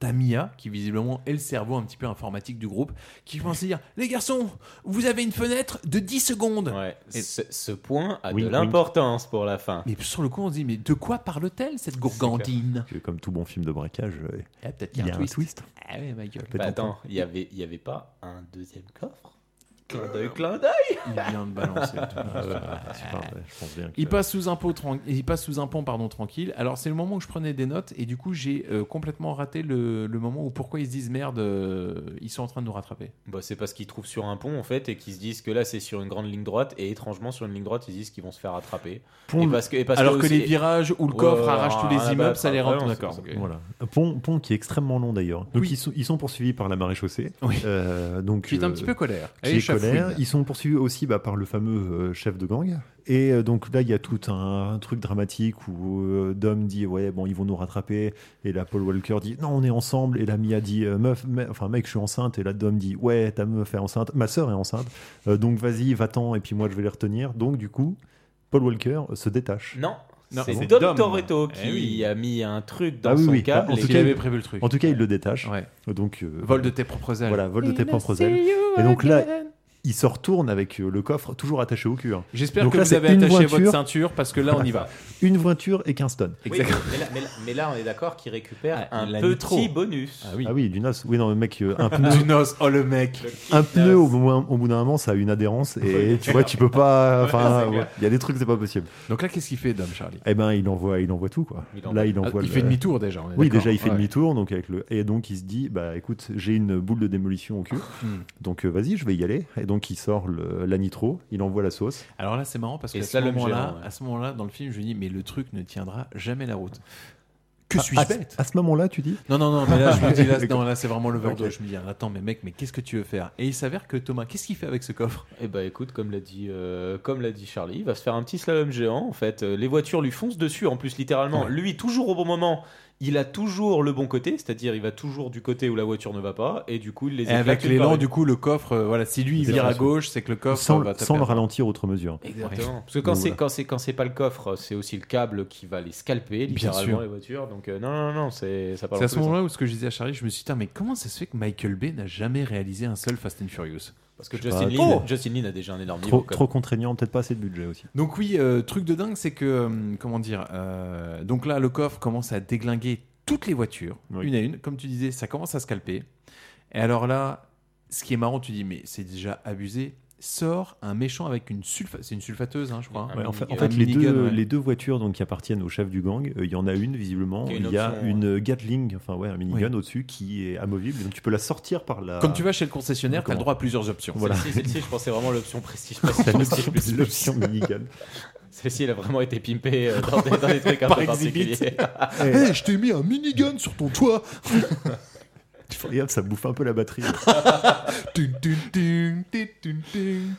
T'as Mia, qui visiblement est le cerveau un petit peu informatique du groupe, qui commence à dire Les garçons, vous avez une fenêtre de 10 secondes Ouais, ce, ce point a Wink, wink. de l'importance pour la fin. Mais sur le coup, on se dit Mais de quoi parle-t-elle, cette gourgandine que Comme tout bon film de braquage, euh, Ah, peut-être il y a un twist. Ah ouais, ma gueule. Peut-être Bah, un attends, point. il n'y avait, il y avait pas un deuxième coffre Clin d'œil, clin d'œil Il vient de balancer. le tout. Ah ouais, c'est pas vrai, je pense bien que- Il passe sous un, pot tran- il passe sous un pont pardon, tranquille. Alors, c'est le moment où je prenais des notes et du coup, j'ai euh, complètement raté le, le moment où pourquoi ils se disent Merde, euh, ils sont en train de nous rattraper. Bah, c'est parce qu'ils trouvent sur un pont en fait et qu'ils se disent que là c'est sur une grande ligne droite et étrangement sur une ligne droite ils se disent qu'ils vont se faire rattraper. Pont- et parce que, et parce Alors que aussi- les virages où le Ouais, coffre ouais, arrache tous ouais, les ouais, immeubles, bah, ça les bah, rend ouais, d'accord. c'est- c'est- Voilà. Un Pont, pont qui est extrêmement long d'ailleurs. Donc ils, sont, ils sont poursuivis par la marée-chaussée. Oui. Euh, donc, Qui est un petit peu colère. qui Elle est est colère. chafouine. Ils sont poursuivis aussi bah, par le fameux euh, chef de gang. Et euh, donc là, il y a tout un, un truc dramatique où euh, Dom dit Ouais, bon, ils vont nous rattraper. Et là, Paul Walker dit Non, on est ensemble. Et là, Mia dit euh, Meuf, me- enfin, mec, je suis enceinte. Et là, Dom dit Ouais, ta meuf est enceinte. Ma sœur est enceinte. Euh, donc vas-y, va-t'en. Et puis moi, je vais les retenir. Donc du coup, Paul Walker euh, se détache. Non, Non, c'est c'est Dom, Dom. Toretto Eh qui oui. a mis un truc dans Ah oui, son oui. câble. En et tout qui cas, avait il- prévu le truc. En tout cas, il le détache. Ouais. Donc, euh, Vol de tes propres ailes. Voilà, vol de tes And I propres see ailes. you Et donc là, again. il se retourne avec euh, le coffre toujours attaché au cul. hein. J'espère Donc que là, vous c'est avez une attaché votre voiture- ceinture parce que là, on y va. Une voiture et 15 tonnes. Oui, mais, là, mais là- mais là, on est d'accord qu'il récupère Ah, un il a mis petit trop. bonus. Ah oui. du NOS. Oui, non, le mec, euh, un pneu. Du noce, oh le mec. Un pneu au, moins- au bout d'un moment, ça a une adhérence et tu vois, tu peux pas. Enfin, ouais. il y a des trucs, c'est pas possible. Donc là, qu'est-ce qu'il fait, Dom Charlie Eh ben, il envoie, il envoie tout quoi. Il envoie- Là, il envoie. Ah, il le- fait demi-tour, déjà, on est oui, d'accord. déjà, il fait Ouais. demi-tour, donc avec le et donc il se dit, bah écoute, j'ai une boule de démolition au cul, Hmm. donc euh, vas-y, je vais y aller. Et donc il sort le- la nitro, il envoie la sauce. Alors là, c'est marrant parce Et qu'à ce slalom moment-là, géant, ouais. à ce moment-là, dans le film, je me dis mais le truc ne tiendra jamais la route. Que Ah, suis-je à ce- bête À ce moment-là, tu dis Non, non, non, mais là, je me dis là, Ok. non, là, c'est vraiment l'overdose. Ok. Je me dis attends, mais mec, mais qu'est-ce que tu veux faire Et il s'avère que Thomas, qu'est-ce qu'il fait avec ce coffre Eh ben écoute, comme l'a dit, euh, comme l'a dit Charlie, il va se faire un petit slalom géant. En fait, Euh, les voitures lui foncent dessus. En plus, littéralement, Ouais. lui toujours au bon moment. Il a toujours le bon côté, c'est-à-dire il va toujours du côté où la voiture ne va pas, et du coup il les Et éclate avec une par l'élan, une. du coup, le coffre, euh, voilà, si lui il vire à Défense. gauche, c'est que le coffre sans, euh, va taper sans le à droite. ralentir autre mesure. Exactement. Parce que quand Donc, c'est voilà. quand c'est quand c'est pas le coffre, c'est aussi le câble qui va les Bien scalper littéralement sûr. les voitures. Donc euh, non non non, c'est ça parle. C'est à en ce tous les moment-là où ce que je disais à Charlie, je me suis dit, Tain, mais comment ça se fait que Michael Bay n'a jamais réalisé un seul Fast and Furious hein. Parce que Je sais Justin pas, Oh Lin, trop- Justin Lin a déjà un énorme Trop, niveau. quand trop même. contraignant, peut-être pas assez de budget aussi. Donc oui, euh, truc de dingue, c'est que euh, comment dire euh, Donc là, le coffre commence à déglinguer toutes les voitures, Oui. une à une. Comme tu disais, ça commence à se calper. Et alors là, ce qui est marrant, tu dis mais c'est déjà abusé. sort un méchant avec une sulfa... c'est une sulfateuse, hein, je crois. hein. Ouais, en fait, en Un fait, les, minigun, deux, ouais. les deux voitures donc, qui appartiennent au chef du gang, euh, il y en a une visiblement, Il y a il une y a option, une Gatling, enfin ouais, un minigun au-dessus qui est amovible, donc tu peux la sortir par la. Comme tu vas chez le concessionnaire, t'as le droit à plusieurs options. Voilà. Celle-ci, celle-ci, je pensais vraiment à l'option prestige. L'option- l'option minigun. Celle-ci, elle a vraiment été pimpée euh, dans des, dans des trucs un Par peu exhibit. particuliers. Eh, je t'ai mis un minigun sur ton toit Tu fais, regarde, ça bouffe un peu la batterie. Ah, Et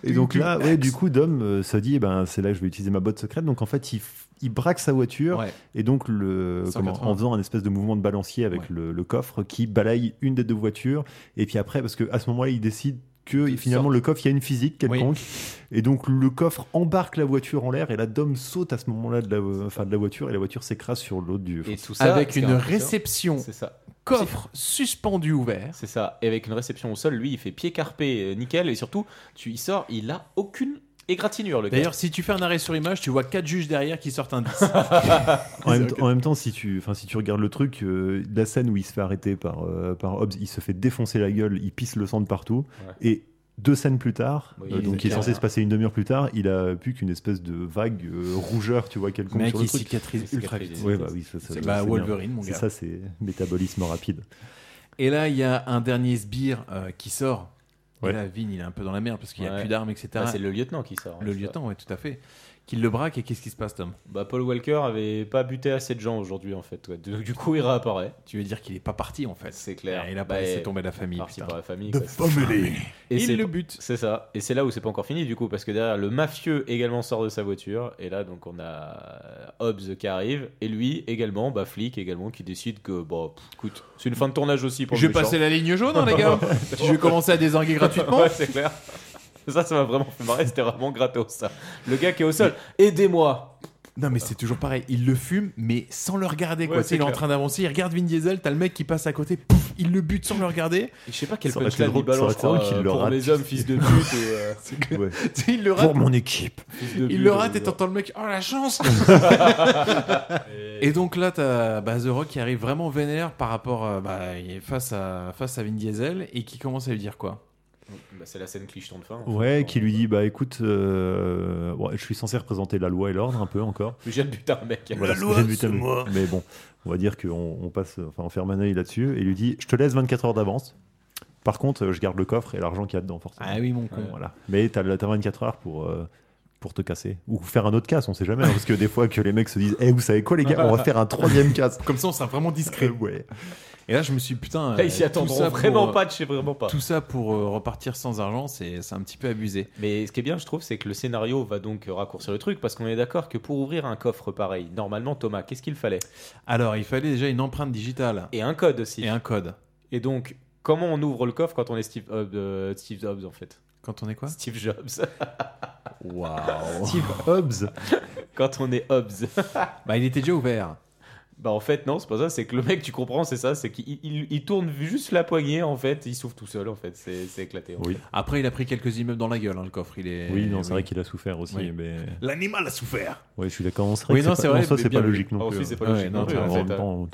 Et donc là, ouais, du coup, Dom euh, se dit, eh ben, c'est là que je vais utiliser ma botte secrète. Donc en fait, il, f- il braque sa voiture et donc le, 180. comment, en faisant un espèce de mouvement de balancier avec le, le coffre qui balaye une des deux voitures. Et puis après, parce que à ce moment-là, il décide que finalement le coffre, il y a une physique quelconque. Et donc le coffre embarque la voiture en l'air et la Dom saute à ce moment-là de la, enfin, de la voiture et la voiture s'écrase sur l'autre du. Et tout ça, Avec c'est une un- réception. C'est ça. Coffre suspendu ouvert. C'est ça. Et avec une réception au sol, lui, il fait pied carpé, euh, nickel. Et surtout, tu y sors, il a aucune égratignure, le gars. D'ailleurs, si tu fais un arrêt sur image, tu vois quatre juges derrière qui sortent un 10. en, même, en même temps, si tu, enfin, si tu regardes le truc, euh, la scène où il se fait arrêter par, euh, par Hobbs, il se fait défoncer la gueule, il pisse le sang de partout. Ouais. Et deux scènes plus tard, Oui, euh, il donc est il est censé clair. se passer une demi-heure plus tard, il a plus qu'une espèce de vague euh, rougeur, tu vois, quelconque Mec, sur le il truc. cicatrise ultra ultra vite. vite. Ouais, bah oui, ça, ça- C'est ça, bah bien. Wolverine, mon C'est gars. ça, c'est métabolisme rapide. Et là, il y a un dernier sbire euh, qui sort. Ouais. Et là, Vigne, il est un peu dans la merde parce qu'il n'y a Ouais. plus d'armes, etc. Bah, c'est le lieutenant qui sort, hein, le je crois. lieutenant, oui, tout à fait. Qui le braque et qu'est-ce qui se passe, Tom Bah, Paul Walker avait pas buté assez de gens aujourd'hui, en fait. ouais. Du, du coup, il réapparaît. Tu veux dire qu'il est pas parti, en fait C'est clair. Il a pas Bah, laissé et- tomber la famille. Parti putain. par la famille. The quoi. family. Et Il c'est le but. C'est ça. Et c'est là où c'est pas encore fini du coup, parce que derrière le mafieux également sort de sa voiture. Et là donc on a euh, Hobbs qui arrive et lui également, bah flic également qui décide que bon, pff, écoute, c'est une fin de tournage aussi pour. Je le vais méchant. passer la ligne jaune, hein, les gars. Je vais commencer à désanguer gratuitement. Ouais, c'est clair. Ça, ça m'a vraiment fait marrer. C'était vraiment gratos ça. Le gars qui est au sol, aidez-moi. Non, mais c'est toujours pareil. Il le fume, mais sans le regarder. quoi. Ouais, Tu sais, c'est il est en clair. train d'avancer, il regarde Vin Diesel, t'as le mec qui passe à côté, pouf, il le bute sans le regarder. Je sais pas quel Ça aurait été punchline il drôle- ça aurait balance été drôle je crois, qu'il le euh, pour rate. les hommes fils de pute. et, euh, Ouais. Tu sais, il le rate. Pour mon équipe. fils de Il pute, le euh, rate et genre. t'entends le mec, oh la chance Et donc là, t'as bah, The Rock qui arrive vraiment vénère par rapport euh, bah, il est face, à, face à Vin Diesel et qui commence à lui dire quoi Bah, c'est la scène clicheton de fin. en fait. Ouais, qui lui dit, bah écoute, euh, ouais, je suis censé représenter la loi et l'ordre un peu encore. J'ai le butin, mec. Voilà, ce que j'aime du thème. Mais bon, on va dire qu'on on passe, enfin, on ferme un œil là-dessus et il lui dit Je te laisse 24 heures d'avance. Par contre, euh, je garde le coffre et l'argent qu'il y a dedans, forcément. Ah oui, mon con. Voilà. Mais t'as as 24 heures pour. euh, pour te casser ou faire un autre casse on sait jamais hein, parce que des fois que les mecs se disent eh vous savez quoi les gars on va faire un troisième casse Comme ça, on sera vraiment discret. ouais. Et là, je me suis dit, putain. Là, euh, ils s'y tout attendront ça pour, vraiment euh, pas, je sais vraiment pas. Tout ça pour euh, repartir sans argent, c'est c'est un petit peu abusé. Mais ce qui est bien, je trouve, c'est que le scénario va donc raccourcir le truc parce qu'on est d'accord que pour ouvrir un coffre pareil, normalement, Thomas, qu'est-ce qu'il fallait Alors, il fallait déjà une empreinte digitale. Et un code aussi. Et un code. Et donc, comment on ouvre le coffre quand on est Steve, Hobbs- euh, Steve Jobs en fait Quand on est quoi Steve Jobs. Waouh Steve Hobbs Quand on est Hobbs. Bah, il était déjà ouvert. Bah en fait non c'est pas ça c'est que le mec tu comprends c'est ça c'est qu'il il, il tourne juste la poignée en fait il s'ouvre tout seul en fait c'est c'est éclaté en fait. Après, il a pris quelques immeubles dans la gueule, hein, le coffre. Il est... oui non c'est vrai qu'il a souffert aussi Oui. mais L'animal a souffert. ouais je suis d'accord on Oui, non, c'est vrai, ça c'est bien pas vu. logique non Ah, plus aussi, c'est pas hein. logique non non, plus, en en même fait, temps,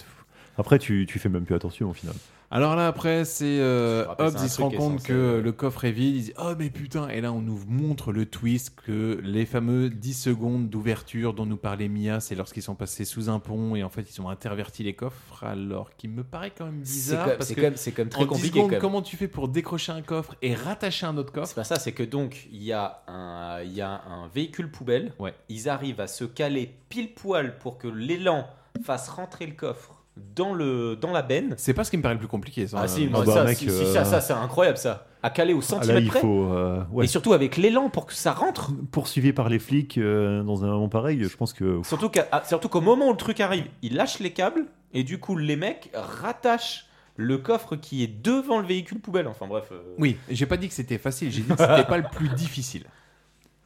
après tu, tu fais même plus attention au final Alors là, après, c'est euh, rappelle, Hobbs, c'est un il se truc rend qui est compte censé- que le coffre est vide. Il dit Oh, mais putain Et là, on nous montre le twist que les fameux 10 secondes d'ouverture dont nous parlait Mia, c'est lorsqu'ils sont passés sous un pont et en fait, ils ont interverti les coffres, alors qu'il me paraît quand même bizarre. C'est quand- parce c'est que quand même- c'est quand même très en 10 compliqué, secondes, quand même. Comment tu fais pour décrocher un coffre et rattacher un autre coffre C'est pas ça, c'est que donc il y, a un- il y a un véhicule poubelle, ils arrivent à se caler pile poil pour que l'élan fasse rentrer le coffre dans, le, dans la benne. C'est pas ce qui me paraît le plus compliqué, ça. Ah si, Euh, non, Ah bah, ça, mec, si, si, euh, ça, ça, c'est incroyable ça. À caler au Ah, là centimètre il près. faut euh, ouais. Et surtout avec l'élan pour que ça rentre. poursuivi par les flics euh, dans un moment pareil, je pense que. Surtout qu'à- ah, surtout qu'au moment où le truc arrive, ils lâchent les câbles et du coup les mecs rattachent le coffre qui est devant le véhicule poubelle. Enfin bref. euh, Oui, j'ai pas dit que c'était facile, j'ai dit que c'était pas le plus difficile.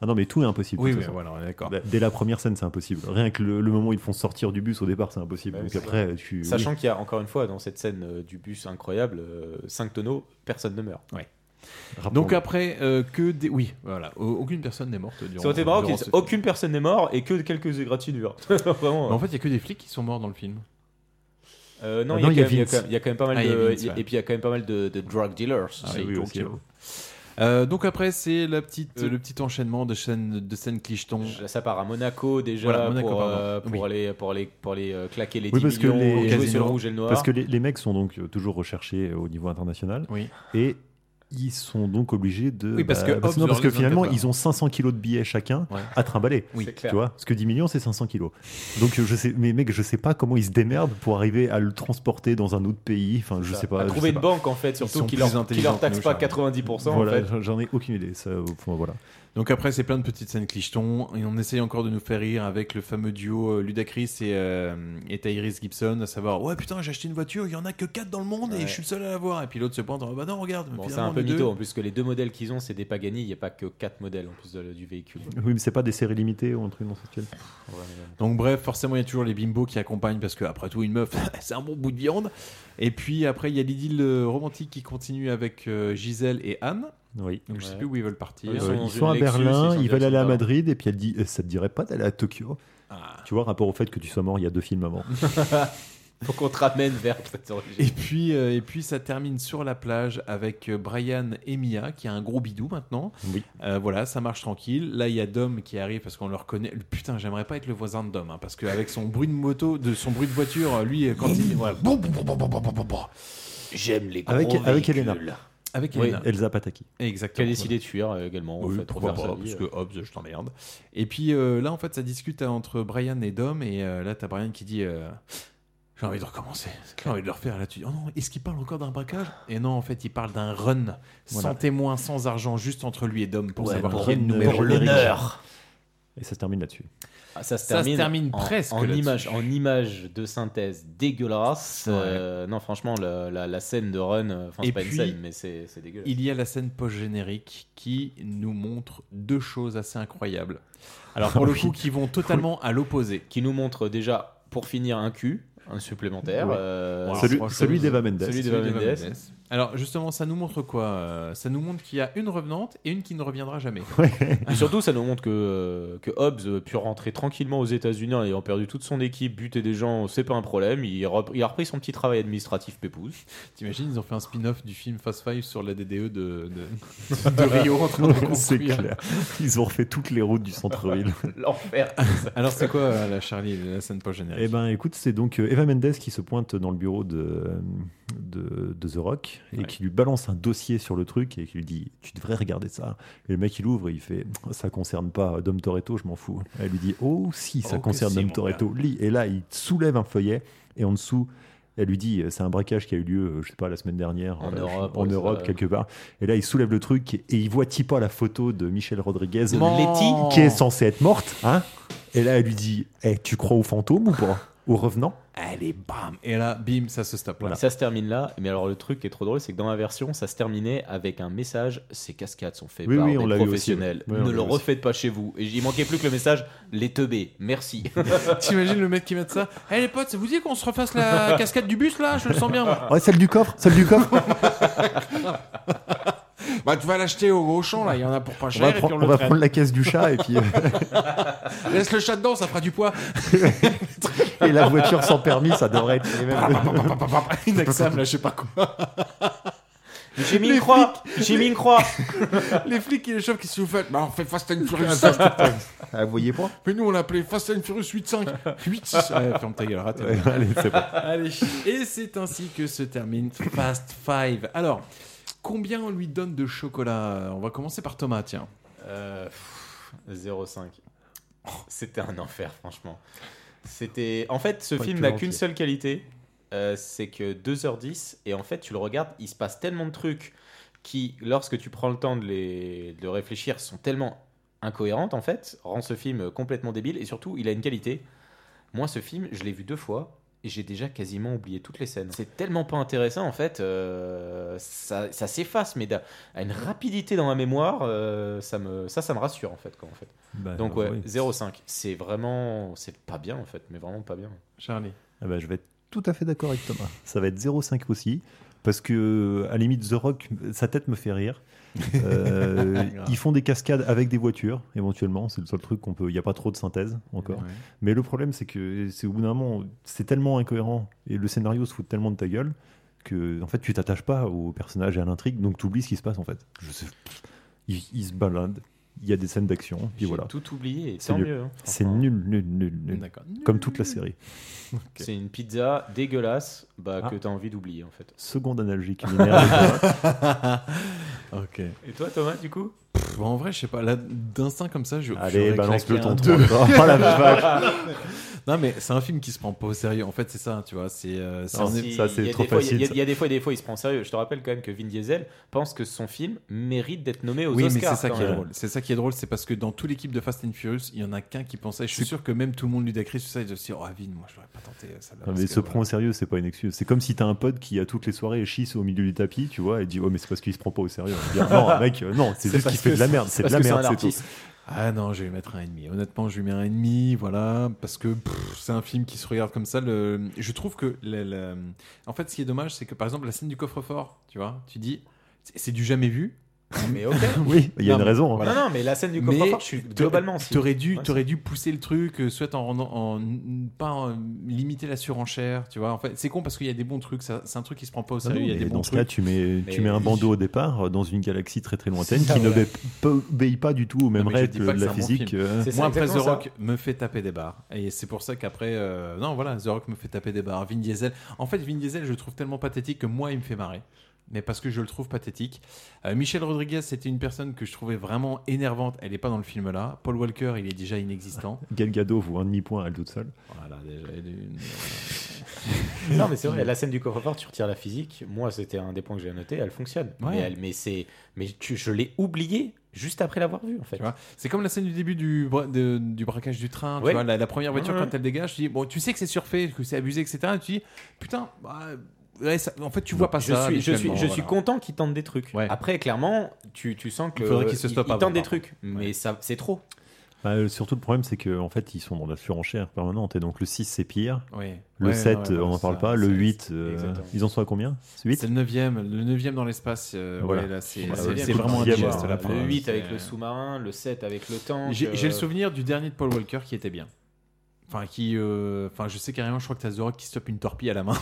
Ah non, mais tout est impossible. Oui, de toute mais façon. voilà, on est d'accord. Bah, Dès la première scène, c'est impossible. Rien que le, le moment où ils font sortir du bus au départ, c'est impossible. Bah, Ouais, Donc c'est après, clair. tu. Sachant qu'il y a encore une fois dans cette scène euh, du bus incroyable, 5 tonneaux, personne ne meurt. Ouais. Rappelons-le. Donc après, euh, que des... Oui, voilà, au- aucune personne n'est morte durant, Ça aurait été marrant qu'ils durant disent, ce film. aucune personne n'est morte et que quelques égratignures. Vraiment. Mais en fait, il y a que des flics qui sont morts dans le film. Euh, non, Ah il y non, a quand il y a même- il y a Vince. quand même- il y a quand même pas mal Ah, il y a de. Vince, ouais. Et puis il y a quand même pas mal de, de drug dealers. Ah aussi, oui, donc, aussi, euh, ouais. Euh, donc après, c'est la petite, euh, le petit enchaînement de scènes de scènes clichetons. Ça part à Monaco déjà Voilà, Monaco, pour, euh, pardon. pour aller pour les pour les euh, claquer les Oui, 10 parce que millions, les, jouer sur le rouge et le noir. parce que les- les mecs sont donc euh, toujours recherchés au niveau international. Et ils sont donc obligés de. Oui, parce que non, parce, Hobbs leur que les finalement, enquête pas. ils ont 500 kilos de billets chacun Ouais. à trimballer. Oui. C'est tu clair. vois, parce que 10 millions, c'est 500 kilos. Donc, euh, je sais, mais mec, je sais pas comment ils se démerdent pour arriver à le transporter dans un autre pays. Enfin, je ça. sais pas. À je trouver sais une pas. banque, en fait, Ils surtout, sont qui plus leur- qui leur intelligents que taxe nous, pas Charles. 90%, en Voilà, fait. j'en- j'en ai aucune idée. Ça, au fond, voilà. Donc après, c'est plein de petites scènes clichetons. Et on essaye encore de nous faire rire avec le fameux duo euh, Ludacris et, euh, et Tyrese Gibson, à savoir Ouais, putain, j'ai acheté une voiture, il y en a que 4 dans le monde et Ouais. je suis le seul à l'avoir. Et puis l'autre se pointe Ah Bah non, regarde. Bon, c'est finalement, un peu nous deux. mytho en plus que les deux modèles qu'ils ont, c'est des Pagani. Il n'y a pas que quatre modèles en plus de- du véhicule. euh, Oui, mais c'est pas des séries limitées ou un truc dans ce style. Donc bref, forcément, il y a toujours les bimbos qui accompagnent parce que après tout, une meuf, c'est un bon bout de viande. Et puis après, il y a l'idylle euh, romantique qui continue avec euh, Gisèle et Anne. Oui. Donc je sais plus où ils veulent partir. Euh, ils sont à Berlin, ils veulent aller à Madrid, et puis elle dit euh, Ça te dirait pas d'aller à Tokyo Tu vois, rapport au fait que tu sois mort il y a deux films avant. Faut qu'on te ramène vers cette origine. Et puis, euh, et puis ça termine sur la plage avec euh, Brian et Mia, qui a un gros bidou maintenant. Oui. Euh, voilà, ça marche tranquille. Là, il y a Dom qui arrive parce qu'on le reconnaît. Putain, j'aimerais pas être le voisin de Dom, hein, parce qu'avec son bruit de moto, de son bruit de voiture, euh, lui, euh, quand il. Voilà. Bon, bon, bon, bon, bon, bon, bon, bon, bon. J'aime les Avec- gros avec Elena. véhicules. Avec Oui. Elena. Elsa Pataki. Exactement. Qui a décidé de fuir euh, également. en Oui, fait, pour pourquoi faire sa pas, vie, parce euh. que Hobbs, je t'emmerde. Et puis euh, là, en fait, ça discute euh, entre Brian et Dom, et euh, là, t'as Brian qui dit euh, J'ai envie de recommencer, j'ai envie de le refaire. Là, tu dis Oh non, est-ce qu'il parle encore d'un braquage Et non, en fait, il parle d'un run, Voilà. sans témoin, sans argent, juste entre lui et Dom pour Ouais, savoir pour qui est le une- numéro pour un. l'honneur. Et ça se termine là-dessus. Ah, ça se Ça se termine, termine en- presque en là-dessus. image, en image de synthèse dégueulasse. Euh, non, franchement, la, la- la scène de Run, euh, enfin, Et c'est pas puis, une scène, mais c'est c'est dégueulasse. Il y a la scène post-générique qui nous montre deux choses assez incroyables. Alors, pour le Oui. coup, qui vont totalement à l'opposé. Qui nous montre déjà, pour finir, un cul, un supplémentaire. Oui. euh, Voilà, Celui- franchement, celui je- d'Eva Mendes. Celui d'Eva Celui d'Eva Mendes. Mendes. Alors justement, ça nous montre quoi Euh, Ça nous montre qu'il y a une revenante et une qui ne reviendra jamais. Et surtout, ça nous montre que, euh, que Hobbs a pu rentrer tranquillement aux États-Unis en ayant perdu toute son équipe, buter des gens, c'est pas un problème. Il, rep- il a repris son petit travail administratif pépouze. T'imagines, ils ont fait un spin-off du film Fast Five sur la DDE de, de, de Rio en train de C'est construire. clair. Ils ont refait toutes les routes du centre-ville. L'enfer. Alors c'est quoi euh, la Charlie, la scène post-générique Eh ben, écoute, c'est donc euh, Eva Mendes qui se pointe dans le bureau de, de, de The Rock et qui lui balance un dossier sur le truc et qui lui dit Tu devrais regarder ça. Et le mec, il ouvre et il fait Ça concerne pas Dom Toretto, je m'en fous. Elle lui dit Oh, si, ça Oh, que concerne si, Dom mon Toretto. Lis. Et là, il soulève un feuillet et en dessous. Elle lui dit, c'est un braquage qui a eu lieu, euh, je sais pas, la semaine dernière, En euh, Europe, en oui, ça, Europe euh. quelque part. Et là, il soulève le truc et il voit Tipa la photo de Michel Rodriguez, De Letty. qui est censée être morte, hein et là, elle lui dit Eh, Tu crois aux fantômes ou pas Aux revenants Allez, bam Et là, bim, ça se stoppe là. Ça se termine là, mais alors le truc qui est trop drôle, c'est que dans ma version, ça se terminait avec un message ces cascades sont faites Oui, par oui, des on l'a eu aussi, professionnels. oui. Oui, on ne l'a le eu aussi. refaites pas chez vous. Et il manquait plus que le message les teubés, merci. T'imagines le mec qui met ça Eh les potes, ça vous dit qu'on se refasse la cascade du bus là Je le sens bien. moi. Ouais, celle du coffre Celle du coffre Bah tu vas l'acheter au gros champ là, il y en a pour pas On cher. va, et puis prendre- le on va traîne. prendre la caisse du chat et puis. euh, Laisse le chat dedans, ça fera du poids. et la voiture sans permis, ça devrait être les Ah, mêmes. Inaxam là, je sais pas quoi. J'ai mis une croix J'ai mis une croix Les flics et les chefs, qu'est-ce que vous faites Bah on fait Fast and Furious Ah, vous voyez pas Mais nous, on l'appelait Fast and Furious 8.5. 8.6. Ouais, ferme ta gueule, rate. Ouais, allez, c'est bon. Allez. Et c'est ainsi que se termine Fast 5. Alors, combien on lui donne de chocolat On va commencer par Thomas, tiens. Euh, pff, 0,5. C'était un enfer, franchement. C'était. En fait, ce Pas film tout n'a entier. qu'une seule qualité, euh, c'est que 2h10 et en fait, tu le regardes, il se passe tellement de trucs qui, lorsque tu prends le temps de les de réfléchir, sont tellement incohérentes en fait, rend ce film complètement débile et surtout, il a une qualité. Moi, ce film, je l'ai vu deux fois. Et j'ai déjà quasiment oublié toutes les scènes. C'est tellement pas intéressant en fait, euh, ça, ça s'efface, mais d'un- à une rapidité dans ma mémoire, euh, ça, me, ça, ça me rassure en fait. Quoi, en fait. Bah, Donc ouais, oui. 0,5. C'est vraiment, c'est pas bien en fait, mais vraiment pas bien. Charlie. Ah bah, je vais être tout à fait d'accord avec Thomas. Ça va être 0,5 aussi. Parce que, euh, à la limite, The Rock, sa tête me fait rire. Euh, ils font des cascades avec des voitures, éventuellement. C'est le seul truc qu'on peut. Il n'y a pas trop de synthèse encore. Ouais. Mais le problème, c'est que c'est au bout d'un moment, c'est tellement incohérent et le scénario se fout tellement de ta gueule que en fait tu t'attaches pas au personnage et à l'intrigue, donc tu oublies ce qui se passe en fait. Je sais, il, il se balade, il y a des scènes d'action, puis J'ai voilà. tout oublié, et C'est tant nul. mieux, hein, C'est franchement. nul, nul, nul, nul. D'accord. Comme toute la série. C'est une pizza dégueulasse bah, Ah. que t'as envie d'oublier en fait. Seconde analgique linéaire. ok. Et toi Thomas du coup Pff, en vrai, je sais pas. Là, d'instinct comme ça, je. Allez, j'aurais balance claqué le un tonton deux. encore. Oh la vache. Non, mais c'est un film qui se prend pas au sérieux. En fait, c'est ça, tu vois. C'est. euh, c'est Non, un- si, il y a des fois- Il y, a- il y a des fois, des fois, il se prend sérieux. Je te rappelle quand même que Vin Diesel pense que son film mérite d'être nommé aux Oui, mais Oscars. c'est ça quand qui est même. drôle. C'est ça qui est drôle, c'est parce que dans toute l'équipe de Fast and Furious, il y en a qu'un qui pensait. Je suis sûr que même tout le monde lui décrit sur ça. Il doit se dire, oh, Vin, moi, je l'aurais pas tenté. euh, celle-là, Non, parce mais que, se voilà. prend au sérieux, c'est pas une excuse. C'est comme si t'as un pote qui, à toutes les soirées, chisse au milieu du tapis, tu vois, et dit Ouais, mais c'est parce qu'il se prend pas au sérieux. On dit, non, mec, euh, non, c'est juste parce qu'il fait que de la merde, c'est de la parce que merde, un c'est tout. artiste. Ah non, je vais lui mettre un ennemi. Honnêtement, je lui mets un ennemi, voilà, parce que pff, c'est un film qui se regarde comme ça. le- Je trouve que, la- la- en fait, ce qui est dommage, c'est que par exemple la scène du coffre-fort, tu vois, tu dis, c'est c'est du jamais vu. Mais ok. Oui, il y a une mais- raison, hein. Non, non, mais la scène du Mais coffre-fort, je suis t'a- globalement, si. T'aurais dû, Ouais, t'aurais dû pousser le truc, euh, soit en rendant, en n- pas en- limiter la surenchère, tu vois. En fait, c'est con parce qu'il y a des bons trucs. ça- C'est un truc qui se prend pas au Ah non, sérieux. il y a mais des bons dans ce cas, trucs. tu mets, tu mets un bandeau au départ euh, dans une galaxie très très lointaine C'est ça, qui voilà. n'obéit pas- obéit pas du tout aux mêmes Non, mais je règles dis que pas que de c'est la un bon physique. film. euh, Moi, après, The Rock me fait taper des barres. Et c'est pour ça qu'après, euh, non, voilà, The Rock me fait taper des barres. Vin Diesel. En fait, Vin Diesel, je le trouve tellement pathétique que moi, il me fait marrer. Mais parce que je le trouve pathétique. Euh, Michel Rodriguez, c'était une personne que je trouvais vraiment énervante. Elle n'est pas dans le film là. Paul Walker, il est déjà inexistant. Gal Gadot vaut un demi-point à elle toute seule. Voilà, déjà, elle est une- Non, mais c'est vrai, la scène du coffre-fort, tu retires la physique. Moi, c'était un des points que j'ai noté, elle fonctionne. Ouais. Mais, elle- mais, c'est- mais tu- je l'ai oublié juste après l'avoir vue, en fait. Tu vois, c'est comme la scène du début du, bra- de- du braquage du train. Tu Ouais. vois, la, la première voiture, Ouais, ouais. quand elle dégage, tu dis Bon, tu sais que c'est surfait, que c'est abusé, etc. Et tu dis Putain, bah, ouais, ça- en fait, tu vois pas je Ah, ça. suis, je suis, habituellement, je voilà. suis content qu'il tente des trucs. Après, clairement, tu, tu sens que Il faudrait qu'il se stoppe il avant, tente des par contre. trucs, mais ça c'est trop. Bah, euh, surtout le problème c'est que en fait ils sont dans la surenchère permanente et donc le 6 c'est pire. Oui. Le Ouais, 7 non, ouais, euh, on voilà, n'en parle ça, pas, le c'est- 8 euh, exactement. ils en sont à combien C'est 8 C'est le 9 le 9 dans l'espace. euh, Voilà. ouais, là, c'est Voilà, c'est- ouais, c'est coup de vraiment diable, indigeste hein. la Le fin. Le 8 avec C'est- le sous-marin, le 7 avec le tank. J'ai j'ai euh, le souvenir du dernier de Paul Walker qui était bien. Enfin, qui. euh, Enfin, je sais carrément, je crois que t'as The Rock qui stoppe une torpille à la main.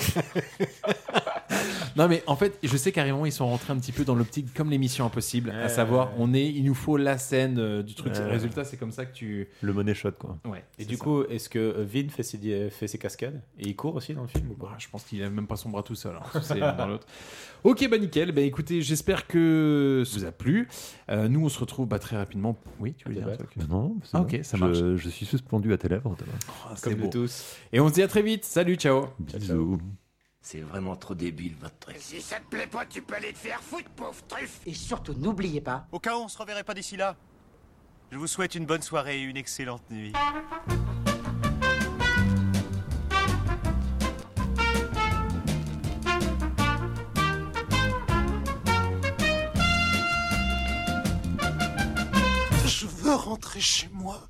non, mais en fait, je sais carrément, ils sont rentrés un petit peu dans l'optique comme les missions impossibles, à Ouais. savoir, on est, il nous faut la scène euh, du truc. Ouais. Résultat, c'est comme ça que tu. Le money shot quoi. Ouais. Et du coup, est-ce que euh, Vin fait ses, euh, fait ses cascades Et il court aussi dans le film ou pas Bah, Je pense qu'il a même pas son bras tout seul. hein. C'est l'un dans l'autre. Ok, bah nickel. Bah écoutez, j'espère que ça vous a plu. Euh, nous, on se retrouve bah, très rapidement. Oui, tu veux dire un truc Bah non, c'est Ah, bon. ok, ça Je- marche. Je, suis suspendu à tes lèvres. Thomas. Oh, c'est beau. Et on se dit à très vite. Salut, ciao. Bisous. C'est vraiment trop débile, votre truc. Si ça te plaît pas, tu peux aller te faire foutre, pauvre truffe Et surtout, n'oubliez pas. Au cas où on se reverrait pas d'ici là, je vous souhaite une bonne soirée et une excellente nuit. Je veux rentrer chez moi.